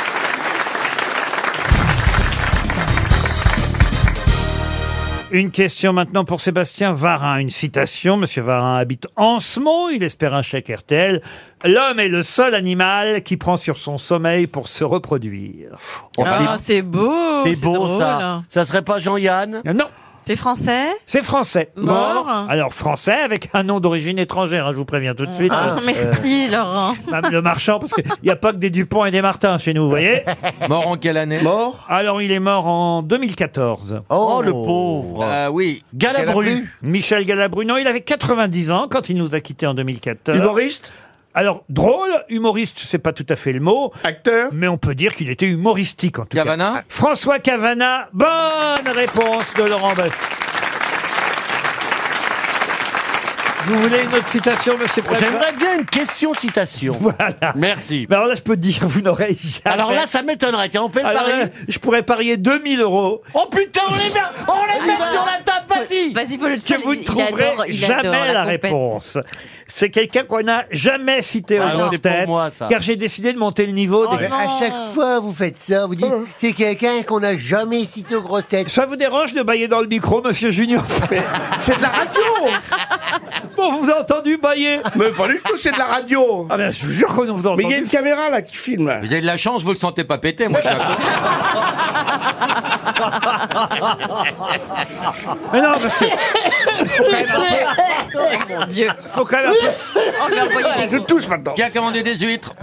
S1: Une question maintenant pour Sébastien Varin. Une citation. Monsieur Varin habite Ansemont. Il espère un chèque RTL. L'homme est le seul animal qui prend sur son sommeil pour se reproduire.
S4: Oh,
S8: Ah, c'est beau.
S1: Oh, C'est beau,
S8: drôle.
S1: ça.
S21: Ça serait pas Jean-Yann
S1: Non.
S8: C'est français
S1: C'est français.
S8: Mort
S1: Alors français avec un nom d'origine étrangère, hein, je vous préviens tout de suite.
S8: Ah,
S1: Euh,
S8: Merci, Laurent.
S1: Madame le marchand, parce qu'il n'y a pas que des Dupont et des Martin chez nous, vous voyez
S27: Mort en quelle année
S1: Mort Alors, il est mort en 2014.
S27: Oh, le pauvre. Ah oui. Galabru.
S1: Michel Galabru. Non, il avait 90 ans quand il nous a quittés en 2014.
S27: Humoriste
S1: alors, drôle, humoriste, c'est pas tout à fait le mot. Acteur Mais on peut dire qu'il était humoristique, en tout cas. François Cavana, bonne réponse de Laurent Baffie. Vous voulez une autre citation, monsieur Président
S21: J'aimerais bien une question citation.
S1: Voilà.
S21: Merci.
S1: alors là, je peux dire, vous n'aurez jamais.
S21: Alors là, ça m'étonnerait. Tiens, on fait le
S1: Alors euh,
S21: pari.
S1: là, je pourrais parier 2000 euros.
S21: Oh putain, on les met, on les met sur la table, vas-y.
S8: Vas-y, faut le
S1: que vous ne trouverez jamais la, réponse. C'est quelqu'un qu'on n'a jamais cité
S21: Ah
S1: aux
S21: non,
S1: grosses
S21: c'est pour
S1: têtes,
S21: moi, ça.
S1: car j'ai décidé de monter le niveau.
S3: Oh
S1: des-
S2: Oh,
S17: Oh
S2: Mais à chaque fois, vous faites ça, vous dites, c'est quelqu'un qu'on n'a jamais cité aux grosses têtes.
S1: Ça vous dérange de bailler dans le micro, monsieur Junior C'est de la radio Bon, vous a entendu bailler
S17: Mais pas du tout, c'est de la radio.
S1: Ah ben, je vous jure qu'on vous a entendu.
S17: Mais il y a une caméra là qui filme.
S27: Vous avez de la chance, vous le sentez pas péter, moi je suis à côté.
S1: Mais non, parce que. Faut quand même un peu- Faut quand même un peu-
S17: Je touche maintenant.
S27: Qui a commandé des huîtres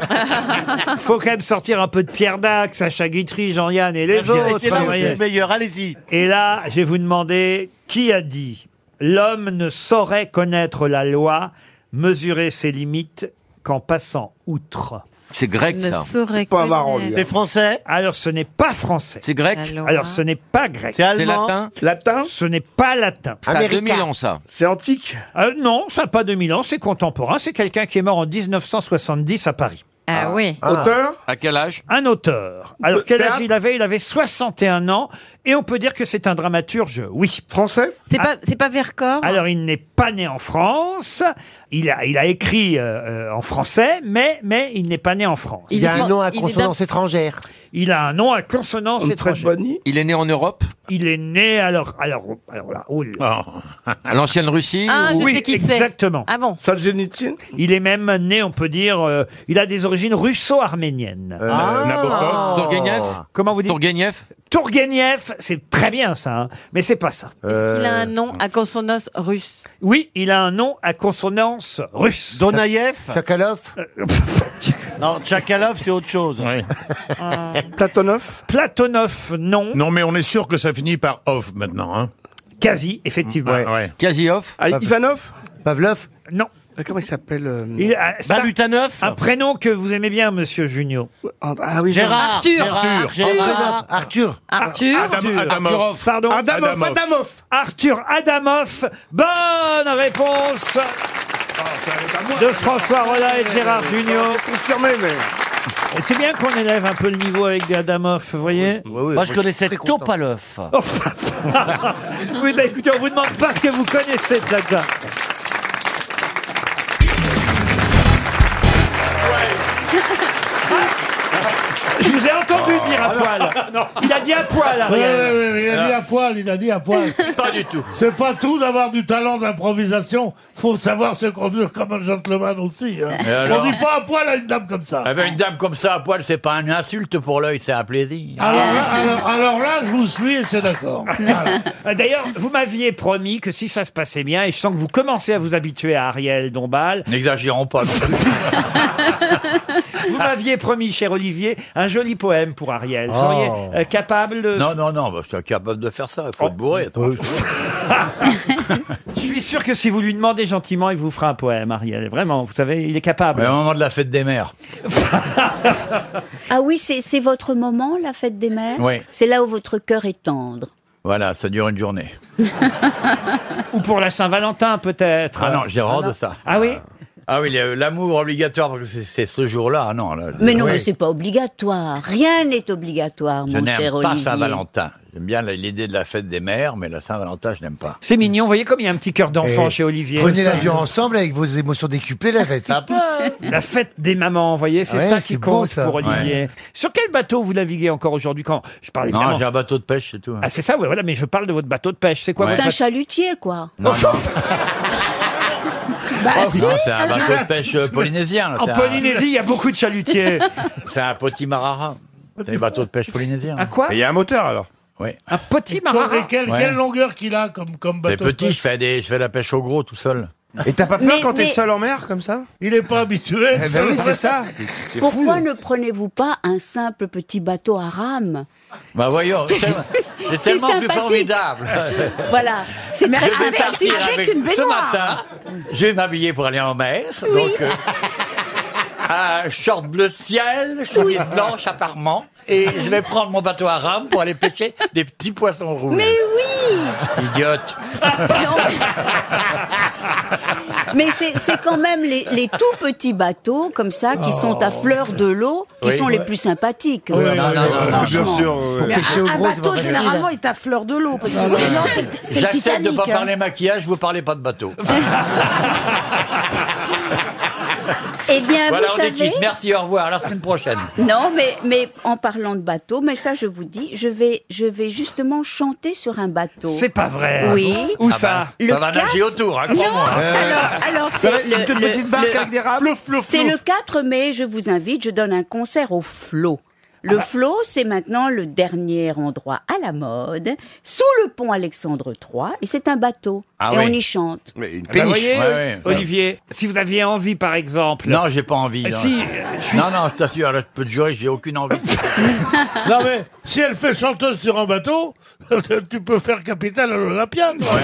S1: Faut quand même sortir un peu de Pierre Dac, Sacha Guitry, Jean-Yann et les autres.
S21: C'est là
S1: vous
S21: où
S1: voyez.
S21: c'est le meilleur, allez-y.
S1: Et là, Ah, je vais vous demander qui a dit L'homme ne saurait connaître la loi, mesurer ses limites qu'en passant outre.
S27: C'est grec
S8: Ne
S27: ça.
S8: saurait connaître.
S1: français Alors ce n'est pas français.
S27: C'est grec
S8: La loi.
S1: Alors ce n'est pas grec.
S27: C'est allemand C'est latin
S1: Latin Ce n'est pas latin.
S27: Ça a 2000 ans ça.
S1: C'est antique Euh, Non, ça n'a pas 2000 ans, c'est contemporain. C'est quelqu'un qui est mort en 1970 à Paris.
S8: Ah oui.
S27: À quel âge
S1: Un auteur. Alors quel
S27: théâtre
S1: âge il avait Il avait 61 ans et on peut dire que c'est un dramaturge, oui. Français
S8: C'est pas, c'est pas Vercors
S1: alors, il n'est pas né en France. Il a, il a écrit euh, euh, en français, mais, mais il n'est pas né en France.
S8: Il Il a est un fran- nom à il est consonance d'un-
S1: étrangère. Il a un nom à consonance étrangère.
S27: Il est né en Europe
S1: Il est né alors, alors, alors là, oh là.
S27: À l'ancienne Russie
S8: Ah,
S27: ou-
S8: je
S1: oui,
S8: sais qui c'est.
S1: exactement.
S8: Ah bon
S1: Solzhenitsyn Il est même né, on peut dire, euh, il a des origines russo-arméniennes. Ah
S27: Nabokov Turgenev
S1: Comment vous dites
S27: Turgenev
S1: Tourguenieff, c'est très bien ça, hein, mais c'est pas ça.
S8: Il a un nom à consonance russe.
S1: Oui, il a un nom à consonance russe.
S21: Donaïev
S1: Chakalov
S18: Euh,
S21: Non, Tchakalov, c'est autre chose.
S1: Platonov Euh. Platonov, non.
S19: Non, mais on est sûr que ça finit par off maintenant. Hein. Mm.
S1: Quasi, effectivement.
S27: Quasi off
S17: Ah, Ivanov
S1: Pavlov Non.
S17: Comment il s'appelle euh,
S1: Il a- c'est un-
S21: Balutanov
S1: Un prénom que vous aimez bien, monsieur Junio.
S17: Ah oui,
S21: Gérard,
S17: Arthur.
S21: Gérard, Arthur. Gérard.
S17: Arthur.
S8: Arthur
S17: Adam- Adamov.
S1: Pardon
S17: Adamov, Adamov. Adamov.
S1: Arthur Adamoff. Bonne réponse
S15: Oh,
S1: de François Rolla et de Gérard Junior.
S17: Confirmé, mais.
S1: Et C'est bien qu'on élève un peu le niveau avec des Adamoff, vous voyez Oh,
S21: Moi, je connaissais Topalov.
S1: Oui, bah écoutez, on vous demande pas ce que vous connaissez, Tata.
S15: Ah.
S1: Je vous ai entendu dire à
S15: Ah,
S1: poil. Il a dit à poil,
S15: Oui,
S1: Ariel.
S15: oui, oui, il a dit à poil, il a dit à poil.
S19: Pas du tout.
S15: C'est pas tout d'avoir du talent d'improvisation, faut savoir se conduire comme un gentleman aussi. hein.
S10: Et alors
S15: On dit pas à poil à une dame comme ça.
S10: Eh ben, une dame comme ça à poil, c'est pas une insulte pour l'œil, c'est un plaisir.
S3: Ah,
S15: Alors là, alors- alors là, je vous suis et c'est d'accord.
S1: Euh, D'ailleurs, vous m'aviez promis que si ça se passait bien, et je sens que vous commencez à vous habituer à Ariel Dombal,
S10: N'exagérons pas.
S1: vous m'aviez promis, cher Olivier, un joli poème pour Ariel. Vous seriez euh, capable de...
S10: Oh. non, non, non, bah, je suis capable de faire ça. Il faut être
S3: Oh.
S10: bourré. attends.
S1: Je suis sûr que si vous lui demandez gentiment, il vous fera un poème, Ariel. Vraiment, vous savez, il est capable.
S10: Mais au moment de la fête des mères.
S25: Ah oui, c'est c'est votre moment, la fête des mères
S10: Oui.
S25: C'est là où votre cœur est tendre.
S10: Voilà, ça dure une journée.
S1: Ou pour la Saint-Valentin, peut-être.
S10: Ah non, j'ai horreur Ah de ça.
S1: Ah oui
S10: Ah oui, le- l'amour obligatoire, parce que c'est- c'est ce jour-là, ah non. là,
S13: Mais non,
S10: oui.
S13: mais c'est pas obligatoire. Rien n'est obligatoire,
S10: Je
S13: mon
S10: n'aime
S13: cher
S10: pas
S13: Olivier.
S10: Saint-Valentin. J'aime bien la- l'idée de la fête des mères, mais la Saint-Valentin, je n'aime pas.
S1: C'est mignon, vous voyez comme il y a un petit cœur d'enfant
S2: Eh,
S1: chez Olivier.
S2: Prenez l'avion ensemble avec vos émotions décuplées, là, ça va être sympa.
S1: La fête des mamans, vous voyez, c'est
S2: Ah Ouais,
S1: ça qui
S2: c'est beau,
S1: compte
S2: ça.
S1: pour Olivier.
S10: Ouais.
S1: Sur quel bateau vous naviguez encore aujourd'hui quand je parle
S10: Non,
S1: évidemment-
S10: j'ai un bateau de pêche, c'est tout. hein.
S1: Ah c'est ça, ouais, voilà, mais je parle de votre bateau de pêche. C'est quoi
S13: C'est
S1: votre
S13: un
S1: bateau-
S13: chalutier, quoi.
S10: Non, non.
S13: Bah,
S10: Oh,
S13: si,
S10: non, c'est un
S13: un
S10: bateau de
S13: chalutier.
S10: pêche euh, polynésien. là,
S1: Ah, En
S10: c'est un-
S1: Polynésie, il y a beaucoup de chalutiers.
S10: C'est un potimarara. C'est un bateau de pêche polynésien.
S1: Un quoi
S10: Il y a un moteur alors Oui.
S1: Un petit
S15: Quelle-
S1: marin.
S15: quelle,
S10: Ouais.
S15: quelle longueur qu'il a comme, comme
S10: C'est
S15: bateau de
S10: petit, je
S15: pêche
S10: fais, des, je fais la pêche au gros tout seul.
S15: Et t'as pas
S13: peur Mais- quand t'es mais- seul
S15: en mer comme ça Il est pas habitué.
S13: Eh ben oui, c'est ça.
S10: C'est
S13: Pourquoi ne prenez-vous pas un simple petit bateau à rame
S10: Bah voyons, c'est tellement- c'est
S13: C'est
S10: tellement plus
S13: sympathique.
S10: formidable.
S13: Voilà, c'est
S10: Je
S13: très
S10: vais
S13: sympathique.
S10: partir avec- Ce matin, je vais m'habiller pour aller en mer. Donc, euh, un short bleu ciel, chemise blanche apparemment. Et je vais prendre mon bateau à rame pour aller pêcher des petits poissons rouges.
S13: Mais oui
S10: Idiote.
S13: Mais c'est c'est quand même les, les tout petits bateaux comme ça
S1: Oh.
S13: qui sont à fleur de l'eau qui
S10: Oui.
S13: sont les plus sympathiques. Franchement.
S9: Mais un bateau,
S10: facile.
S9: généralement, est à Oh, fleur de l'eau. Parce que sinon, c'est le- c'est le
S10: Ah J'accepte de
S9: Titanic.
S10: ne pas
S9: hein.
S10: parler maquillage, vous parlez pas de bateau.
S13: Eh bien,
S10: voilà,
S13: vous
S10: on est
S13: savez.
S10: quitte. Merci, au revoir. À la semaine prochaine.
S13: Non, mais, mais en parlant de bateau, mais ça, je vous dis, je vais, je vais justement chanter sur un bateau.
S1: C'est pas vrai.
S13: Oui.
S1: Où ça
S13: Le
S10: Ah bah, Ça va nager
S13: quatre-
S10: autour, hein,
S13: Non,
S10: crois-moi.
S13: alors, alors
S10: Ça va
S13: c'est
S10: être
S13: le,
S10: une toute
S13: le-
S10: petite barque
S13: le-
S10: avec des rames Plouf, plouf,
S13: C'est
S10: plouf.
S13: le 4 mai, je vous invite, je donne un concert au flot.
S10: Ah.
S13: Le flot, c'est maintenant le dernier endroit à la mode, sous le pont Alexandre III, et c'est un bateau.
S10: Ah
S13: et
S10: oui.
S13: on y chante.
S10: une
S1: Bah, voyez, Olivier, si vous aviez envie, par exemple.
S10: Non, j'ai pas envie.
S1: Euh,
S10: non.
S1: si, suis-
S10: Non, non, je t'assure, là, je peux te jurer, j'ai aucune envie.
S15: Non mais si elle fait chanteuse sur un bateau, tu peux faire capitale à l'Olympia. toi.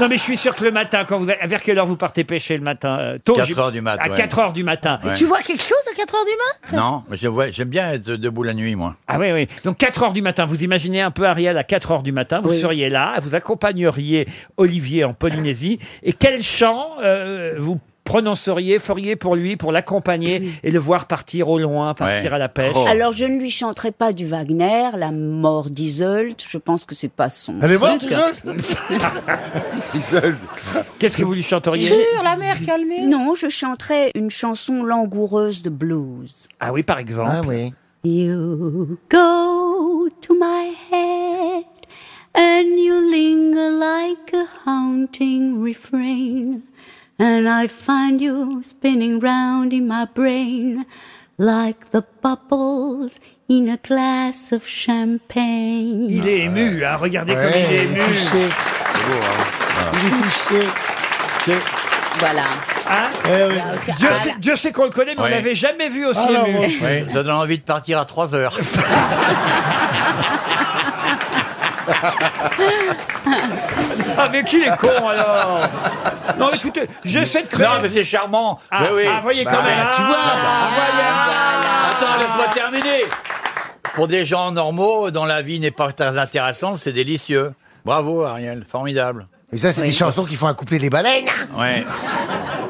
S1: Non, mais je suis sûr que le matin, quand vous allez- vers quelle heure vous partez pêcher le matin Euh, Tôt,
S10: Quatre
S1: j'im-
S10: heures du mat,
S1: À
S10: ouais.
S1: 4 heures du matin.
S10: Ouais.
S9: Tu vois quelque chose à 4 heures du mat
S10: Non, mais je- ouais, j'aime bien être debout la nuit, moi.
S1: Ah oui, oui. Donc 4 heures du matin, vous imaginez un peu Ariel à 4 heures du matin, vous seriez là, vous accompagneriez Olivier en Polynésie, et quel chant euh, vous prononceriez, feriez pour lui, pour l'accompagner et le voir partir au loin, partir
S10: Ouais. Oh.
S1: à la pêche
S13: Alors, je ne lui chanterai pas du Wagner, la mort d'Iseult, je pense que c'est pas son.
S1: Elle est morte,
S13: truc.
S1: Qu'est-ce que vous lui chanteriez
S13: Sur la mer calmée Non, je chanterai une chanson langoureuse de blues.
S1: Ah oui, par exemple.
S13: You go to my head and you linger like a haunting refrain. And I find you spinning round in my brain like the bubbles in a glass of champagne.
S1: Il est ému, hein, regardez comme il est ému.
S13: Il est touché. Voilà.
S1: Hein
S10: Eh
S9: Ah,
S1: Dieu, sait, Dieu sait qu'on le connaît, mais
S10: Ouais.
S1: on l'avait jamais vu aussi
S10: Ah,
S1: ému.
S10: non, oui, ça donne envie de partir à 3 heures.
S1: Ah, mais qui est con alors Non, mais écoutez, j'essaie de créer.
S10: Non, mais c'est charmant.
S1: Ah,
S10: oui, oui.
S1: ah, voyez quand
S10: Bah,
S1: même.
S10: Tu
S1: Ah,
S10: vois.
S1: ah, voyez, ah.
S10: Attends, laisse-moi terminer. Pour des gens normaux, dont la vie n'est pas très intéressante, c'est délicieux. Bravo, Ariel. Formidable.
S2: Et ça, c'est des chansons qui font accoupler les baleines.
S10: Ouais.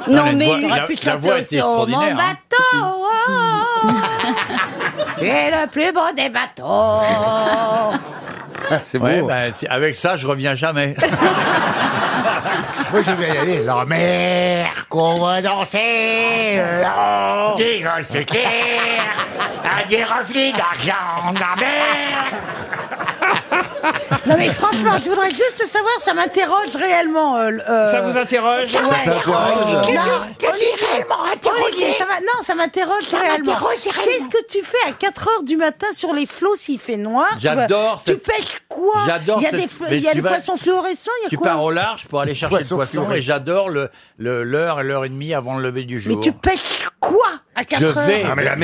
S2: Non,
S10: la
S2: mais
S10: voix-
S2: il
S10: la,
S2: aurait pu
S10: la
S2: chanter
S10: voix
S2: aussi
S10: était
S2: au
S10: extraordinaire.
S2: moment
S10: hein.
S12: bateau. Tu es le plus beau des bateaux.
S10: hein. bah, C'est beau. avec ça, je reviens jamais.
S2: Moi, je vais y aller. La mer qu'on va danser.
S18: Ah.
S2: là.
S12: Rigole, c'est clair. À des reflets d'argent la mer.
S9: Non, mais franchement, je voudrais juste savoir, ça m'interroge réellement. euh, le- euh,
S1: Ça vous interroge
S9: Ouais.
S1: Ça t'interroge
S9: Non,
S12: Que j'ai réellement
S9: Olivier,
S12: interrogé.
S9: ça va- non, ça m'interroge
S12: Ah, Ça
S9: réellement.
S12: m'interroge réellement.
S9: Qu'est-ce que tu fais à 4 heures du matin sur les flots s'il fait noir Tu vas-
S10: J'adore
S9: Tu
S10: cette-
S9: pêches quoi
S10: J'adore
S9: Il y a
S10: cette-
S9: des, fl-
S10: mais
S9: il y a
S10: tu
S9: des
S10: vas-
S9: poissons fluorescents, il y a
S10: Tu
S9: quoi
S10: pars au large pour aller chercher
S2: Poisson
S10: le poisson
S2: fluorescent.
S10: et j'adore le- le- l'heure et l'heure et demie avant le lever du jour.
S9: Mais tu pêches quoi à 4
S10: je
S9: heures
S10: vais,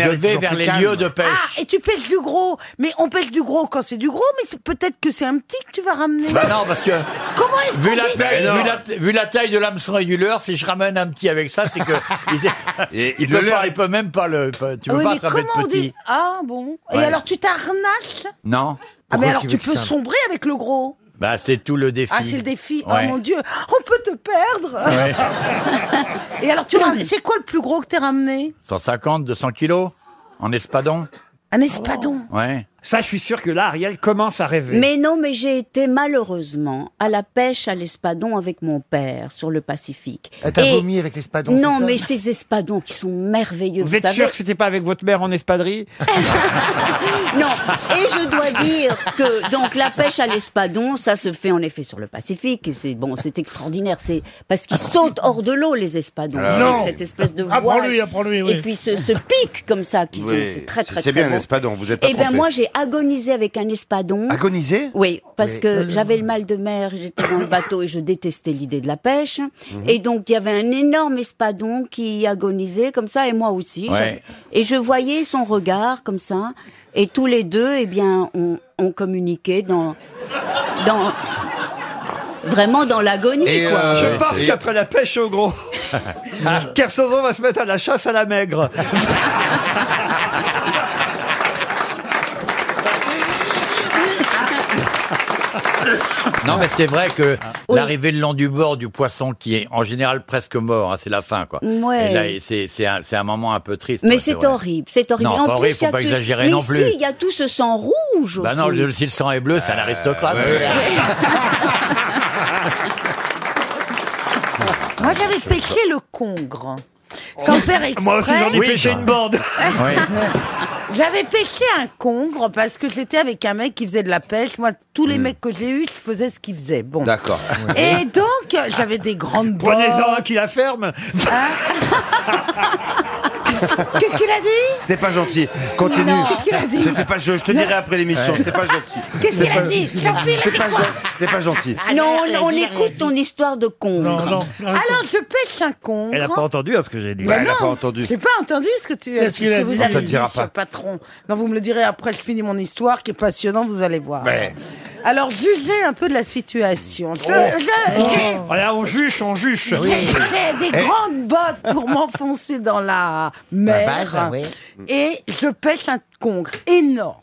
S10: je vais vers les lieux de pêche.
S9: Ah, et tu pêches du gros. Mais on pêche du gros quand c'est du gros, mais c'est- peut-être que c'est un petit que tu vas ramener.
S10: Bah non, parce que
S9: Comment est-ce qu'on Ah
S10: vu la,
S9: décide
S10: vu la- vu la taille de l'hameçon et du leurre, si je ramène un petit avec ça, c'est que il, il
S3: le
S10: peut
S3: leurre-
S10: pas, il peut même pas le. pas- tu
S9: Ah
S10: peux
S9: oui,
S10: pas
S9: mais
S10: attraper
S9: comment
S10: de
S9: on
S10: petit. Ah,
S9: dit Ah bon.
S10: Ouais.
S9: Et alors tu t'arnaques
S10: Non.
S9: Ah mais alors tu peux sombrer avec le gros.
S10: Bah, c'est tout le défi.
S9: Ah, c'est le défi.
S10: Ouais.
S9: Oh mon Dieu, on peut te perdre.
S10: Ouais.
S9: Et alors, tu l'as- c'est quoi le plus gros que t'es ramené
S10: 150, 200 kilos En espadon
S9: Un espadon.
S10: Ouais.
S1: Ça, je suis sûr que là, Ariel commence à rêver.
S13: Mais non, mais j'ai été malheureusement à la pêche à l'espadon avec mon père sur le Pacifique.
S2: Ah, T'as
S13: Et-
S2: vomi avec l'espadon
S13: Non,
S2: c'est ça
S13: mais ces espadons qui sont merveilleux, vous,
S1: Vous êtes
S13: savez.
S1: sûr que c'était pas avec votre mère en espadrille
S13: Non, et je dois dire que donc la pêche à l'espadon, ça se fait en effet sur le Pacifique et c'est bon, c'est extraordinaire, c'est parce qu'ils sautent hors de l'eau les espadons
S20: Ah,
S13: avec
S20: oui.
S13: cette espèce de voile.
S20: Apprends-lui, apprends-lui, oui.
S13: Et puis ce, ce pic comme ça qui sont-
S20: Oui,
S13: c'est très très
S20: C'est
S13: très
S20: bien
S13: beau.
S20: l'espadon, vous êtes pas
S13: Eh bien,
S20: trompé.
S13: moi, j'ai agonisé avec un espadon.
S20: Agonisé
S13: Oui, parce
S20: Mais-
S13: que j'avais le mal de mer, j'étais dans le bateau et je détestais l'idée de la pêche. Et donc, il y avait un énorme espadon qui agonisait comme ça, et moi aussi.
S10: Ouais.
S13: Et je voyais son regard comme ça, et tous les deux, eh bien, on, on communiquait dans, dans, vraiment dans l'agonie, quoi.
S20: euh,
S1: Je pense qu'après la pêche au gros,
S20: Ah.
S1: Kersozon va se mettre à la chasse à la maigre.
S10: Non, mais c'est vrai
S9: Ah.
S10: que l'arrivée le long du bord du poisson qui est en général presque mort, hein, c'est la fin, quoi.
S13: Ouais.
S10: Et là, et c'est, c'est un, c'est un moment un peu triste.
S13: Mais
S10: ouais,
S13: c'est
S10: vrai.
S13: horrible, c'est horrible.
S10: Non,
S13: en
S10: pas
S13: plus,
S10: horrible,
S13: il y a
S10: faut pas
S13: tout-
S10: exagérer
S13: Mais
S10: non plus.
S13: si, il y a tout ce sang rouge
S10: Bah
S13: aussi.
S10: non, le- si le sang est bleu,
S3: Euh,
S10: c'est un aristocrate.
S9: Moi, j'avais pêché le congre. Sans faire exprès.
S1: Moi aussi, j'en ai pêché une bande.
S9: J'avais pêché un congre parce que j'étais avec un mec qui faisait de la pêche. Moi, tous les mecs que j'ai eus, je faisais ce qu'ils faisaient. Bon.
S20: D'accord.
S9: Et donc, j'avais des grandes bottes. Hein
S1: Prenez-en un qui la ferme.
S9: Qu'est-ce qu'il a dit
S20: C'était pas gentil. Continue.
S9: Non. Qu'est-ce qu'il a dit
S20: C'était pas je, je te dirai après l'émission, c'était pas gentil.
S9: Qu'est-ce
S20: C'était
S9: qu'il a
S20: pas-
S9: dit Gentil, il a
S20: C'était
S9: dit
S20: pas
S9: quoi
S20: gen- C'était pas gentil.
S3: Ah,
S13: Non,
S9: Allez,
S13: on, on
S9: allez,
S13: écoute ton histoire de con.
S9: Alors, je pêche un congre.
S1: Elle n'a pas entendu hein, ce que j'ai dit.
S9: Bah non, J'ai pas entendu ce que tu
S20: Qu'est-ce
S9: ce
S20: qu'il
S9: que
S20: a dit
S9: vous
S20: On
S9: avez
S20: te
S9: dit,
S20: dira
S9: sur
S20: pas.
S9: patron. Non, vous me le direz après, je finis mon histoire qui est passionnante, vous allez voir.
S20: Ouais.
S9: Alors, jugez un peu de la situation. Je-
S20: Oh.
S9: je- j'ai-
S1: Voilà, Ah, on juche, on juche. Eh,
S9: j'ai- j'ai
S20: Eh.
S9: des grandes bottes pour m'enfoncer dans la mer.
S20: ah
S1: vase, oui.
S9: Et je pêche un congre énorme.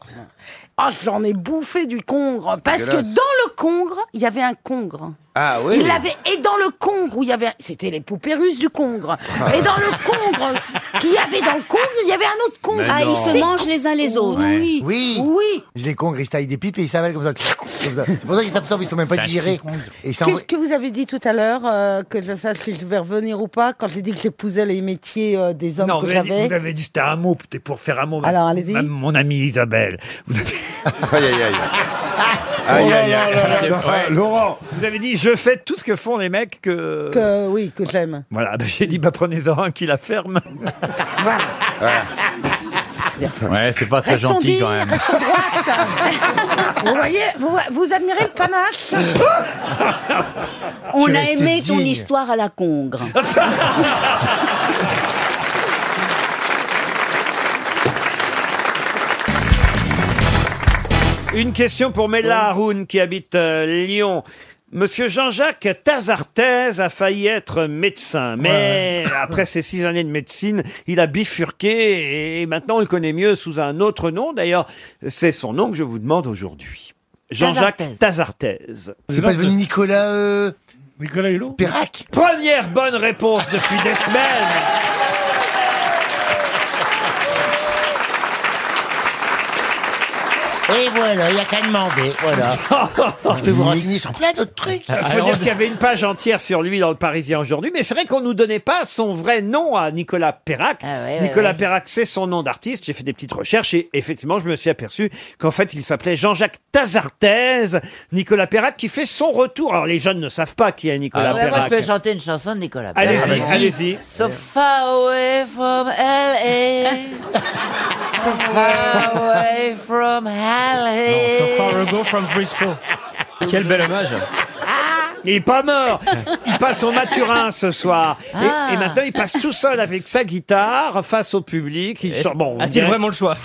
S9: Ah, j'en ai bouffé du congre. Parce que dans
S20: Dégueulasse.
S9: le congre, il y avait un congre.
S20: Ah oui.
S9: Il avait et dans le Congre où il y avait c'était les poupées russes du Congre et dans le Congre qu'il y avait dans le Congre il y avait un autre Congre
S13: Mais Ah, non. ils se mangent les uns les autres.
S9: oui
S2: Oui.
S9: oui
S2: Je les congres, ils se taillent des pipes et ils s'avalent comme ça. Comme ça. C'est pour ça qu'ils s'absorbent, ils sont même pas
S20: Ça,
S2: digérés. Et ils s'en-
S9: Qu'est-ce que vous avez dit tout à l'heure euh, que je sache si je vais revenir ou pas quand j'ai dit que j'épousais les métiers euh, des hommes
S1: Non,
S9: que
S1: vous avez, dit,
S9: j'avais
S1: vous avez dit c'était un mot, peut-être pour faire un mot.
S9: Alors, allez-y.
S1: Même Mon amie Isabelle. Vous avez...
S20: Aïe aïe aïe. Aïe aïe aïe.
S1: Laurent. Vous avez dit je fais tout ce que font les mecs que.
S9: que oui que j'aime.
S1: Voilà, bah, j'ai dit bah prenez-en un qui la ferme.
S10: Ouais, c'est pas très
S9: Restons
S10: gentil
S9: dignes,
S10: quand même.
S9: restons droites. vous voyez, vous, vous admirez le panache.
S13: On
S9: Tu
S13: a
S9: restes
S13: aimé ton
S9: digne.
S13: histoire à la congre.
S1: Une question pour Mella Haroun qui habite euh, Lyon. Monsieur Jean-Jacques Tazartez a failli être médecin, mais après ses six années de médecine, il a bifurqué et maintenant on le connaît mieux sous un autre nom. D'ailleurs, c'est son nom que je vous demande aujourd'hui. Jean-Jacques Tazartez.
S2: C'est pas devenu Nicolas. euh, Perrac
S1: Première bonne réponse depuis des semaines.
S12: Et voilà, il n'y a qu'à demander. Voilà.
S2: Je peux vous renseigner sur plein d'autres trucs.
S19: Ah,
S1: Il faut dire qu'il y avait une page entière sur lui dans le Parisien aujourd'hui, mais c'est vrai qu'on nous donnait pas son vrai nom à Nicolas Perrac.
S12: Ah ouais,
S1: Nicolas
S12: ouais.
S1: Perrac, c'est son nom d'artiste. J'ai fait des petites recherches et effectivement, je me suis aperçu qu'en fait, il s'appelait Jean-Jacques Tazartez. Nicolas Perrac qui fait son retour. Alors, les jeunes ne savent pas qui est Nicolas
S12: Ouais, moi, je
S1: Perrac.
S12: peux chanter une chanson de Nicolas
S1: Allez-y,
S12: Perrac.
S1: allez-y.
S12: So far away from L.A. so far away from L.A.
S1: from Frisco. Quel bel hommage. Il est pas mort. Il passe au Maturin ce soir. Et,
S12: Ah.
S1: et maintenant, il passe tout seul avec sa guitare face au public. Il
S12: Ah.
S1: chante- bon, on
S21: A-t-il
S1: dirait-
S21: vraiment le choix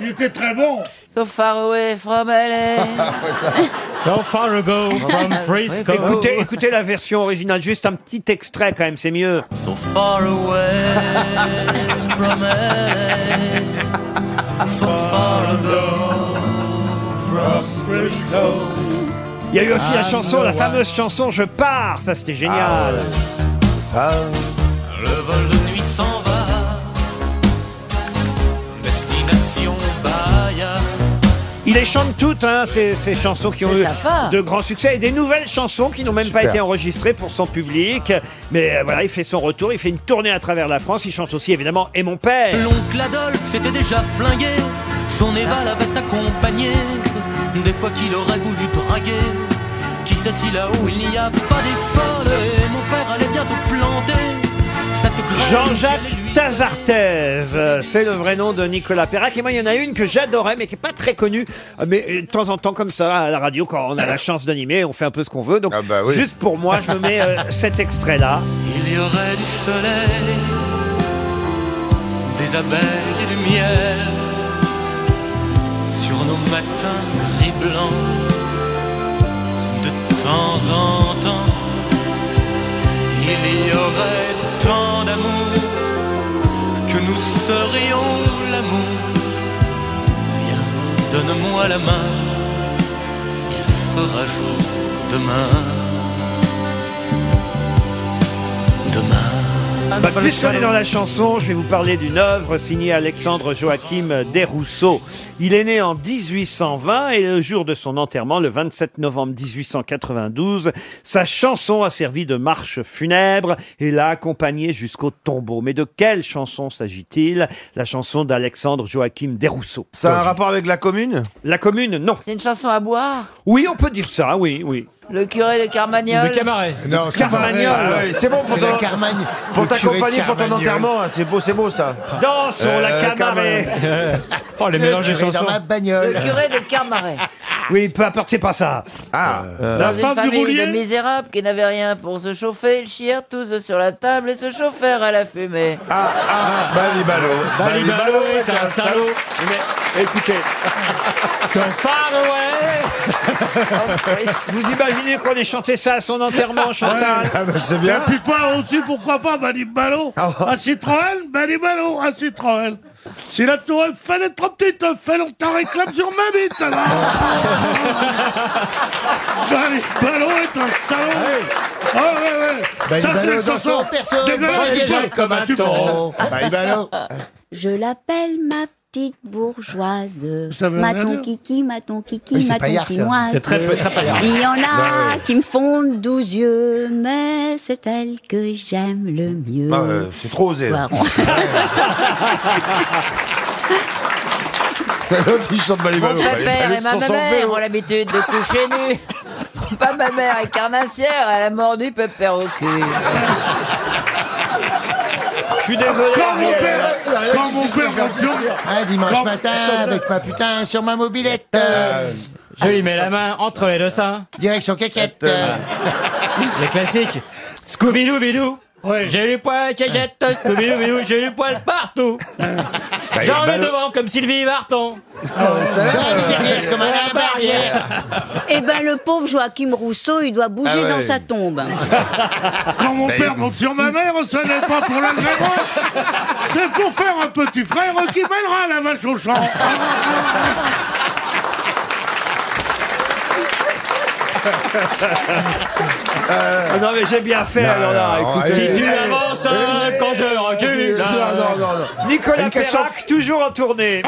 S15: Il était très bon.
S12: so far away from L.A.
S21: So far ago from Frisco.
S1: Écoutez, écoutez la version originale, juste un petit extrait quand même, c'est mieux.
S12: far away from L.A. so far ago
S1: Il y a eu aussi
S21: Ah,
S1: la
S3: I'm
S1: chanson, la
S3: the
S1: fameuse chanson Je pars, ça c'était génial.
S3: Le vol de nuit s'en va. Destination Bahia.
S1: Il les chante toutes, hein, ces, ces chansons qui ont
S3: C'est
S1: eu
S3: sympa.
S1: de grands succès et des nouvelles chansons qui n'ont même pas
S3: Super.
S1: été enregistrées pour son public. Mais euh, voilà, il fait son retour, il fait une tournée à travers la France, il chante aussi évidemment Et mon père.
S3: L'oncle Adolphe s'était déjà flingué. Son Eva l'avait accompagné. Des fois qu'il aurait voulu draguer. Qui sait si là-haut il n'y a pas des folles. Et mon père allait bientôt planter. Cette grande
S1: Jean-Jacques Tazartez, euh, c'est le vrai nom de Nicolas Perrac. Et moi, il y en a une que j'adorais, mais qui n'est pas très connue. Euh, Mais euh, de temps en temps, comme ça, à la radio, quand on a la chance d'animer, on fait un peu ce qu'on veut. Donc, juste pour moi, je me mets euh, cet extrait-là.
S3: Il y aurait du soleil, des abeilles et du miel sur nos matins gris blancs. De temps en temps, il y aurait tant d'amour que nous serions l'amour. Viens, donne-moi la main, il fera jour demain.
S1: Bah, Puisqu'on est dans la chanson, je vais vous parler d'une œuvre signée Alexandre Joachim Desrousseaux. Il est né en 1820 et le jour de son enterrement, le 27 novembre 1892, sa chanson a servi de marche funèbre et l'a accompagné jusqu'au tombeau. Mais de quelle chanson s'agit-il La chanson d'Alexandre Joachim Desrousseaux. Ça a un rapport avec la commune La commune, non.
S7: C'est une chanson à boire
S1: Oui, on peut dire ça, oui, oui.
S7: Le curé de Carmagnole
S1: Non, Carmagnol.
S8: Ah ouais, c'est bon pour
S1: C'est la
S8: ton,
S1: Carmagne.
S8: pour
S1: Le curé
S8: t'accompagner pour ton
S1: Carmagnol.
S8: enterrement. hein, C'est beau, c'est beau ça. Euh,
S1: Danse, on la Camaret.
S8: Oh, les mélanges
S1: de chansons.
S7: Le
S8: bagnole.
S7: curé de Carmaret.
S8: Euh.
S1: Oui, peu importe, c'est pas ça. Ah,
S7: Dans une famille de misérables qui n'avaient rien pour se chauffer, ils chièrent tous sur la table et se chauffèrent à la fumée.
S8: Ah,
S1: Ah,
S8: Balibalo.
S7: Balibalo
S8: est un salaud.
S1: écoutez,
S3: son
S7: Oh,
S3: faraway.
S1: Vous imaginez qu'on ait chanté ça à son enterrement, Chantal
S15: Ah, bah, c'est bien. Ah, oh. Et puis pas aussi, pourquoi pas, Bali Ballon. À Citroën, Bali Ballon, à Citroën. Si la tour Eiffel est trop petite, Eiffel, on t'en réclame sur ma bite, alors. Bali Ballon est un salaud. Ah ouais, ouais.
S12: Bali
S15: Ça,
S12: Ballon
S15: c'est une
S12: Bah, dans
S15: chanson
S12: son perso,
S15: dégueulasse,
S12: Bali
S15: tu
S12: Ballon
S15: sais,
S12: comme un taureau.
S24: Ah, bah,
S12: Bali Ballon.
S13: Je l'appelle ma petite bourgeoise.
S12: Ça veut
S13: Ma
S12: rien
S13: ton
S12: dire.
S13: kiki, ma ton
S12: Oui,
S13: kiki,
S12: c'est
S13: ma
S12: paillard, ça.
S13: tonkinoise.
S12: C'est très- très paillard.
S13: Il y en a
S12: Bah ouais.
S13: qui me font douze yeux, mais c'est elle que j'aime le mieux.
S12: Bah,
S8: Ah
S12: euh,
S8: ouais, c'est trop osé.
S13: Soir, on-
S8: L'autre, il chante
S7: Mon
S8: Balibalo.
S7: père et ma
S8: Balibalo sur son
S7: mère
S8: vélo.
S7: ont l'habitude de coucher nus. Pas ma mère est carnassière, elle a mordu pépère au cul.
S1: Je suis désolé.
S12: Quand mon père,
S15: quand mon père fonctionne-
S2: Hein,
S12: Un dimanche
S15: Quand-
S12: matin, avec ma putain sur ma mobilette.
S15: Euh,
S12: je lui
S25: mets la main entre les deux seins.
S12: Direction caquette.
S25: Les classiques. Scooby-Doo, bidou. J'ai eu poil caquette, Scooby-Doo, bidou, j'ai eu poil partout.
S8: il
S25: Genre
S8: est
S25: le devant, comme Sylvie Vartan.
S13: comme un Eh ben, le pauvre Joachim Rousseau, il doit bouger
S15: Ah ouais.
S13: dans sa tombe.
S15: Quand mon père monte sur ma mère, ce n'est pas pour la l'agrément, c'est pour faire un petit frère qui mènera la vache au champ.
S8: Euh.
S1: Ah non, mais j'ai bien fait,
S3: Non,
S1: alors là,
S3: non,
S1: écoutez.
S3: allez, Si tu allez, avances, allez, hein, quand je recule.
S1: Non, non, non, non. Nicolas
S3: Une question-
S1: Perrac, toujours en tournée.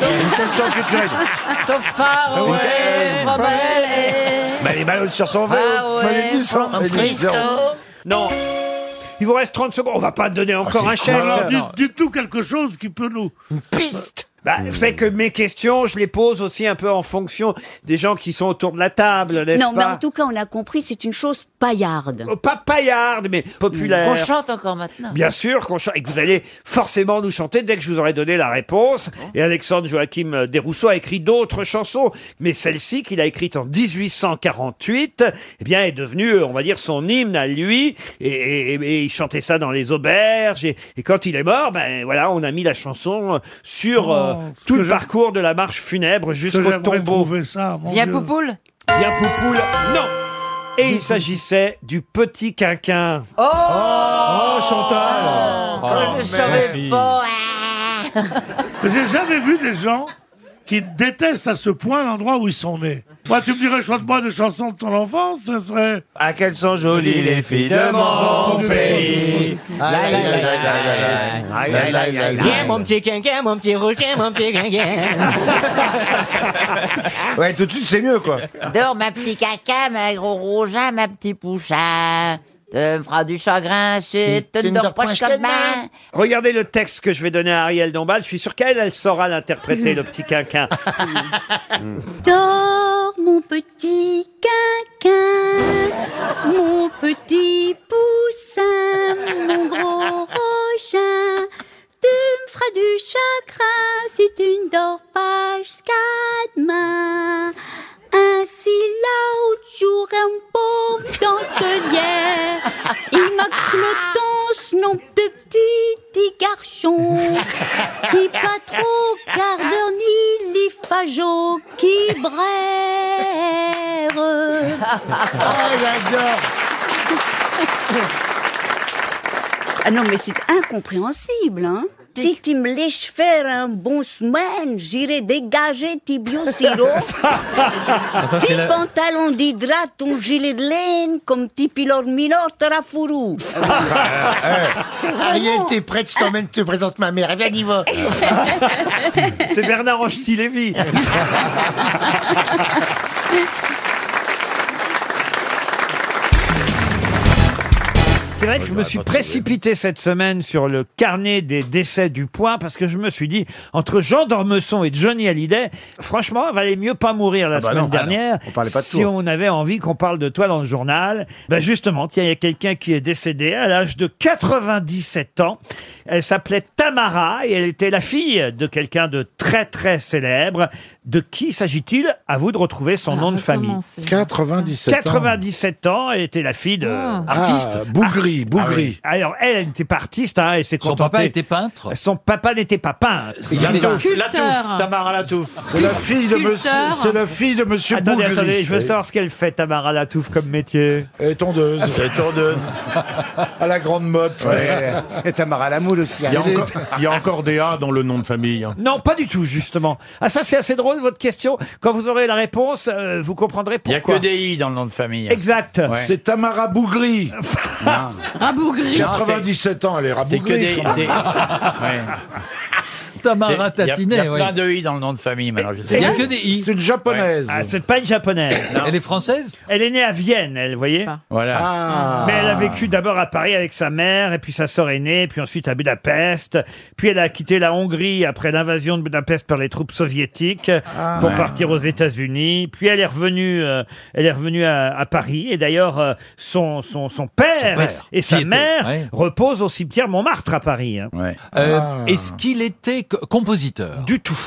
S7: Sauf Farouet, from LA.
S1: Bah,
S8: Balibalo sur son vélo.
S13: Ah
S8: Fallait
S7: Farouet,
S8: du sang,
S7: from
S8: fallait du sang.
S7: Frisson.
S1: Non. Il vous reste 30 secondes. On va pas donner encore un chèque.
S15: Alors, dites- dites-nous quelque chose qui peut nous. Piste
S1: Bah, vous savez que mes questions, je les pose aussi un peu en fonction des gens qui sont autour de la table, n'est-ce
S13: Non, mais en
S1: pas
S13: tout cas, on a compris, c'est une chose paillarde.
S1: Pas paillarde, mais populaire.
S7: Qu'on chante encore
S13: Ah.
S7: maintenant.
S1: Bien sûr qu'on chante et que vous allez forcément nous chanter dès que je vous aurai donné la réponse. Et Alexandre Joachim Desrousseaux a écrit d'autres chansons, mais celle-ci qu'il a écrite en 1848, eh bien est devenue, on va dire, son hymne à lui. Et, et- et il chantait ça dans les auberges. Et, et quand il est mort, ben voilà, on a mis la chanson sur
S15: Oh,
S1: euh,
S15: ce
S1: tout
S15: que
S1: le
S15: j'aime-
S1: parcours de la marche funèbre jusqu'au
S15: j'aimerais
S1: tombeau.
S15: trouver ça, mon
S7: Viens
S15: Dieu.
S7: Poupoule
S1: Bien Poupoule, non. Et il s'agissait du petit quinquin.
S7: Oh,
S1: Oh, Chantal
S3: Oh,
S1: Oh,
S7: Je ne savais pas
S15: J'ai jamais vu des gens qu'ils détestent à ce point l'endroit où ils sont nés. Moi, tu me dirais, chante-moi des chansons de ton enfance, ce serait.
S6: À Ah, quelles sont jolies les filles de mon pays
S24: Viens mon petit quinquin, mon petit rouge, viens, mon petit quinquin.
S6: Ouais, tout de suite, c'est mieux, quoi.
S12: Dors ma petit caca, ma gros rougin, ma petit poucha. Te me feras du chagrin, je te ne dors pas comme main.
S1: Regardez le texte que je vais donner à Ariel Dombal. Je suis sûr qu'elle, elle saura l'interpréter, le petit quinquin.
S25: Dors mon petit quinquin, mon petit poussin, mon gros rochin. Tu me feras du chagrin si tu ne dors pas jusqu'à demain. Ainsi l'autre jour, un pauvre dentelier, il m'a cloton ce nom de petit petit garçon, qui pas trop garde ni les fajots qui brèrent.
S13: Ah non, mais c'est incompréhensible, hein si tu me laisses faire un bon semaine, j'irai dégager Tibio Siro,
S25: Ah, ça,
S13: tes
S25: c'est la-
S13: pantalons d'hydrat, ton gilet de laine, comme petit pilor minor tarafourou.
S7: Ah
S19: Euh,
S2: Ariel, t'es prête, je t'emmène, je te présente ma mère. Viens, y va.
S1: C'est Bernard Anchety-Lévy. C'est vrai que je me suis précipité cette semaine sur le carnet des décès du point parce que je me suis dit, entre Jean d'Ormesson et Johnny Hallyday, franchement, il valait mieux pas mourir la
S2: Ah bah
S1: semaine
S2: non, ah non,
S1: dernière
S2: on parlait pas de
S1: si
S2: toi.
S1: on avait envie qu'on parle de toi dans le journal. Ben justement, tiens, il y a quelqu'un qui est décédé à l'âge de 97 ans. Elle s'appelait Tamara et elle était la fille de quelqu'un de très très célèbre. De qui s'agit-il À vous de retrouver son nom de famille.
S5: 97 ans.
S1: 97 ans, elle était la fille de
S5: Ah. Ah, Bougri, Bougri.
S1: Ah oui. Alors elle, elle n'était pas artiste, hein, et c'est
S5: Son papa était
S1: peintre. Son papa n'était pas peintre.
S3: Tamara Latouf.
S5: C'est la fille de monsieur. C'est la fille de monsieur
S1: Attendez,
S5: Bougri.
S1: attendez, je veux
S5: Oui.
S1: savoir ce qu'elle fait, Tamara Latouf, comme métier.
S5: Et tondeuse.
S1: Et tondeuse.
S5: À la grande motte.
S19: Ouais.
S2: Et Tamara Lamoule aussi. hein.
S19: Il y, a encore, il y a encore des A dans le nom de famille. hein.
S1: Non, pas du tout, justement. Ah, ça, c'est assez drôle, votre question. Quand vous aurez la réponse, euh, vous comprendrez
S10: Il n'y a
S1: pourquoi.
S10: que des I dans le nom de famille.
S1: Exact.
S10: Ouais.
S5: C'est Tamara Bougri.
S10: Non.
S5: Un
S10: Bougri.
S5: 97 ans, elle est
S10: Ah, C'est que des.
S5: rabougrie.
S10: c'est- Ouais. Il y a-
S18: Tamara
S10: Il y a
S18: Tatinet, ouais.
S10: plein de I dans le nom de famille maintenant. je sais.
S18: Il y a que des i.
S5: C'est une japonaise.
S1: Ah, c'est pas une japonaise.
S18: Elle est française
S1: Elle est née à Vienne, elle, vous voyez
S10: Voilà.
S18: Ah.
S1: Mais elle a vécu d'abord à Paris avec sa mère, et puis sa sœur aînée, puis ensuite à Budapest. Puis elle a quitté la Hongrie après l'invasion de Budapest par les troupes soviétiques euh,
S2: Ah.
S1: pour
S2: Ouais.
S1: partir aux États-Unis. Puis elle est revenue, euh, elle est revenue à, à Paris. Et d'ailleurs, euh, son, son, son père,
S18: père.
S1: et, et sa
S18: Qui était,
S1: mère
S18: ouais.
S1: reposent au cimetière Montmartre à Paris. hein.
S18: Euh,
S1: Ah.
S18: Est-ce qu'il était co- compositeur
S1: Du tout.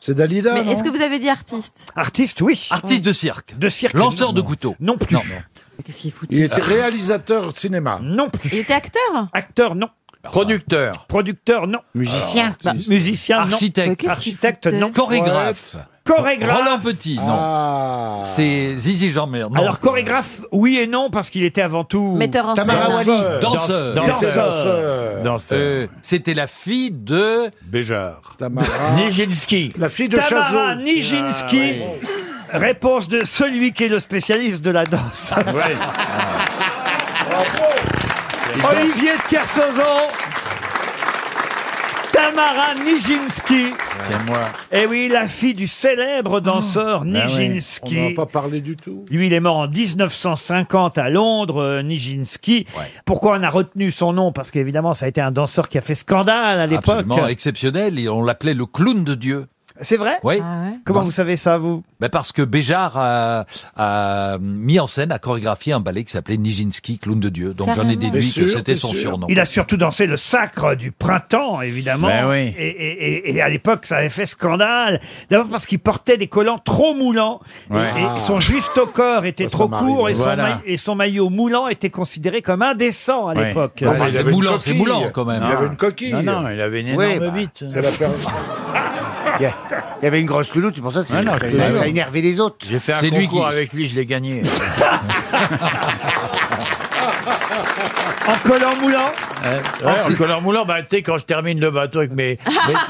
S5: C'est Dalida.
S1: non
S22: Mais est-ce que vous avez dit artiste
S1: Artiste, oui.
S18: Artiste de cirque.
S1: De cirque.
S18: Lanceur de couteau.
S1: Non plus.
S18: Qu'est-ce qu'il fout
S5: Il était réalisateur de cinéma.
S1: Non plus.
S22: Il était acteur
S1: Acteur, non.
S10: Producteur.
S1: Producteur, non.
S22: Musicien.
S1: Bah, musicien, non.
S18: Architecte. Mais qu'est-ce qu'il
S1: Architecte,
S18: foutait
S1: non.
S18: Chorégraphe.
S1: Chorégraphe.
S18: Roland Petit, non.
S5: Ah.
S18: C'est Zizi Jeanmaire. non.
S1: Alors chorégraphe, oui et non parce qu'il était avant tout
S22: Metteur en Tamara scène.
S18: Danseur.
S22: Wally.
S18: Danseur.
S1: Danseur. Danseur.
S18: Euh, C'était la fille de.
S19: Béjart.
S10: Nijinsky.
S5: Ah. La fille Ah,
S1: Tamara Nijinsky. Réponse de celui qui est le spécialiste de la danse. Olivier de Kersauzon. Tamara Nijinsky.
S10: C'est moi.
S1: Eh oui, la fille du célèbre danseur
S5: Ah ouais.
S1: Nijinsky.
S5: On n'en a pas parlé du tout.
S1: Lui, il est mort en 1950 à Londres, euh, Nijinsky. Pourquoi on a retenu son nom Parce qu'évidemment, ça a été un danseur qui a fait scandale à l'époque.
S18: Absolument exceptionnel. Et on l'appelait le clown de Dieu.
S1: C'est vrai
S18: Oui.
S1: Comment
S18: Ah Parce-
S1: vous savez ça, vous
S18: Ben parce que Béjart a, a mis en scène, a chorégraphié un ballet qui s'appelait Nijinsky, clown de Dieu. Donc j'en ai
S1: Carrément.
S18: déduit
S1: Bien sûr,
S18: que c'était
S1: bien
S18: son
S1: sûr.
S18: surnom.
S1: Il a surtout dansé le sacre du printemps, évidemment.
S18: Ben oui.
S1: et, et- et- et à l'époque, ça avait fait scandale. D'abord parce qu'il portait des collants trop moulants.
S10: Ouais.
S1: Et,
S10: Ah.
S1: et son juste au corps était
S10: Ça, ça
S1: trop
S10: m'arrive.
S1: court. Et son,
S10: Voilà.
S1: maille- et son maillot moulant était considéré comme indécent à
S10: Ouais.
S1: l'époque.
S10: Ouais, Enfin, il c'est avait une moulant, c'est coquille. moulant, quand même.
S5: Il
S10: Ah.
S5: avait une coquille.
S10: Non, non, il avait une énorme
S18: bah,
S10: bite.
S5: c'est la per-
S2: Il y a- il y avait une grosse louloute, c'est pour ça que c'est-
S10: Ah non,
S2: ça,
S10: c'est
S2: ça
S10: énorme.
S2: a énervé les autres.
S10: J'ai fait un
S2: C'est lui
S10: concours
S2: qui-
S10: avec lui, je l'ai gagné.
S1: En collant moulant
S10: Ouais, en collant moulant, bah, tu sais, quand je termine le bateau avec mes,
S25: Ah,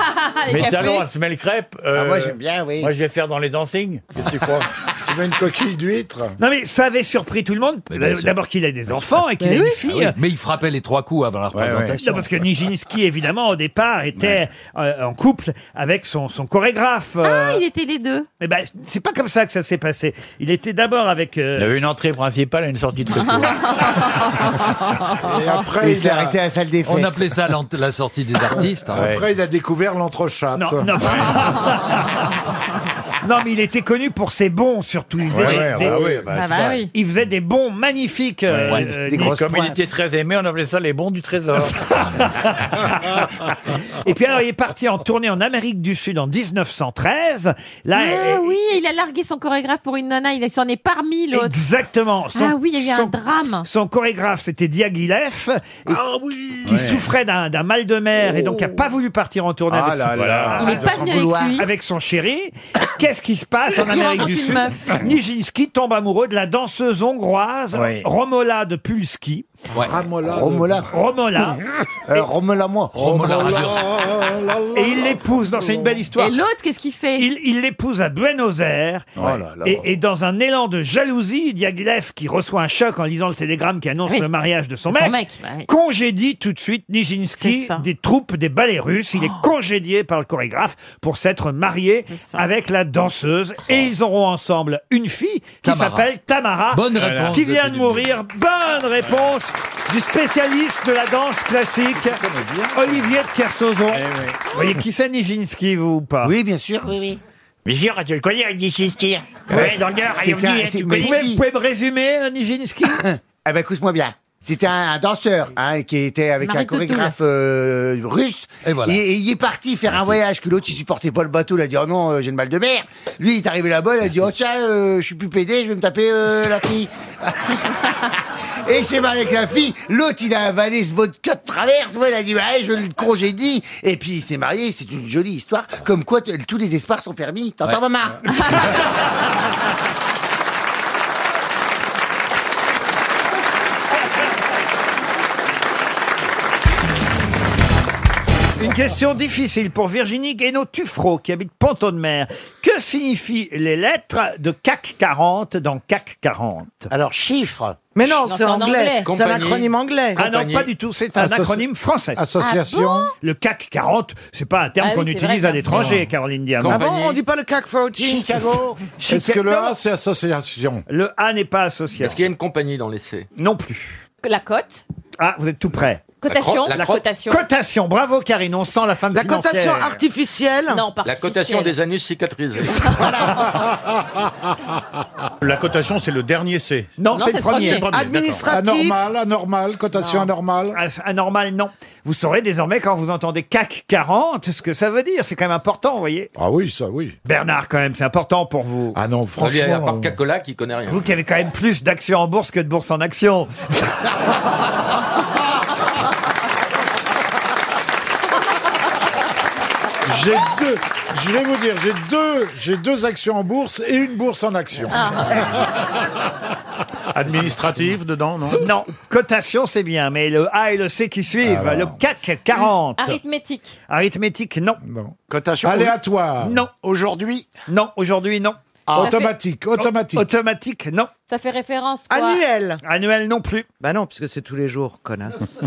S10: mes, mes talons à semelle crêpe. euh,
S1: Ah, moi, j'aime bien, oui.
S10: Moi, je vais faire dans les dancings. Qu'est-ce que tu crois Tu veux une coquille d'huître
S1: Non mais ça avait surpris tout le monde.
S18: Mais bien sûr.
S1: D'abord qu'il ait des enfants et qu'il ait une fille.
S18: Ah oui, Mais il frappait les trois coups avant la représentation.
S1: Non, parce que Nijinsky, évidemment, au départ, était euh, en couple avec son, son chorégraphe.
S7: Ah,
S1: euh,
S7: il était les deux.
S1: mais ben, c'est pas comme ça que ça s'est passé. Il était d'abord avec. euh,
S10: Il y avait une entrée principale et une sortie de secours.
S5: Et après, il a-
S18: à la salle des On appelait ça l'ent- la sortie des artistes. hein.
S5: Après, il a découvert
S1: Non,
S5: l'entrechat.
S1: non. Non, mais il était connu pour ses bons, surtout. Il faisait,
S10: Ouais,
S1: des,
S10: ouais,
S1: des-
S10: bah oui, bah, Ah bah tu vois. oui.
S1: il faisait des bons magnifiques. euh, euh,
S10: Et
S1: Nick.
S10: comme il était très aimé, on appelait ça les bons du trésor.
S1: Et puis alors, il est parti en tournée en Amérique du Sud en 1913. Là,
S12: Ben,
S7: Ah oui, il a largué son chorégraphe pour une nana, il s'en est parmi l'autre.
S1: Exactement. Son-
S7: Ah oui, il y a eu un
S1: son-
S7: drame.
S1: Son chorégraphe, c'était Diaghilev, et-
S5: Ah
S1: qui
S7: Ouais.
S1: souffrait d'un d'un mal de mer et donc qui n'a pas voulu partir en tournée
S5: Oh. Ah
S1: avec,
S5: là
S1: son,
S5: là. Il est pas venu avec lui.
S1: avec son chéri. Qu'est-ce qui se passe en
S5: Il
S1: Amérique
S5: rencontre
S1: du
S5: une
S1: Sud
S5: meuf.
S1: Nijinsky tombe amoureux de la danseuse hongroise
S5: Oui.
S1: Romola de Pulski.
S5: Ramola.
S1: Romola. Romola.
S2: Euh, Romola, moi.
S1: Romola. Et il l'épouse. Non, c'est une belle histoire.
S7: Et l'autre, qu'est-ce qu'il fait
S1: Il il l'épouse à Buenos Aires.
S5: Oh là là.
S1: Et, et dans un élan de jalousie, Diaghilev, qui reçoit un choc en lisant le télégramme qui annonce
S7: Oui.
S1: le mariage de son
S7: De
S1: mec,
S7: son mec, ouais.
S1: congédie tout de suite Nijinsky
S7: C'est ça. Oh.
S1: des troupes des ballets russes. Il est congédié par le chorégraphe pour s'être marié avec la danseuse.
S7: Oh.
S1: Et ils auront ensemble une fille qui
S18: Tamara.
S1: s'appelle Tamara,
S18: Bonne réponse
S1: qui
S18: de
S1: vient de
S18: Philippe
S1: mourir. Bonne réponse du spécialiste de la danse classique, Olivier de Kersauzon.
S10: Eh
S1: Vous voyez qui c'est Nijinsky, vous ou pas
S2: Oui, bien sûr.
S1: Oui, oui.
S10: Mais jure, tu le connais, Nijinsky
S2: Ouais,
S10: dans le Gard,
S2: C'est
S10: à Yovni,
S2: un-
S10: hein,
S2: c'est-
S10: tu
S2: mais
S10: connais
S2: si.
S1: me résumer, euh, Nijinsky
S2: Eh ben, écoute-moi bien. C'était un, un danseur hein, qui était avec un
S1: Marie Totoul.
S2: chorégraphe euh, russe.
S18: Et voilà.
S2: Et, il est parti faire un voyage que l'autre il supportait pas le bateau. Il a dit oh non euh, j'ai le mal de mer. Lui il est arrivé là-bas. Il a dit oh tiens euh, je suis plus pédé. Je vais me taper euh, la fille. Et il s'est marié avec la fille. L'autre, il a avalé ce vodka de travers. Tu vois, il a dit, bah, allez, je le congédie. Et puis, il s'est marié. C'est une jolie histoire. Comme quoi, t- tous les espoirs sont permis. T'entends, maman?
S1: Une question difficile pour Virginie Guénaud-Tufro, qui habite Pont-de-Mer. Que signifient les lettres de CAC 40 dans CAC 40
S2: Alors, chiffres
S3: Mais non, c'est anglais. C'est un acronyme anglais.
S1: Ah non, pas du tout, c'est un
S3: Associ-
S1: acronyme français.
S3: Association. Ah
S1: Le CAC 40, c'est pas un terme
S3: Ah oui,
S1: qu'on
S3: c'est
S1: utilise
S3: vrai,
S1: à l'étranger,
S3: merci.
S1: Caroline Diamant.
S3: Ah bon, on dit pas le CAC 40 Chicago
S18: Est-ce que le A,
S1: c'est association Le A n'est pas association.
S18: Est-ce qu'il y a une compagnie dans l'essai
S1: Non plus.
S7: La cote
S1: Ah, vous êtes tout prêt.
S7: Cotation. La La cro-
S1: cotation. Cotation, bravo Karine, on sent la femme
S3: La
S1: financière.
S3: cotation artificielle
S7: Non, par
S18: La cotation des anus cicatrisés.
S10: hein.
S9: La cotation, c'est le dernier C.
S1: Non, c'est le premier.
S5: Anormal, anormal, cotation anormale.
S1: Ah, Anormal, non. Vous saurez désormais quand vous entendez CAC 40 ce que ça veut dire. C'est quand même important, vous voyez.
S5: Ah oui, ça, oui.
S1: Bernard, quand même, c'est important pour vous.
S5: Ah non,
S18: Il y a à
S5: franchement.
S18: part Cacola qui connaît rien.
S1: Vous qui avez quand même plus d'actions en bourse que de bourse en actions.
S5: J'ai deux, je vais vous dire, j'ai deux, j'ai deux actions en bourse et une bourse en actions.
S9: Administrative dedans, non
S1: Non, cotation c'est bien, mais le A et le C qui suivent,
S5: Ah,
S1: le CAC 40.
S7: Arithmétique.
S1: Arithmétique, non.
S5: Cotation aléatoire.
S1: Non. Aujourd'hui Non, aujourd'hui, non.
S5: Ah. Automatique, automatique.
S1: O- automatique, non.
S7: Ça fait référence quoi
S3: Annuel
S1: Annuel non plus.
S3: Bah non, parce que c'est tous les jours, connasse.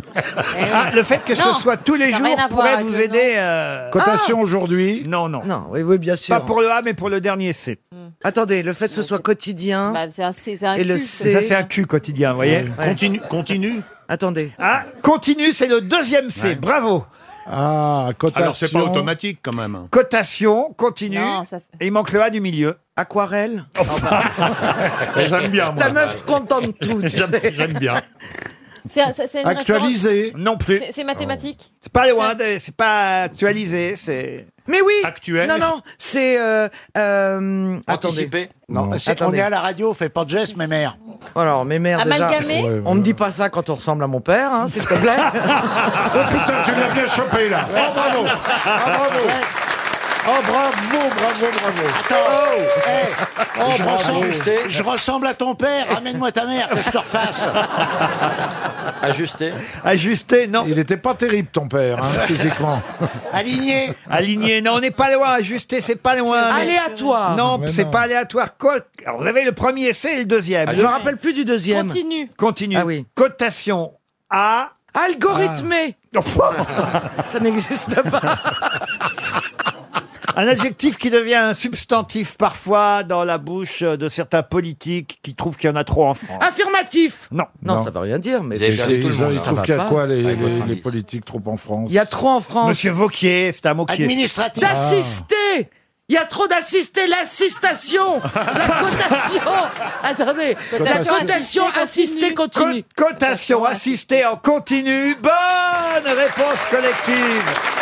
S1: Ah, le fait que
S3: Eh Non,
S1: ce soit tous les
S3: ça a
S1: jours
S3: rien à voir
S1: pourrait
S3: avec
S1: vous
S3: le
S1: aider. euh,
S5: Cotation aujourd'hui.
S1: Non, non.
S3: Non, oui, oui, bien sûr.
S1: Pas pour le A, mais pour le dernier C.
S3: Attendez, le fait que ce soit quotidien.
S7: Bah, c'est un, c'est un
S3: Et le
S7: culte.
S3: C.
S1: Ça, c'est un Q quotidien, vous voyez
S9: Continue, continue.
S3: Attendez.
S1: Ah, continue, c'est le deuxième C, bravo.
S5: Ah, cotation.
S9: Alors, c'est pas automatique quand même. hein.
S1: Cotation, continue.
S7: Non, ça fait-
S1: Et il manque le A du milieu. Oh.
S3: Aquarelle
S9: J'aime bien, moi.
S3: La meuf contente tout. tu sais.
S9: J'aime bien.
S7: C'est un- c'est- c'est une référence-
S1: Non plus.
S7: C'est- C'est mathématique.
S1: C'est pas loin, de- c'est pas actualisé, c'est.
S3: Mais oui
S9: Actuel.
S3: Non, non, c'est... Euh, euh,
S18: Anticipé.
S3: Non,
S18: Non.
S3: c'est- on est à la
S2: radio, fais pas de gestes, mes mères.
S3: Alors, mes mères,
S7: Amalgamé
S3: déjà, on me dit pas ça quand on ressemble à mon père, hein, s'il te plaît.
S12: Tá
S5: Oh putain, tu l'as bien chopé là. Oh bravo. Ah, bravo. Oh, bravo, bravo, bravo.
S12: Attends.
S5: Oh, hey. Oh,
S12: Je
S5: bravo.
S12: ressemble-
S5: je ressemble à ton père. Ramène-moi ta mère, que je te refasse.
S28: Ajusté.
S1: Ajusté, non.
S5: Il n'était pas terrible, ton père, hein, physiquement.
S1: Aligné. Aligné, non, on n'est pas loin. Ajusté, c'est pas loin.
S3: Aléatoire.
S1: Non,
S3: Mais
S1: c'est
S3: non.
S1: pas aléatoire. Co- Alors, vous avez le premier essai et le deuxième.
S3: Ah, Je me rappelle plus du deuxième. Ah
S29: Continue.
S1: Continue. Cotation A. Ah.
S3: Algorithmé. Ça n'existe pas.
S1: Un adjectif qui devient un substantif parfois dans la bouche de certains politiques qui trouvent qu'il y en a trop en France.
S3: Affirmatif.
S1: Non.
S3: Non, ça veut rien dire. Mais
S5: Ils, ils- ils
S3: Ça
S5: trouvent
S3: va
S5: qu'il y a
S3: pas.
S5: quoi, les, les- les politiques trop en France
S3: Il y a trop en France.
S1: Monsieur Vauquier, c'est un mot qui est-
S3: D'assister. Il y a trop d'assister. L'assistation. La cotation. Attendez. La
S1: Cotation
S3: cotation assistée continue.
S1: Cotation assistée en continu. Bonne réponse collective